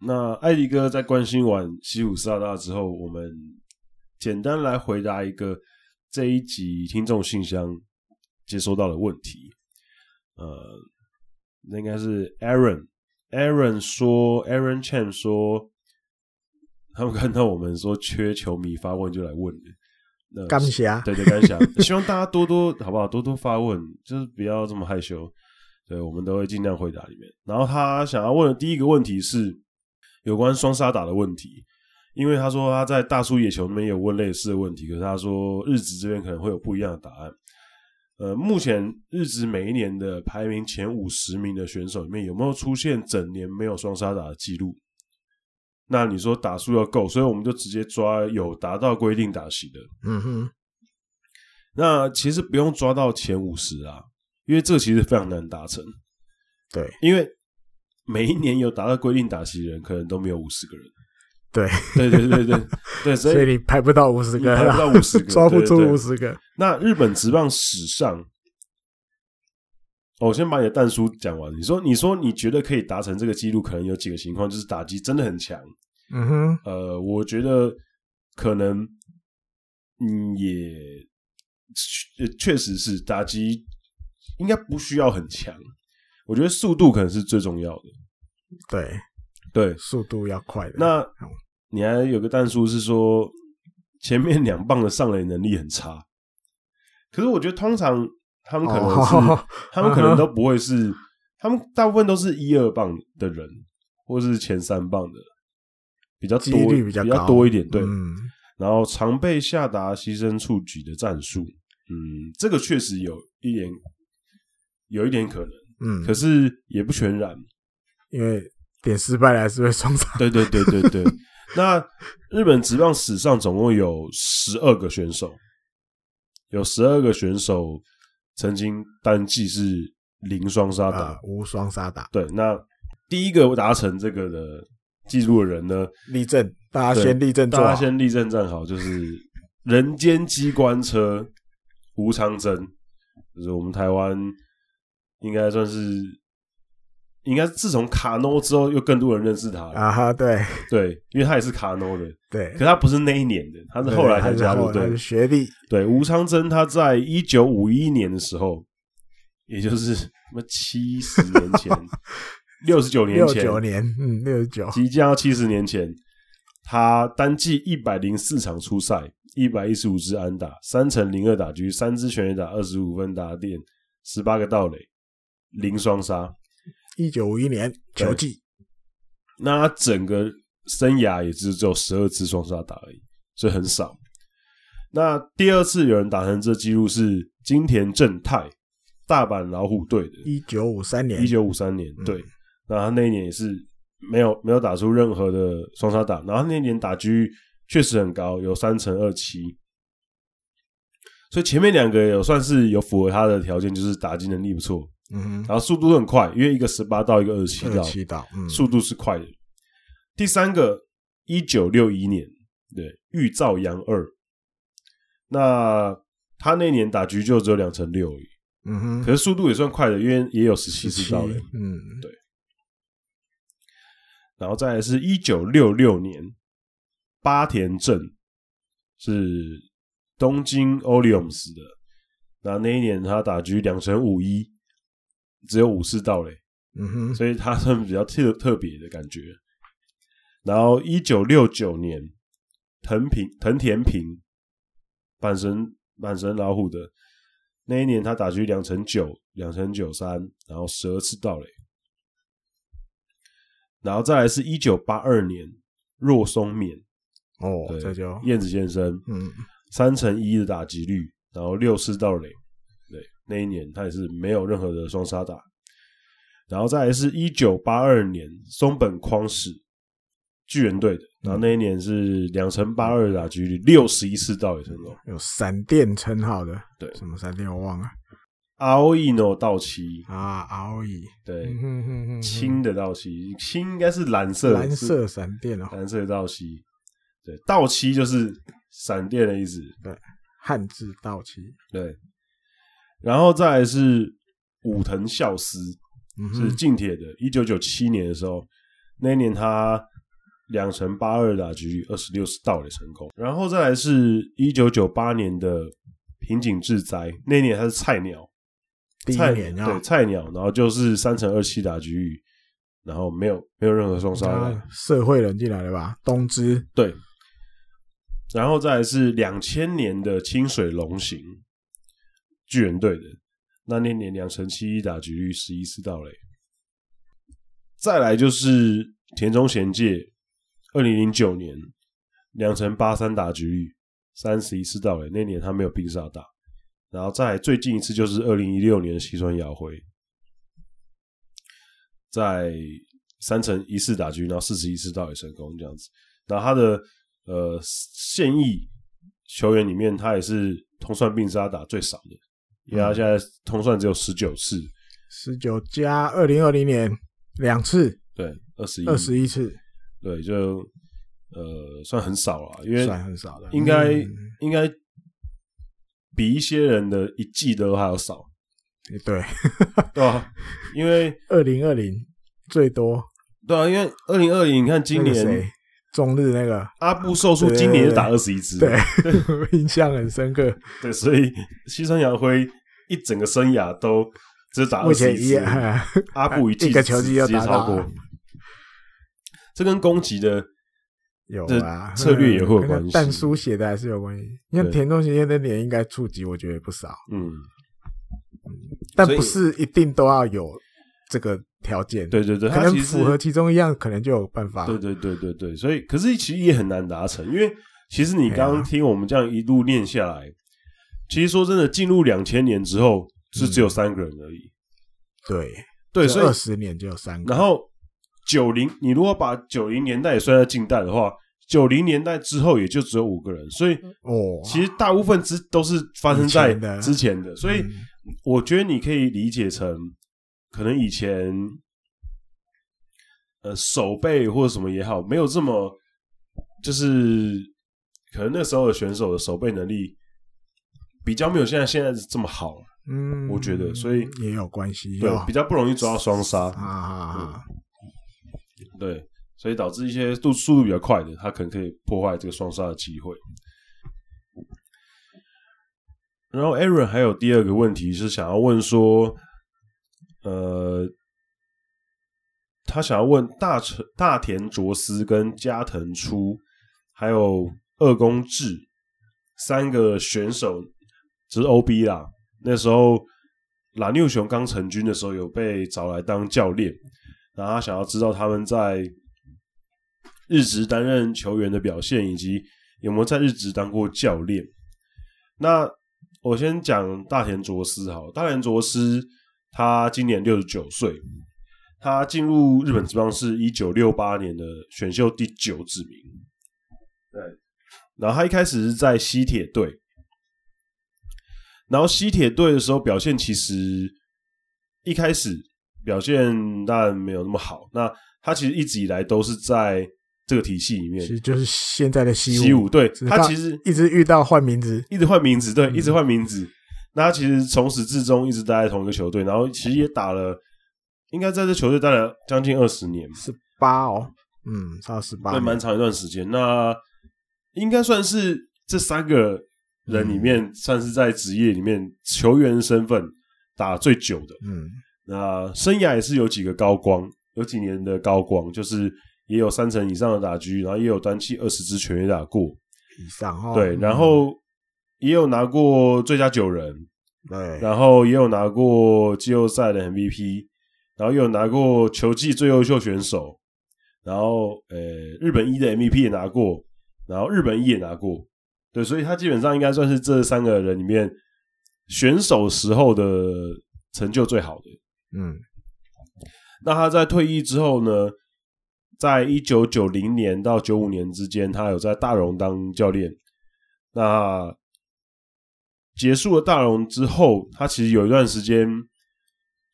那艾迪哥在关心完西普斯大之后，我们简单来回答一个这一集听众信箱接收到的问题。呃，那应该是 Aaron。Aaron 说，Aaron Chen 说，他们看到我们说缺球迷发问就来问了。那感谢啊对对，感想。 希望大家多多好不好？多多发问，就是不要这么害羞。对，我们都会尽量回答里面。然后他想要问的第一个问题是有关双杀打的问题，因为他说他在大叔野球那边有问类似的问题，可是他说日职这边可能会有不一样的答案。呃，目前日职每一年的排名前五十名的选手里面，有没有出现整年没有双杀打的记录？那你说打数要够，所以我们就直接抓有达到规定打席的。嗯哼，那其实不用抓到前五十啊，因为这其实非常难达成。对因为每一年有达到规定打席的人，可能都没有五十个人。对， 对对对对 对，所所以以你排不到五十你个，排不到50个 抓不对住对五十个。那日本职棒史上，哦我先把你的弹书讲完。你说，你说你觉得可以达成这个记录，可能有几个情况，就是打击真的很强。嗯哼，呃，我觉得可能嗯也确确实是打击应该不需要很强，我觉得速度可能是最重要的。对，对，速度要快的。那你还有个弹书是说前面两棒的上垒能力很差，可是我觉得通常他们可能是、哦他们可能都不会是，他们大部分都是一二棒的人，或是前三棒的比较多，几率比较较高多一点，对。嗯，然后常被下达牺牲触及的战术，嗯，这个确实有一点有一点可能，嗯可，是也不全然。因为点失败了还是会双 杀。对对对对对。那日本职棒史上总共有十二个选手，有十二个选手曾经单季是零双杀打，啊，无双杀打对，那第一个达成这个的记录的人呢，立正，大家对先立正做大好家。先立正站好，就是人间机关车吴长征，就是我们台湾应该算是，应该自从卡诺之后，又更多人认识他了。啊哈，对对，因为他也是卡诺的，对可，他不是那一年的，他是后来才加入。对他对是学历对，吴长征他在一九五一年的时候，也就是什么七十年 前。六十九年六前，九年，嗯，六十九，即将要七十年前，他单季一百零四场出赛，一百一十五支安打，三乘零二打局，三支全垒打，二十五分打点，十八个盗垒，零双杀。一九五一年球季，那他整个生涯也只只有十二支双杀打而已，所以很少。那第二次有人打成这记录是金田正太，大阪老虎队的，一九五三年一，九五三年，嗯对，那他那一年也是没有没有打出任何的双杀打，然后他那一年打狙确实很高，有三乘二七，所以前面两个有算是有符合他的条件，就是打击能力不错，嗯哼，然后速度都很快，因为一个十八到一个二十七二到，七道，嗯，速度是快的。第三个，一九六一年，对，玉造洋二，那他那年打局就只有两成六而已，嗯哼，可是速度也算快的，因为也有十七次到垒。嗯，然后再来是一九六六年，八田镇是东京 Oleums 的，那那一年他打局两成五一，只有五次盗垒，嗯哼，所以他算比较特特别的感觉。然后一九六九年，藤平藤田平，阪神阪神老虎的那一年，他打局两成九，两成九三，然后十二次盗垒。然后再来是一九八二年，若松勉哦对，这就，燕子先生，嗯，三乘一的打击率，然后六次盗垒，对，那一年他也是没有任何的双杀打。然后再来是一九八二年松本匡史巨人队的，然后那一年是两成八二的打击率，六十一次盗垒成功。有闪电称号的，对什么闪电我忘了奥伊诺到期，啊，熬夜，对嗯，哼哼哼，青的到期，青应该是蓝色的，蓝色闪电哦是，蓝色的到期，对，到期就是闪电的意思，汉字道奇，对。然后再来是武藤孝司，嗯是哼，近铁的，一九九七年的时候，那一年他两成八二打击率，二十六次盗垒成功。然后再来是一九九八年的平井智哉，那年他是菜鸟，第一菜年对啊，菜鸟，然后就是三乘二七打击率，然后没有没有任何受伤害。他社会人进来了吧？东芝对，然后再来是两千年的清水龙行巨人队的，那那年两成七一打局率十一次盗垒。再来就是田中贤介，二零零九年两成八三打局率三十一次盗垒，那年他没有并杀打。然后再来最近一次就是二零一六年的西川遥辉，在三乘一次打局，然后四十一次盗垒成功这样子。然后他的呃现役球员里面，他也是通算并杀打最少的，因为他现在通算只有十九次，十九加二零二零年两次，对，二十一，二十一次，对，就呃算很少了，因为算很少的。应该、嗯应该比一些人的一季都还要少，对，对吧、 因为二零二零最多。对啊，因为二零二零，你看今那个年、谁中日那个，阿布寿数今年就打二十一支， 对，印象很深刻。对，所以西川洋辉一整个生涯都只打目二十前一一支夜，哎阿布一季一个球季就直接达超到过，这跟攻击的 有这啊，策略也会有跟关系但书写的还是有关系。你看对田中贤彦的脸应该触及，我觉得也不少，嗯，但所以不是一定都要有这个条件。，对对对，可他能其实符合其中一样，可能就有办法。对对对对对，所以可是其实也很难达成，因为其实你刚对刚啊听我们这样一路念下来，其实说真的，进入两千年之后是只有三个人而已，对对，所二以十年就有三个。然后九零，你如果把九零年代也算在近代的话，九零年代之后也就只有五个人，所以哦，其实大部分之都是发生在以前的之前的，所以嗯我觉得你可以理解成，可能以前呃手背或者什么也好，没有这么就是可能那时候的选手的手背能力比较没有现在现在这么好，嗯我觉得所以也有关系。对有，比较不容易抓到双杀，啊啊啊！对，所以导致一些速速度比较快的，他可能可以破坏这个双杀的机会。然后 Aaron 还有第二个问题是想要问说，呃，他想要问大成大田卓司跟加藤初，还有二宫智三个选手，只是 OB 啦。那时候拉六雄刚成军的时候，有被找来当教练，然后他想要知道他们在日职担任球员的表现，以及有没有在日职当过教练。那我先讲大田卓司好了，大田卓司他今年六十九岁，他进入日本职棒是一九六八年的选秀第九指名。对，然后他一开始是在西铁队，然后西铁队的时候表现其实一开始表现当然没有那么好，那他其实一直以来都是在这个体系里面其，实就是现在的西西武对只是他其实嗯一直遇到换名字，一直换名字，对，一直换名字。那他其实从始至终一直待在同一个球队，然后其实也打了，应该在这球队待了将近二十年，十八哦，嗯，到十八对，蛮长一段时间。那应该算是这三个人里面，算是在职业里面球员身份打最久的。嗯，那生涯也是有几个高光，有几年的高光，就是也有三成以上的打狙，然后也有单季二十支全垒打过，以上哦，对，嗯然后也有拿过最佳九人，对，然后也有拿过季后赛的 MVP，然后也有拿过球季最优秀选手，然后呃日本一的 MVP 也拿过，然后日本一也拿过，对，所以他基本上应该算是这三个人里面选手时候的成就最好的。嗯，那他在退役之后呢，在一九九零年到九五年之间，他有在大荣当教练。那结束了大荣之后，他其实有一段时间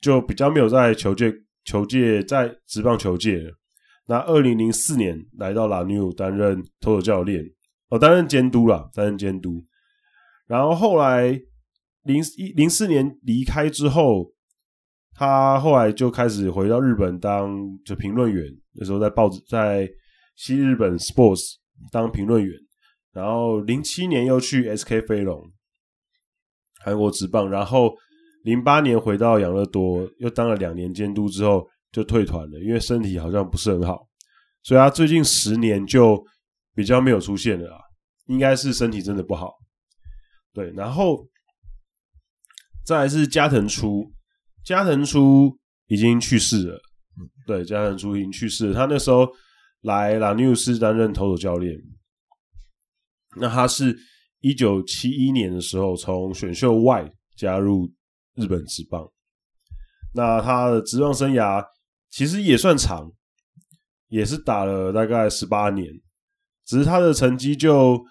就比较没有在球界、球界在职棒球界了。那二零零四年来到拉纽担任投手教练，哦，担任监督啦，担任监督。然后后来零一零四年离开之后，他后来就开始回到日本当就评论员，那时候在报纸在西日本 Sports 当评论员，然后零七年又去 SK 飞龙韩国职棒，然后零八年回到养乐多，又当了两年监督之后就退团了，因为身体好像不是很好，所以他最近十年就比较没有出现了啊，应该是身体真的不好。对，然后再来是加藤初，加藤初已经去世了。对，加藤初已经去世了。他那时候来拉纽斯担任投手教练。那他是一九七一年的时候从选秀外加入日本职棒。那他的职棒生涯其实也算长，也是打了大概十八年，只是他的成绩就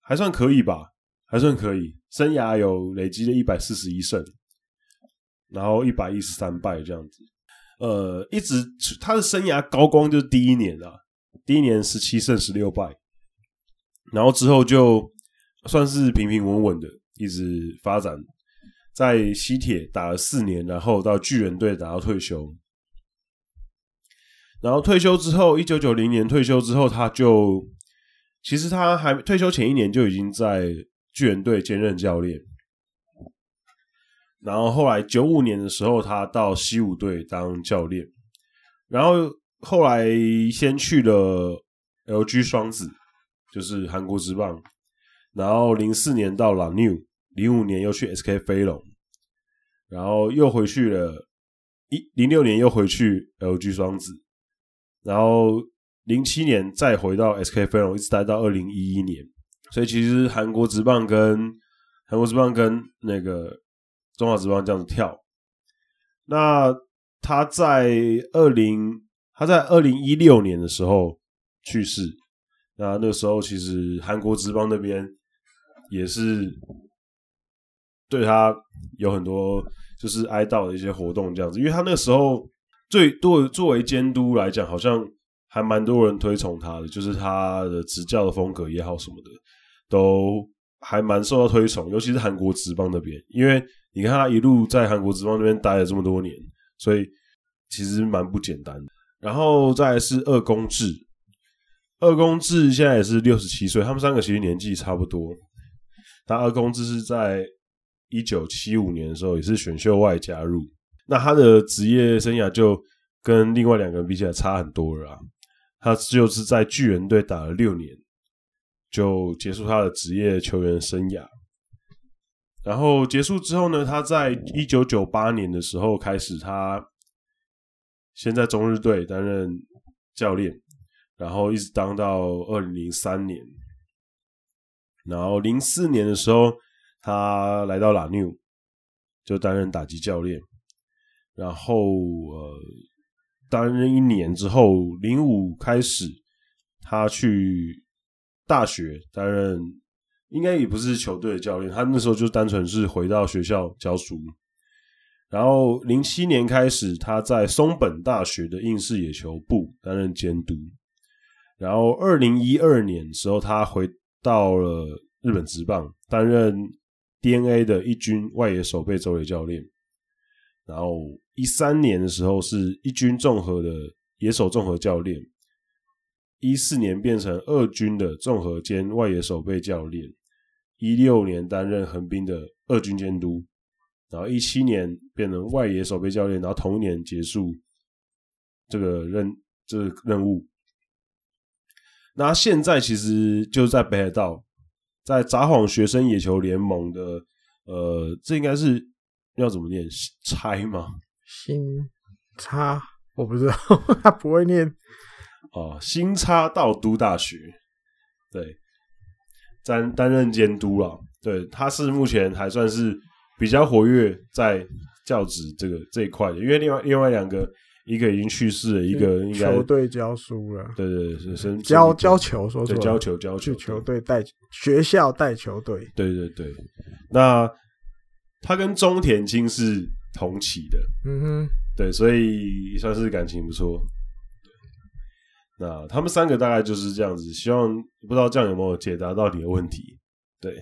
还算可以吧，还算可以。生涯有累积了一百四十一胜，然后一百一十三败这样子。呃，一直他的生涯高光就是第一年啊，第一年十七胜十六败，然后之后就算是平平稳稳的一直发展，在西铁打了四年，然后到巨人队打到退休，然后退休之后，一九九零年退休之后，他就其实他还退休前一年就已经在巨人队兼任教练，然后后来九五年的时候，他到西武队当教练，然后后来先去了 LG 双子，就是韩国职棒，然后零四年到 La New，零五年又去 SK 飞龙，然后又回去了，一零六年又回去 LG 双子，然后零七年再回到 SK 飞龙，一直待到二零一一年，所以其实韩国职棒跟韩国职棒跟那个中华职棒这样子跳。那他在二零他在二零一六年的时候去世，那那个时候其实韩国职棒那边也是对他有很多就是哀悼的一些活动这样子，因为他那个时候最多作为监督来讲，好像还蛮多人推崇他的，就是他的执教的风格也好什么的都。还蛮受到推崇，尤其是韩国职棒那边，因为你看他一路在韩国职棒那边待了这么多年，所以其实蛮不简单的。然后再来是二宫志，二宫志现在也是六十七岁，他们三个其实年纪差不多。那二宫志是在一九七五年的时候也是选秀外加入，那他的职业生涯就跟另外两个人比起来差很多了啊。他就是在巨人队打了六年。就结束他的职业球员生涯，然后结束之后呢，他在一九九八年的时候开始，他先在中日队担任教练，然后一直当到二零零三年，然后零四年的时候，他来到拉纽，就担任打击教练，然后呃，担任一年之后，零五开始他去。大学担任应该也不是球队的教练，他那时候就单纯是回到学校教书。然后零七年开始，他在松本大学的应试野球部担任监督。然后二零一二年时候，他回到了日本职棒，担任 DNA 的一军外野手背周围教练。然后一三年的时候，是一军综合的野手综合教练。一四年变成二军的综合兼外野手背教练，一六年担任横滨的二军监督，然后一七年变成外野手背教练，然后同一年结束这个任这个任务。那现在其实就是在北海道，在札幌学生野球联盟的，呃，这应该是要怎么念？拆吗？新差我不知道， 他不会念。哦，新差道都大学，对，担担任监督了。对，他是目前还算是比较活跃在教职这个这一块的，因为另外另外两个，一个已经去世了，一个应该球队教书了，对对对，是教教球说错对了，教球教球去球队带学校带球队，对对对。那他跟中田青是同期的，嗯哼，对，所以算是感情不错。对那他们三个大概就是这样子，希望不知道这样有没有解答到你的问题。对，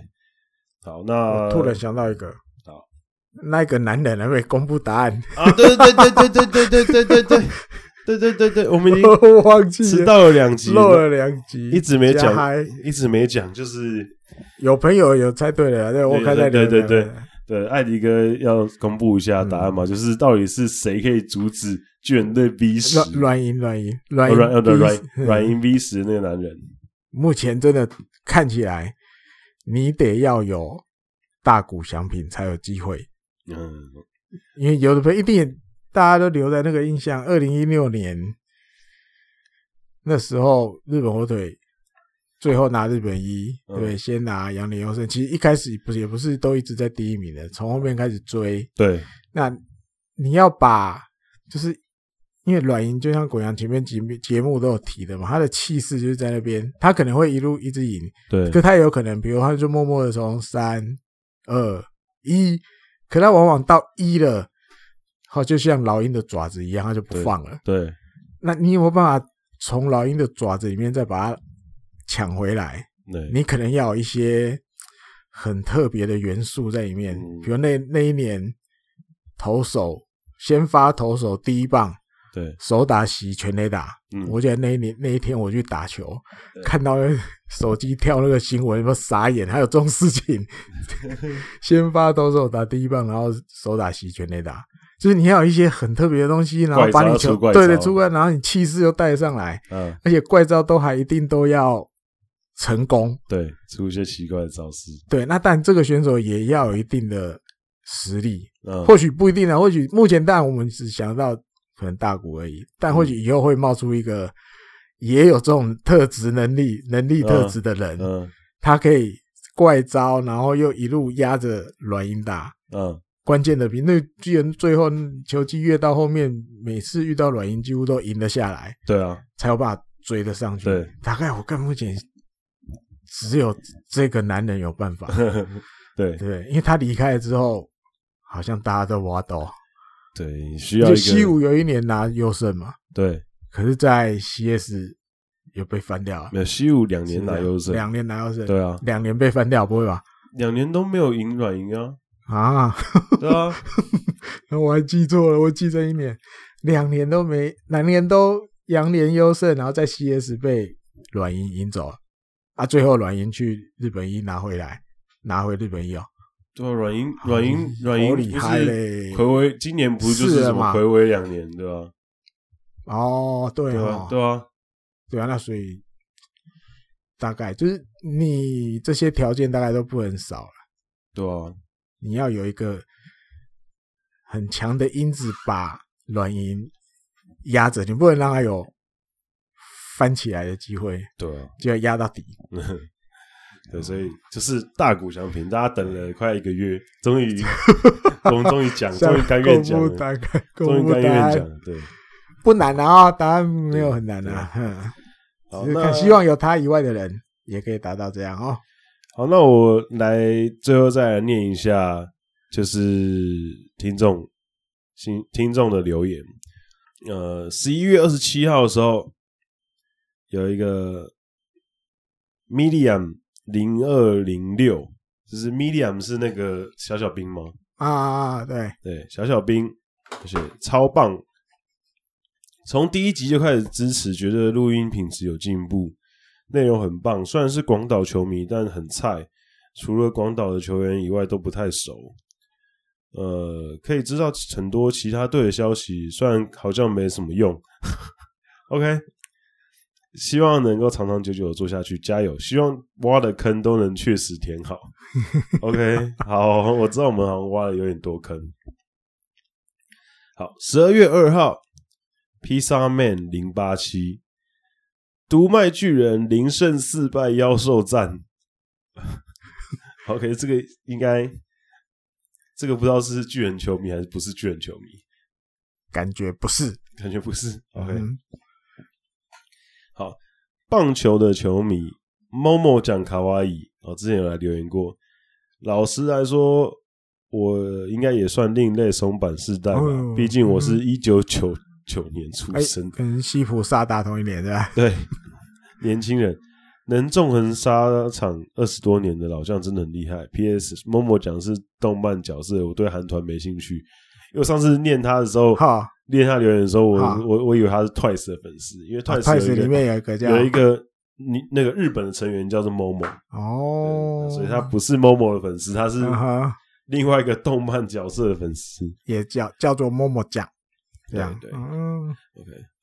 好，那我突然想到一个，好，那个男人还没公布答案，啊，对对对对对对对对对对，对对对对，我们已经 我忘记迟了到了两集，漏了两集，一直没加讲嗨，一直没讲，就是有朋友有猜对了，对我看在对留对言对了对，艾迪哥要公布一下答案嘛，就是到底是谁可以阻止巨人队 V 十软软银软银哦软银软呃对 B- 软软银 V 十那个男人？目前真的看起来，你得要有大股奖品才有机会，嗯，因为有的朋友一定大家都留在那个印象，二零一六年那时候日本火腿最后拿日本一，嗯对，先拿杨林优胜，其实一开始不是也不是都一直在第一名的，从后面开始追，对，那你要把就是。因为软银就像国阳前面节目节目都有提的嘛，他的气势就是在那边，他可能会一路一直赢，对，可他也有可能，比如他就默默的从三、二、一，可他往往到一了，好，就像老鹰的爪子一样，他就不放了。对，那你有没有办法从老鹰的爪子里面再把它抢回来？对，你可能要有一些很特别的元素在里面，嗯比如那那一年投手先发投手第一棒，对，手打席全垒打，嗯，我记得那一年那一天我去打球对，看到那手机跳那个新闻，有没有傻眼？还有这种 事情？先发投手打第一棒，然后手打席全垒打，就是你要有一些很特别的东西，然后把怪招你球出怪对对招出怪，然后你气势又带上来，嗯，而且怪招都还一定都要成功。对，出一些奇怪的招式，对，那但这个选手也要有一定的实力，嗯，或许不一定啊，或许目前当然我们只想到可能大股而已，但或许嗯以后会冒出一个也有这种特质能力、能力特质的人，嗯他可以怪招，然后又一路压着软银打。嗯，关键的比那巨人最后球季越到后面，每次遇到软银几乎都赢了下来，对啊，才有办法追得上去。对，大概我看目前只有这个男人有办法，对对，因为他离开了之后，好像大家都挖到。对，需要一就西个武有一年拿优胜嘛，对，可是，在 CS 有被翻掉啊，没有西武两年拿是这样优胜，两年拿优胜，对啊，两年被翻掉，不会吧？两年都没有赢软银啊，啊， 对啊，我还记错了，我记这一年，两年都没，两年都洋联优胜，然后在 CS 被软银赢走了，啊，最后软银去日本一拿回来，拿回日本一哦，对啊，软银软银软哎好银厉不害是嘞，回违，今年不就是了什么嘛回违两年，对吧？哦，对对哦啊，，对啊，对啊，那所以大概就是你这些条件大概都不能少了，对啊，你要有一个很强的因子把软银压着，你不能让它有翻起来的机会，对啊，就要压到底。哦对，所以就是大股相平，大家等了快一个月，终 于我们终于讲，啊终于甘愿讲公布答了，案，终公于布甘答愿讲案了，对。不难啊、答案没有很难啊，好，哼只是那看希望有他以外的人也可以达到这样哦。好，那我来最后再来念一下，就是听众听听众的留言。呃，十一月二十七号的时候，有一个 Medium 零二零六，就是 Medium 是那个小小兵吗？啊，对，对，小小兵，而且超棒。从第一集就开始支持，觉得录音品质有进步，内容很棒。虽然是广岛球迷，但很菜，除了广岛的球员以外都不太熟。呃，可以知道很多其他队的消息，虽然好像没什么用。OK，希望能够长长久久的做下去，加油！希望挖的坑都能确实填好。OK，好，我知道我们好像挖的有点多坑。好，十二月二号，Pizza Man 零八七，独卖巨人零胜四败妖兽战。OK，这个应该，这个不知道是巨人球迷还是不是巨人球迷，感觉不是。感觉不是。OK，、嗯棒球的球迷，Momo 讲卡哇伊，哦，之前有来留言过。老实来说，我应该也算另类松板世代吧，哦毕竟我是一九九九年出哎生，的，跟西普萨达同一年对吧？对， 年轻人能纵横沙场二十多年的老将真的很厉害。P.S. Momo 讲是动漫角色，我对韩团没兴趣，因为我上次念他的时候，哈，念他留言的时候，我啊我我以为他是 Twice 的粉丝，因为啊 Twice 派有一斯个里面有一个叫有一个你那个日本的成员叫做 Momo，哦，所以他不是 Momo 的粉丝，他是嗯哼另外一个动漫角色的粉丝。也叫叫做默默酱，这对样对嗯，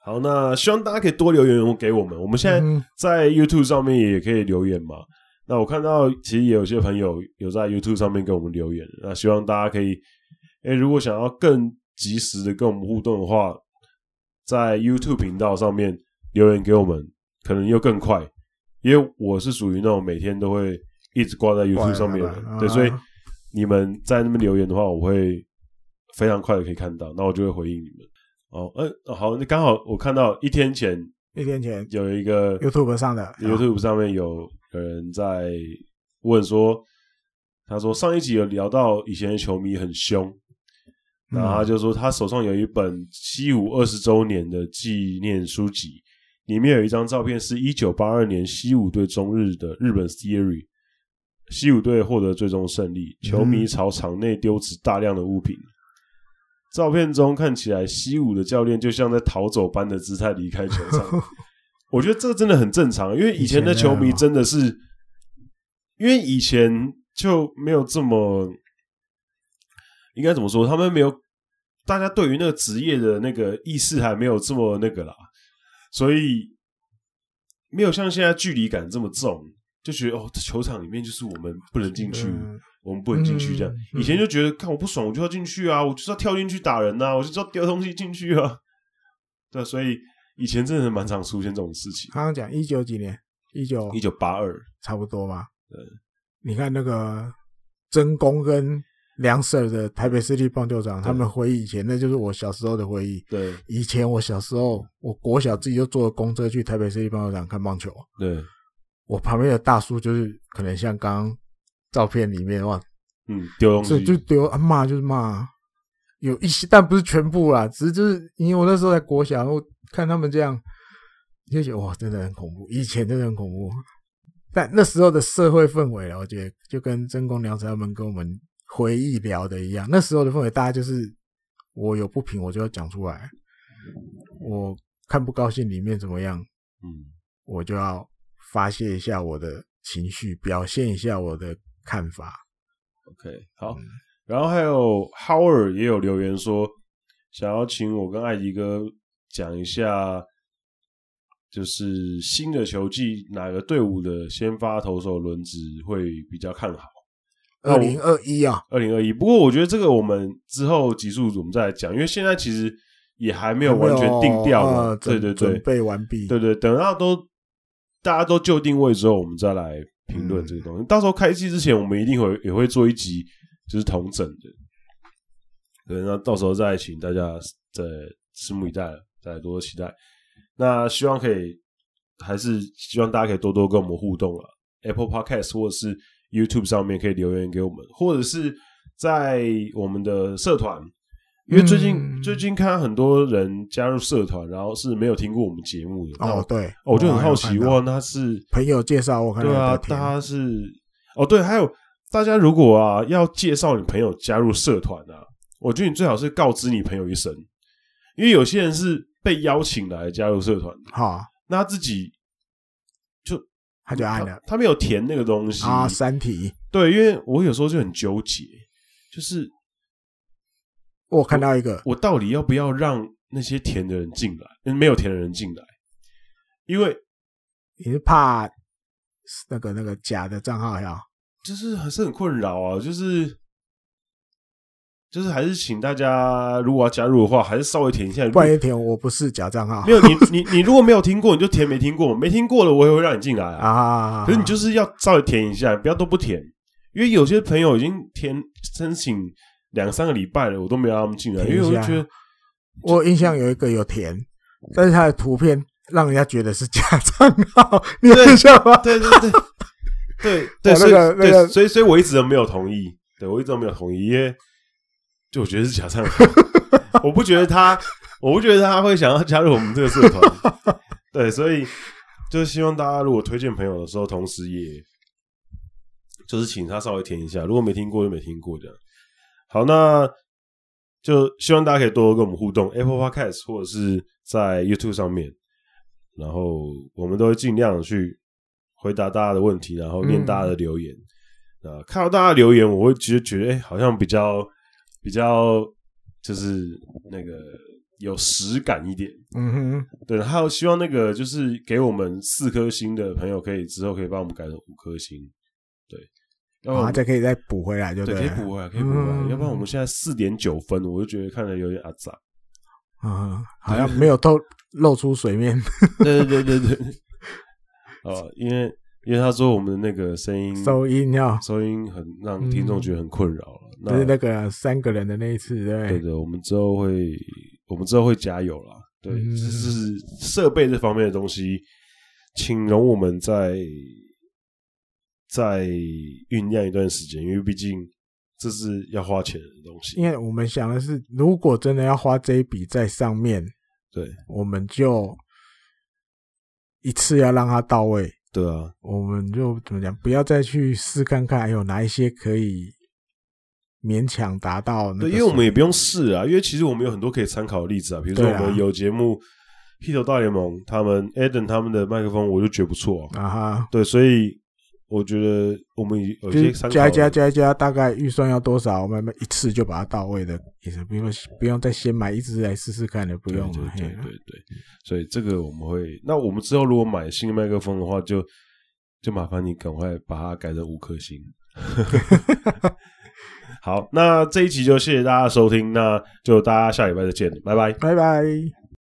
好，那希望大家可以多留言给我们。我们现在嗯在 YouTube 上面也可以留言嘛。那我看到其实也有些朋友有在 YouTube 上面给我们留言，那希望大家可以，哎、如果想要更及时的跟我们互动的话，在 YouTube 频道上面留言给我们，可能又更快，因为我是属于那种每天都会一直挂在 YouTube 上面的挂在那人，边对，啊所以你们在那边留言的话，我会非常快的可以看到，那我就会回应你们。哦，呃、好，那刚好我看到一天前一天前有一个 YouTube 上的啊 YouTube 上面有有人在问说，他说上一集有聊到以前的球迷很凶，然后他就说他手上有一本西武二十周年的纪念书籍，里面有一张照片是一九八二年西武对中日的日本 Theory，西武队获得最终胜利，球迷朝场内丢掷大量的物品。照片中看起来，西武的教练就像在逃走般的姿态离开球场。我觉得这真的很正常，因为以前的球迷真的是，因为以前就没有这么，应该怎么说？他们没有，大家对于那个职业的那个意识还没有这么那个啦，所以没有像现在距离感这么重，就觉得哦，这球场里面就是我们不能进去，嗯我们不能进去这样。嗯以前就觉得，看我不爽，我就要进去啊，我就是要跳进去打人呐、我就是要丢东西进去啊。 对，啊所以以前真的蛮常出现这种事情。刚刚讲一九几年，一九一九八二，差不多吧。对，你看那个曾公跟梁 Sir 的台北市立棒球场，他们回忆以前，那就是我小时候的回忆。对以前我小时候，我国小自己就坐公车去台北市立棒球场看棒球，对，我旁边的大叔就是可能像刚刚照片里面哇，嗯，丢东这西就丢啊骂就是骂，有一些但不是全部啦，只是就是因为我那时候在国小，然后看他们这样，就觉得哇，真的很恐怖，以前真的很恐怖。但那时候的社会氛围啊，我觉得就跟真公良子他们跟我们回忆聊的一样，那时候的氛围大家就是我有不平我就要讲出来，我看不高兴里面怎么样，嗯，我就要发泄一下我的情绪，表现一下我的看法。 OK，好，嗯然后还有 Howard 也有留言说，想要请我跟艾迪哥讲一下，就是新的球季哪个队伍的先发投手轮值会比较看好。那二我零二一啊，二零二一，不过我觉得这个我们之后集数我们再来讲，因为现在其实也还没有完全定调嘛。呃对准对准对，备完毕。对对，等到都大家都就定位之后，我们再来评论这个东西。到时候开机之前，我们一定会也会做一集就是同整的。对，那到时候再请大家再拭目以待了，再多多期待。那希望可以，还是希望大家可以多多跟我们互动了。Apple Podcast 或者是 YouTube 上面可以留言给我们，或者是在我们的社团，因为最近、嗯最近看到很多人加入社团，然后是没有听过我们节目的，那我哦，对，哦，我就很好奇，我还有看到哇，那是朋友介绍我看到对啊，有在听大家是哦，对，还有大家如果啊要介绍你朋友加入社团啊，我觉得你最好是告知你朋友一声，因为有些人是被邀请来加入社团的，哈，那他自己他就按他了他没有填那个东西哎啊，三体。对，因为我有时候就很纠结，就是我看到一个，我到底要不要让那些填的人进来，嗯没有填的人进来，因为你是怕那个那个假的账号呀？就是还是很困扰啊，就是就是还是请大家如果要加入的话，还是稍微填一下。如不果然一填我不是假账号没有你你你如果没有听过，你就填没听过，没听过的我也会让你进来啊。啊，可是你就是要稍微填一下，不要都不填，因为有些朋友已经填申请两三个礼拜了，我都没有让他们进来，因填一为下我就觉得我印象有一个有填，但是他的图片让人家觉得是假账号，你有印象吗？ 对对对对对，哦所以那个那对，个所以所以我一直都没有同意，对我一直都没有同意，因为就我觉得是假唱， 我不觉得他，我不觉得他会想要加入我们这个社团，对，所以就是希望大家如果推荐朋友的时候，同时也就是请他稍微填一下，如果没听过就没听过这样。好，那就希望大家可以多多跟我们互动，Apple Podcast 或者是在 YouTube 上面，然后我们都会尽量去回答大家的问题，然后念大家的留言。呃，看到大家的留言，我会其实觉得，哎、好像比较比较就是那个有实感一点。嗯哼，对，还有希望那个就是给我们四颗星的朋友，可以之后可以帮我们改成五颗星。对，要不然后然再可以再补回来就哦啊对了可以补回来，可以补回来。嗯要不然我们现在四点九分，我就觉得看着有点阿杂。啊，好像没有透露出水面， 对对对 对对。哦，因为因为他说我们那个声音收音要收嗯音很让听众觉得很困扰了。那就是那个三个人的那一次，对不对对？的，我们之后会，我们之后会加油啦。对，嗯这是设备这方面的东西，请容我们再再酝酿一段时间，因为毕竟这是要花钱的东西因。为我们想的是，如果真的要花这一笔在上面，对，我们就一次要让它到位。对啊，我们就怎么讲，不要再去试看看，还有哪一些可以勉强达到那对，个因水。为我们也不用试啊，因为其实我们有很多可以参考的例子啊，比如说对我啊们有节目《h i t 大联盟》，他们 Eden 他们的麦克风我就觉得不错、啊，啊哈，对，所以我觉得我们有就一些是参考加一加的加一加，大概预算要多少，我们慢慢一次就把它到位的，也是不用不用再先买一支来试试看的，不对用对了。对嘿嗯对对，所以这个我们会，那我们之后如果买新麦克风的话，就就麻烦你赶快把它改成五颗 星。好，那这一集就谢谢大家的收听，那就大家下礼拜再见，拜拜。拜拜。